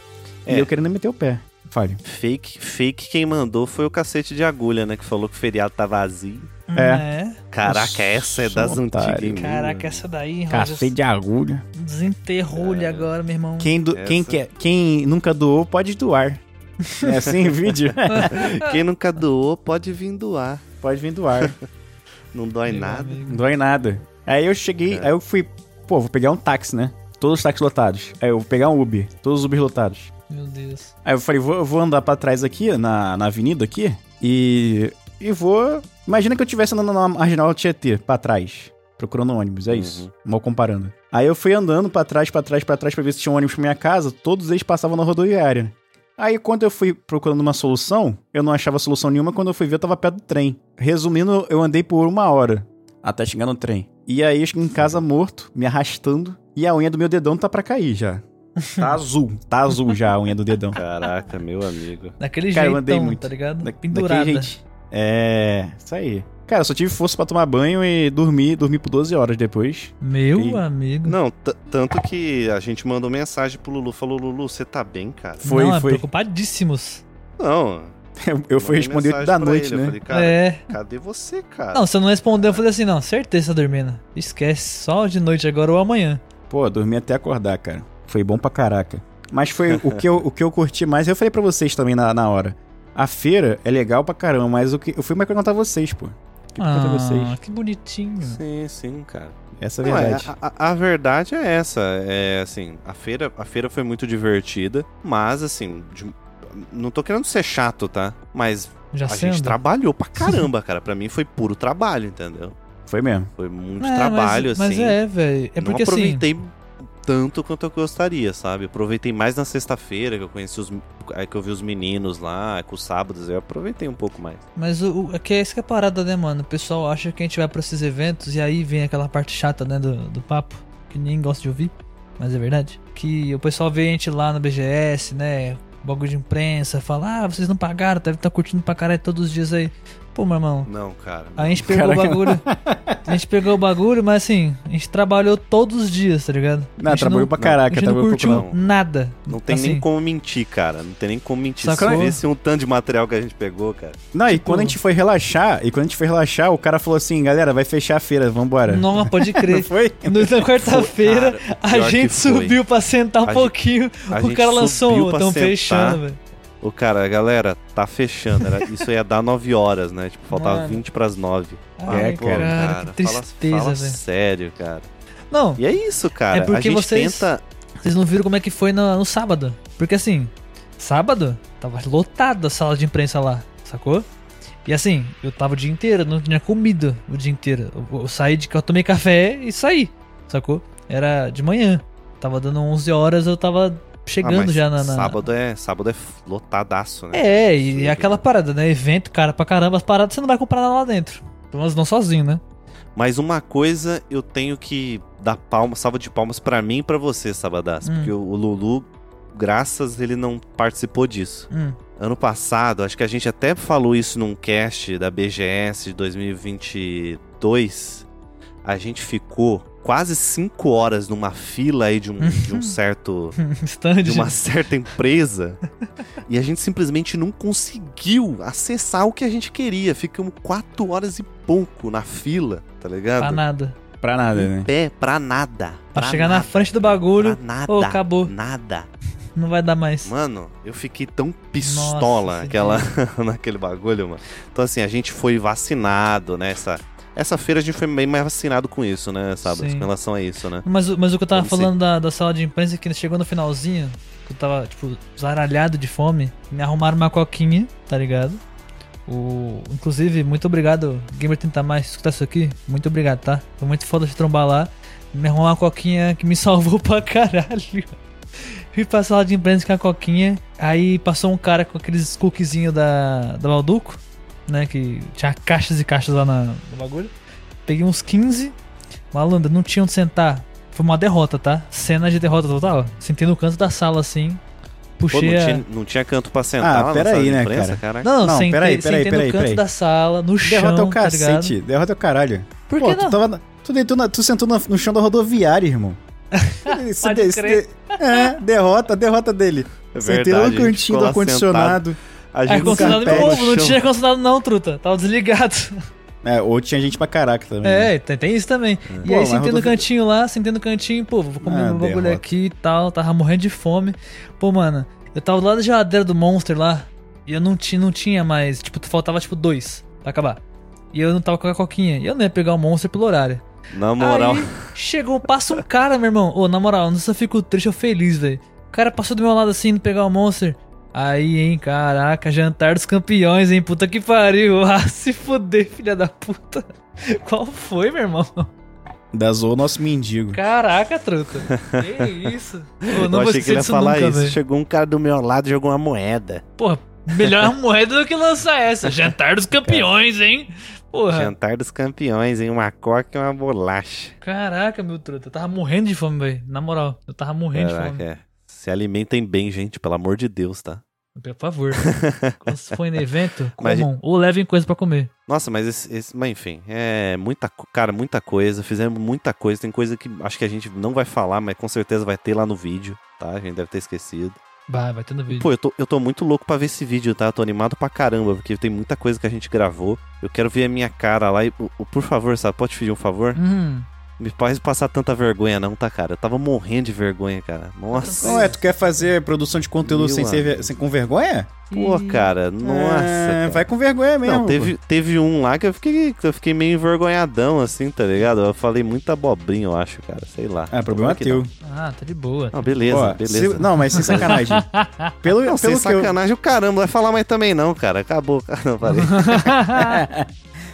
e
É.
eu querendo meter o pé. Fale.
Fake, fake quem mandou foi o cacete de agulha, né? Que falou que o feriado tá vazio.
É.
Caraca,
Nossa,
essa é das
um otário.
antigas. hein, meu?
Caraca, essa daí, Roger,
Cacete de agulha.
desenterrou-lhe agora, meu irmão.
Quem, do-
Essa.
quem, quer, quem nunca doou, pode doar. É assim, vídeo?
Quem nunca doou pode vir doar.
pode vir doar.
Não dói
Meu
nada.
amigo.
Não dói nada. É. Aí eu cheguei, aí eu fui, pô, vou pegar um táxi, né? Todos os táxis lotados. Aí eu vou pegar um Uber, todos os Uber lotados.
Meu Deus.
Aí eu falei, vou, eu vou andar pra trás aqui, na, na avenida aqui, e. E vou. Imagina que eu estivesse andando na marginal Tietê, pra trás. Procurando um ônibus, é isso. Mal comparando. Aí eu fui andando pra trás, pra trás, pra trás, pra ver se tinha um ônibus pra minha casa. Todos eles passavam na rodoviária. Aí quando eu fui procurando uma solução, eu não achava solução nenhuma. Quando eu fui ver, eu tava perto do trem. Resumindo, eu andei por uma hora até chegar no trem. E aí eu cheguei em casa morto, me arrastando. E a unha do meu dedão tá pra cair já. Tá azul. Tá azul já a unha do dedão.
Caraca, meu amigo.
Daquele
Cara, eu
jeitão,
andei muito.
tá ligado?
Da,
Pendurada.
daquele jeito. É, isso aí. Cara, eu só tive força pra tomar banho e dormir, dormir por 12 horas depois.
Meu
Sim.
amigo.
Não, t- tanto que a gente mandou mensagem pro Lulu. Falou, Lulu, você tá bem, cara?
Foi,
Não, é
foi.
preocupadíssimos.
Não.
Eu, eu fui
mandei
responder 8
mensagem
da
pra
noite,
ele, Eu
né?
falei, cara,
é.
cadê você, cara?
Não, se eu não responder, eu falei assim, não, certeza tá dormindo. Esquece, só de noite agora ou amanhã.
Pô, dormi até acordar, cara. Foi bom pra caraca. Mas foi o que eu, o que eu curti mais. Eu falei pra vocês também na, na hora. A feira é legal pra caramba, mas o que, eu fui mais perguntar a vocês, pô. Eu Queria perguntar a
Ah,
vocês.
que bonitinho.
Sim, sim, cara.
Essa é a
Não, é,
verdade.
a, a- a verdade é essa. É assim, a feira, a feira foi muito divertida, mas assim, de- não tô querendo ser chato, tá? Mas
Já
a
sendo.
gente trabalhou pra caramba, cara. Pra mim foi puro trabalho, entendeu?
Foi mesmo.
Foi muito
É, mas-
trabalho,
mas,
assim.
é, velho. É
não
porque assim...
aproveitei tanto quanto eu gostaria, sabe? Aproveitei mais na sexta-feira que eu conheci os aí que eu vi os meninos lá, com os sábados, eu aproveitei um pouco mais.
Mas o, o- é que é isso que é a parada, né, mano? O pessoal acha que a gente vai pra esses eventos e aí vem aquela parte chata, né, do, do papo, que ninguém gosta de ouvir, mas é verdade. Que o pessoal vê a gente lá no tá BGS, né? Bagulho de imprensa, fala, ah, vocês não pagaram, deve estar curtindo pra caralho todos os dias aí. Pô, meu irmão.
Não, cara.
A gente pegou o
Caraca.
bagulho. A gente pegou o bagulho, mas assim, a gente trabalhou todos os dias, tá ligado?
Não,
a gente
trabalhou pra caraca,
A gente não
trabalhou pouco
curtiu
não.
não.
nada.
Não tem
Assim, é?
nem como mentir, cara. Não tem nem como mentir. Só
Sacou?
Você vê se um tanto de material que a gente pegou, cara.
Não,
tipo-
e quando a gente foi relaxar, e quando a gente foi relaxar, o cara falou assim, galera, vai fechar a feira, vambora.
Não, pode
Não
crer.
foi?
No- Na quarta-feira,
Foi, cara,
a
pior que
gente
foi.
subiu pra sentar um
A gente-
pouquinho.
a
O
gente
cara lançou
subiu
um,
pra
tão
sentar.
fechando, velho.
O cara, galera, tá fechando. Era, isso ia dar 9 horas, né? Tipo, faltava
Mano.
20 pras 9.
Ai,
cara.
cara, que tristeza,
É, fala, fala
velho.
sério, cara.
Não,
E é isso, cara.
É porque
a gente
vocês-
tenta... Ah,
vocês não viram como é que foi no, no sábado. Porque assim, sábado tava lotado a sala de imprensa lá, sacou? E assim, eu tava o dia inteiro, não tinha comido o dia inteiro. Eu, eu saí de que eu tomei café e saí, sacou? Era de manhã. Tava dando 11 horas, eu tava
Ah,
chegando
mas
já na, na-
Sábado é, sábado é lotadaço, né?
É, e
Absurdo,
é aquela
né?
parada, né? Evento, cara, pra caramba, as paradas você não vai comprar nada lá dentro. Pelo menos não sozinho, né?
Mas uma coisa eu tenho que dar palma, salva de palmas pra mim e pra você, Sabadás.
Hum.
Porque o, o Lulu, graças, ele não participou disso.
Hum.
Ano passado, acho que a gente até falou isso num cast da BGS de 2022. A gente ficou quase cinco horas numa fila aí de um, de um certo.
Stand.
De uma certa empresa. e a gente simplesmente não conseguiu acessar o que a gente queria. Ficamos quatro horas e pouco na fila, tá ligado?
Pra nada.
Pra nada,
Em
né?
pé, pra nada.
Pra
Pra
chegar na
nada,
frente do bagulho,
Pra nada.
ô, acabou.
Nada.
não vai dar mais.
Mano, eu fiquei tão
Nossa,
pistola
esse
naquela, naquele bagulho, mano. Então, assim, a gente foi vacinado, né? Essa, essa feira a gente foi bem mais vacinado com isso, né, Sábado?
Sim.
Com relação a isso, né?
Mas, o- mas o que eu tava
Deve ser.
falando da, da sala de imprensa é que chegou no finalzinho, que eu tava, tipo, zaralhado de fome, me arrumaram uma coquinha, tá ligado? O, inclusive, muito obrigado, Gamer Tenta Mais, escutar isso aqui, muito obrigado, tá? Foi muito foda te trombar lá. Me arrumar uma coquinha que me salvou pra caralho. Fui pra sala de imprensa com a coquinha, aí passou um cara com aqueles cookiezinhos da, da Balduco, né? Que tinha caixas e caixas lá na, no bagulho. Peguei uns 15, malandro, não tinha onde sentar. Foi uma derrota, tá? Cena de derrota total. Sentei no canto da sala assim,
Pô, não,
puxei a...
tinha, não tinha canto pra sentar
Ah,
lá na
pera
sala
aí,
de
né,
imprensa,
cara?
caraca?
Não,
Não,
sentei,
peraí, peraí,
sentei
peraí,
no canto
peraí.
da sala, no chão,
Derrota é o
tá ligado?
cacete, derrota é o caralho.
Por
Pô,
que
tu,
não?
tava, na- tu, deitou na- tu sentou na- no chão da rodoviária, irmão. Esse
Pode
esse
crer.
é, derrota, derrota dele.
É
Sentei lá no
verdade, a gente
cantinho
ficou
do
lá
ar-condicionado.
A gente
Ar-condicionado
nunca
meu
pega
pega
ovo, não
chão.
tinha ar-condicionado não, truta. Tava desligado.
É, ou tinha gente pra caraca também. né?
É, tem, tem isso também. E
Pô,
aí
mas
sentei no
rodovia-
cantinho lá, sentei no cantinho, pô, vou comer
Ah,
meu bagulho
derrota.
aqui e tal, tava morrendo de fome. Pô, mano, eu tava do lado da geladeira do Monster lá, e eu não, ti, não tinha mais, tipo, faltava tipo dois pra acabar. E eu não tava com a coquinha, e eu não ia pegar o Monster pelo horário.
Na moral,
Aí chegou, passa um cara, meu irmão. Ô, na moral, não só fico triste ou feliz, velho. O cara passou do meu lado assim, indo pegar o Monster. Aí, hein, caraca, jantar dos campeões, hein? Puta que pariu. Ah, se fuder, filha da puta. Qual foi, meu irmão?
Da zoou o nosso mendigo.
Caraca, truta. Que isso? Ô, não vou
eu achei
esquecer
que ele ia
disso
falar
nunca,
isso.
velho.
Chegou um cara do meu lado e jogou uma moeda.
Porra, melhor moeda do que lançar essa. Jantar dos campeões, hein? Porra.
É. Jantar dos campeões, hein? Uma coca e uma bolacha.
Caraca, meu truta. Eu tava morrendo de fome, velho. Na moral, eu tava morrendo de fome.
Caraca, é. Se alimentem bem, gente, pelo amor de Deus, tá?
Por favor. Quando se for no evento,
Mas-
comam. Ou levem coisa pra comer.
Nossa, mas esse, esse- mas enfim, é muita, co- cara, muita coisa, fizemos muita coisa, tem coisa que acho que a gente não vai falar, mas com certeza vai ter lá no vídeo, tá? A gente deve ter esquecido.
Bah, vai tendo vídeo.
Pô, eu tô, eu tô muito louco pra ver esse vídeo, tá? Eu tô animado pra caramba, porque tem muita coisa que a gente gravou. Eu quero ver a minha cara lá e, o- o- por favor, sabe, pode pedir um favor?
Hum,
Me faz passar tanta vergonha não, tá, cara? Eu tava morrendo de vergonha, cara. Nossa.
Não é, tu quer fazer produção de conteúdo
Meu
sem, ser, ver- sem com vergonha?
Pô, cara, nossa.
É,
cara.
Vai com vergonha mesmo.
Não, teve, teve um lá que eu fiquei, que eu fiquei meio envergonhadão, assim, tá ligado? Eu falei muita abobrinha, eu acho, cara. Sei lá.
pô. Ah,
Tomara
problema
que
teu.
Não,
Ah, tá de boa.
Não, beleza,
Ó,
beleza.
se- não, mas sem sacanagem. pelo
Não, sem
pelo que eu,
sacanagem, o caramba, não vai falar mais também não, cara. Acabou, cara. Não, falei.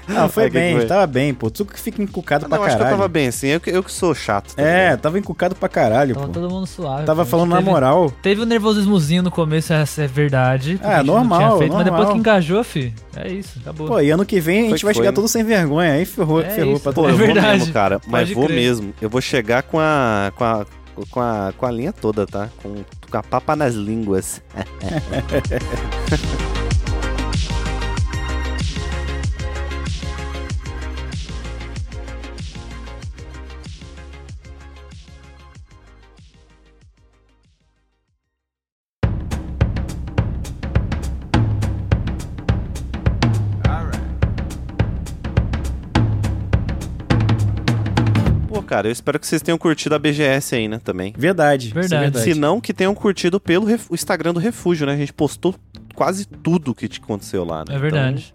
Não, Ah, foi
Aí, que que
bem,
foi?
tava bem, pô. Tu que fica encucado
Ah,
pra
não, acho que eu
caralho.
tava bem assim. Eu, que- eu que sou chato. tá
É,
ligado?
tava encucado pra caralho,
Tava
pô.
todo mundo suave.
Tava
pô.
falando na
então, Teve-
moral.
Teve um nervosismozinho no começo, essa é verdade. porque
Ah,
a gente não
normal,
tinha feito, Mas depois
normal.
que engajou, fi, é isso, acboa.
Pô, e ano que vem a
Foi
gente
que
vai
foi,
chegar
né?
todo sem vergonha. Aí ferrou,
É
ferrou
isso,
pra
é
Pô, eu
todo mundo.
verdade.
vou mesmo, cara. Mas
Pode
vou
crer.
mesmo. Eu vou chegar com a... Com a com a, com a linha toda, tá? Com, com a papa nas línguas. cara. Eu espero que vocês tenham curtido a BGS aí, né, também.
Verdade.
Verdade.
isso é
Se não, que tenham curtido pelo ref- o Instagram do Refúgio, né? A gente postou quase tudo que te aconteceu lá, né?
É verdade.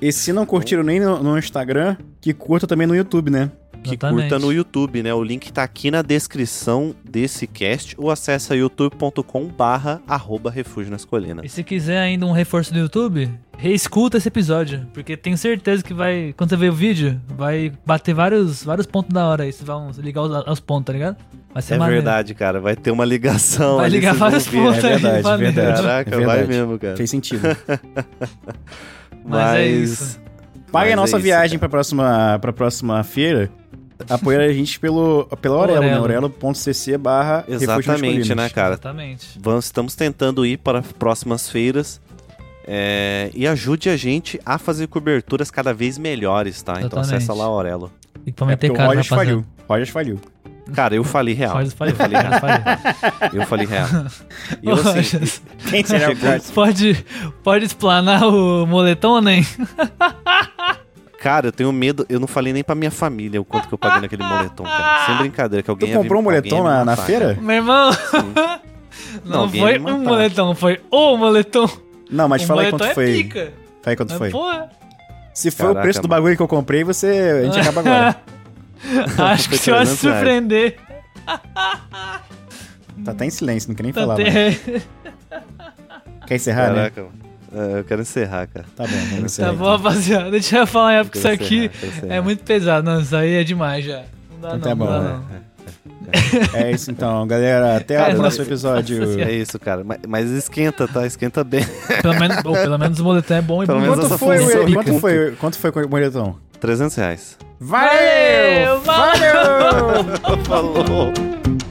E se não curtiram nem no, no Instagram, que curta também no YouTube, né?
Então, que
Exatamente.
curta no YouTube, né? O link tá aqui na descrição desse cast ou acessa youtube.com barra arroba refúgio nas colinas.
E se quiser ainda um reforço do YouTube, reescuta esse episódio, porque tenho certeza que vai, quando você ver o vídeo, vai bater vários, vários pontos da hora aí, vocês vão ligar os, aos pontos, tá ligado? Vai ser
É
maneiro.
verdade, cara. Vai ter uma ligação.
Vai
ali,
ligar
vocês vão
vários
ver.
pontos
é
aí,
verdade,
maneiro.
verdade.
Caraca,
É
vai
verdade.
mesmo, cara.
Fez sentido.
Mas é isso.
Pague a
Mas
nossa
é isso,
viagem pra próxima, pra próxima feira. Apoiar a gente pelo, pela Aurelo, né?
Aurelo.
Aurelo.cc barra Refúgio nas
Exatamente, né,
Colinas.
cara?
Exatamente.
Vamos, estamos tentando ir para próximas feiras. é, e ajude a gente a fazer coberturas cada vez melhores, tá? Então
Exatamente.
acessa lá, Aurelo.
É
Equipamento
porque
é
o
caro,
Rogers
rapaziada.
faliu. Rogers faliu.
Cara, eu falei real.
Rogers
Eu falei real. Eu falei real. E eu,
Ô,
assim,
Rogers,
Quem será o cara?
pode, pode explanar o moletom, né?
cara, eu tenho medo. Eu não falei nem pra minha família o quanto que eu paguei naquele moletom, cara. Sem brincadeira, que alguém
Tu
ia vir-
comprou um
alguém
moletom
ia me
na, na
matar,
feira?
Meu irmão,
Não,
não,
alguém
foi
me
um
matar.
moletom, foi o moletom.
Não, mas
o
fala aí
moletom
quanto
é
foi.
pica. É
Fala aí quanto
Mas,
foi.
porra,
Se foi o
Caraca,
preço do
mano.
bagulho que eu comprei, você. A gente acaba agora.
Acho que
Foi
você vai se
300 reais.
surpreender.
Tá até em silêncio, não quer nem
Tá
falar.
até-
mano. Quer encerrar, né?
Caraca, mano. É, eu quero encerrar, cara.
Tá bom, vamos encerrar.
Tá
então.
bom, rapaziada. Deixa eu falar, é
Eu
porque isso
quero
né?
aqui
encerrar, eu quero
é
encerrar.
muito pesado. Não, isso aí é demais já. Não dá
Então
não,
tá bom,
não dá
né?
não.
É isso então, galera. Até
Cara,
o próximo
não-
episódio.
Nossa
É isso, cara. Mas, mas esquenta, tá? Esquenta bem.
Pelo menos, bom, pelo menos o moletom é bom e
Pelo
bom.
menos
Quanto
essa
foi,
função
o-
de
quanto
culto.
foi, quanto foi o moletom?
300 reais.
Valeu!
Valeu!
Falou!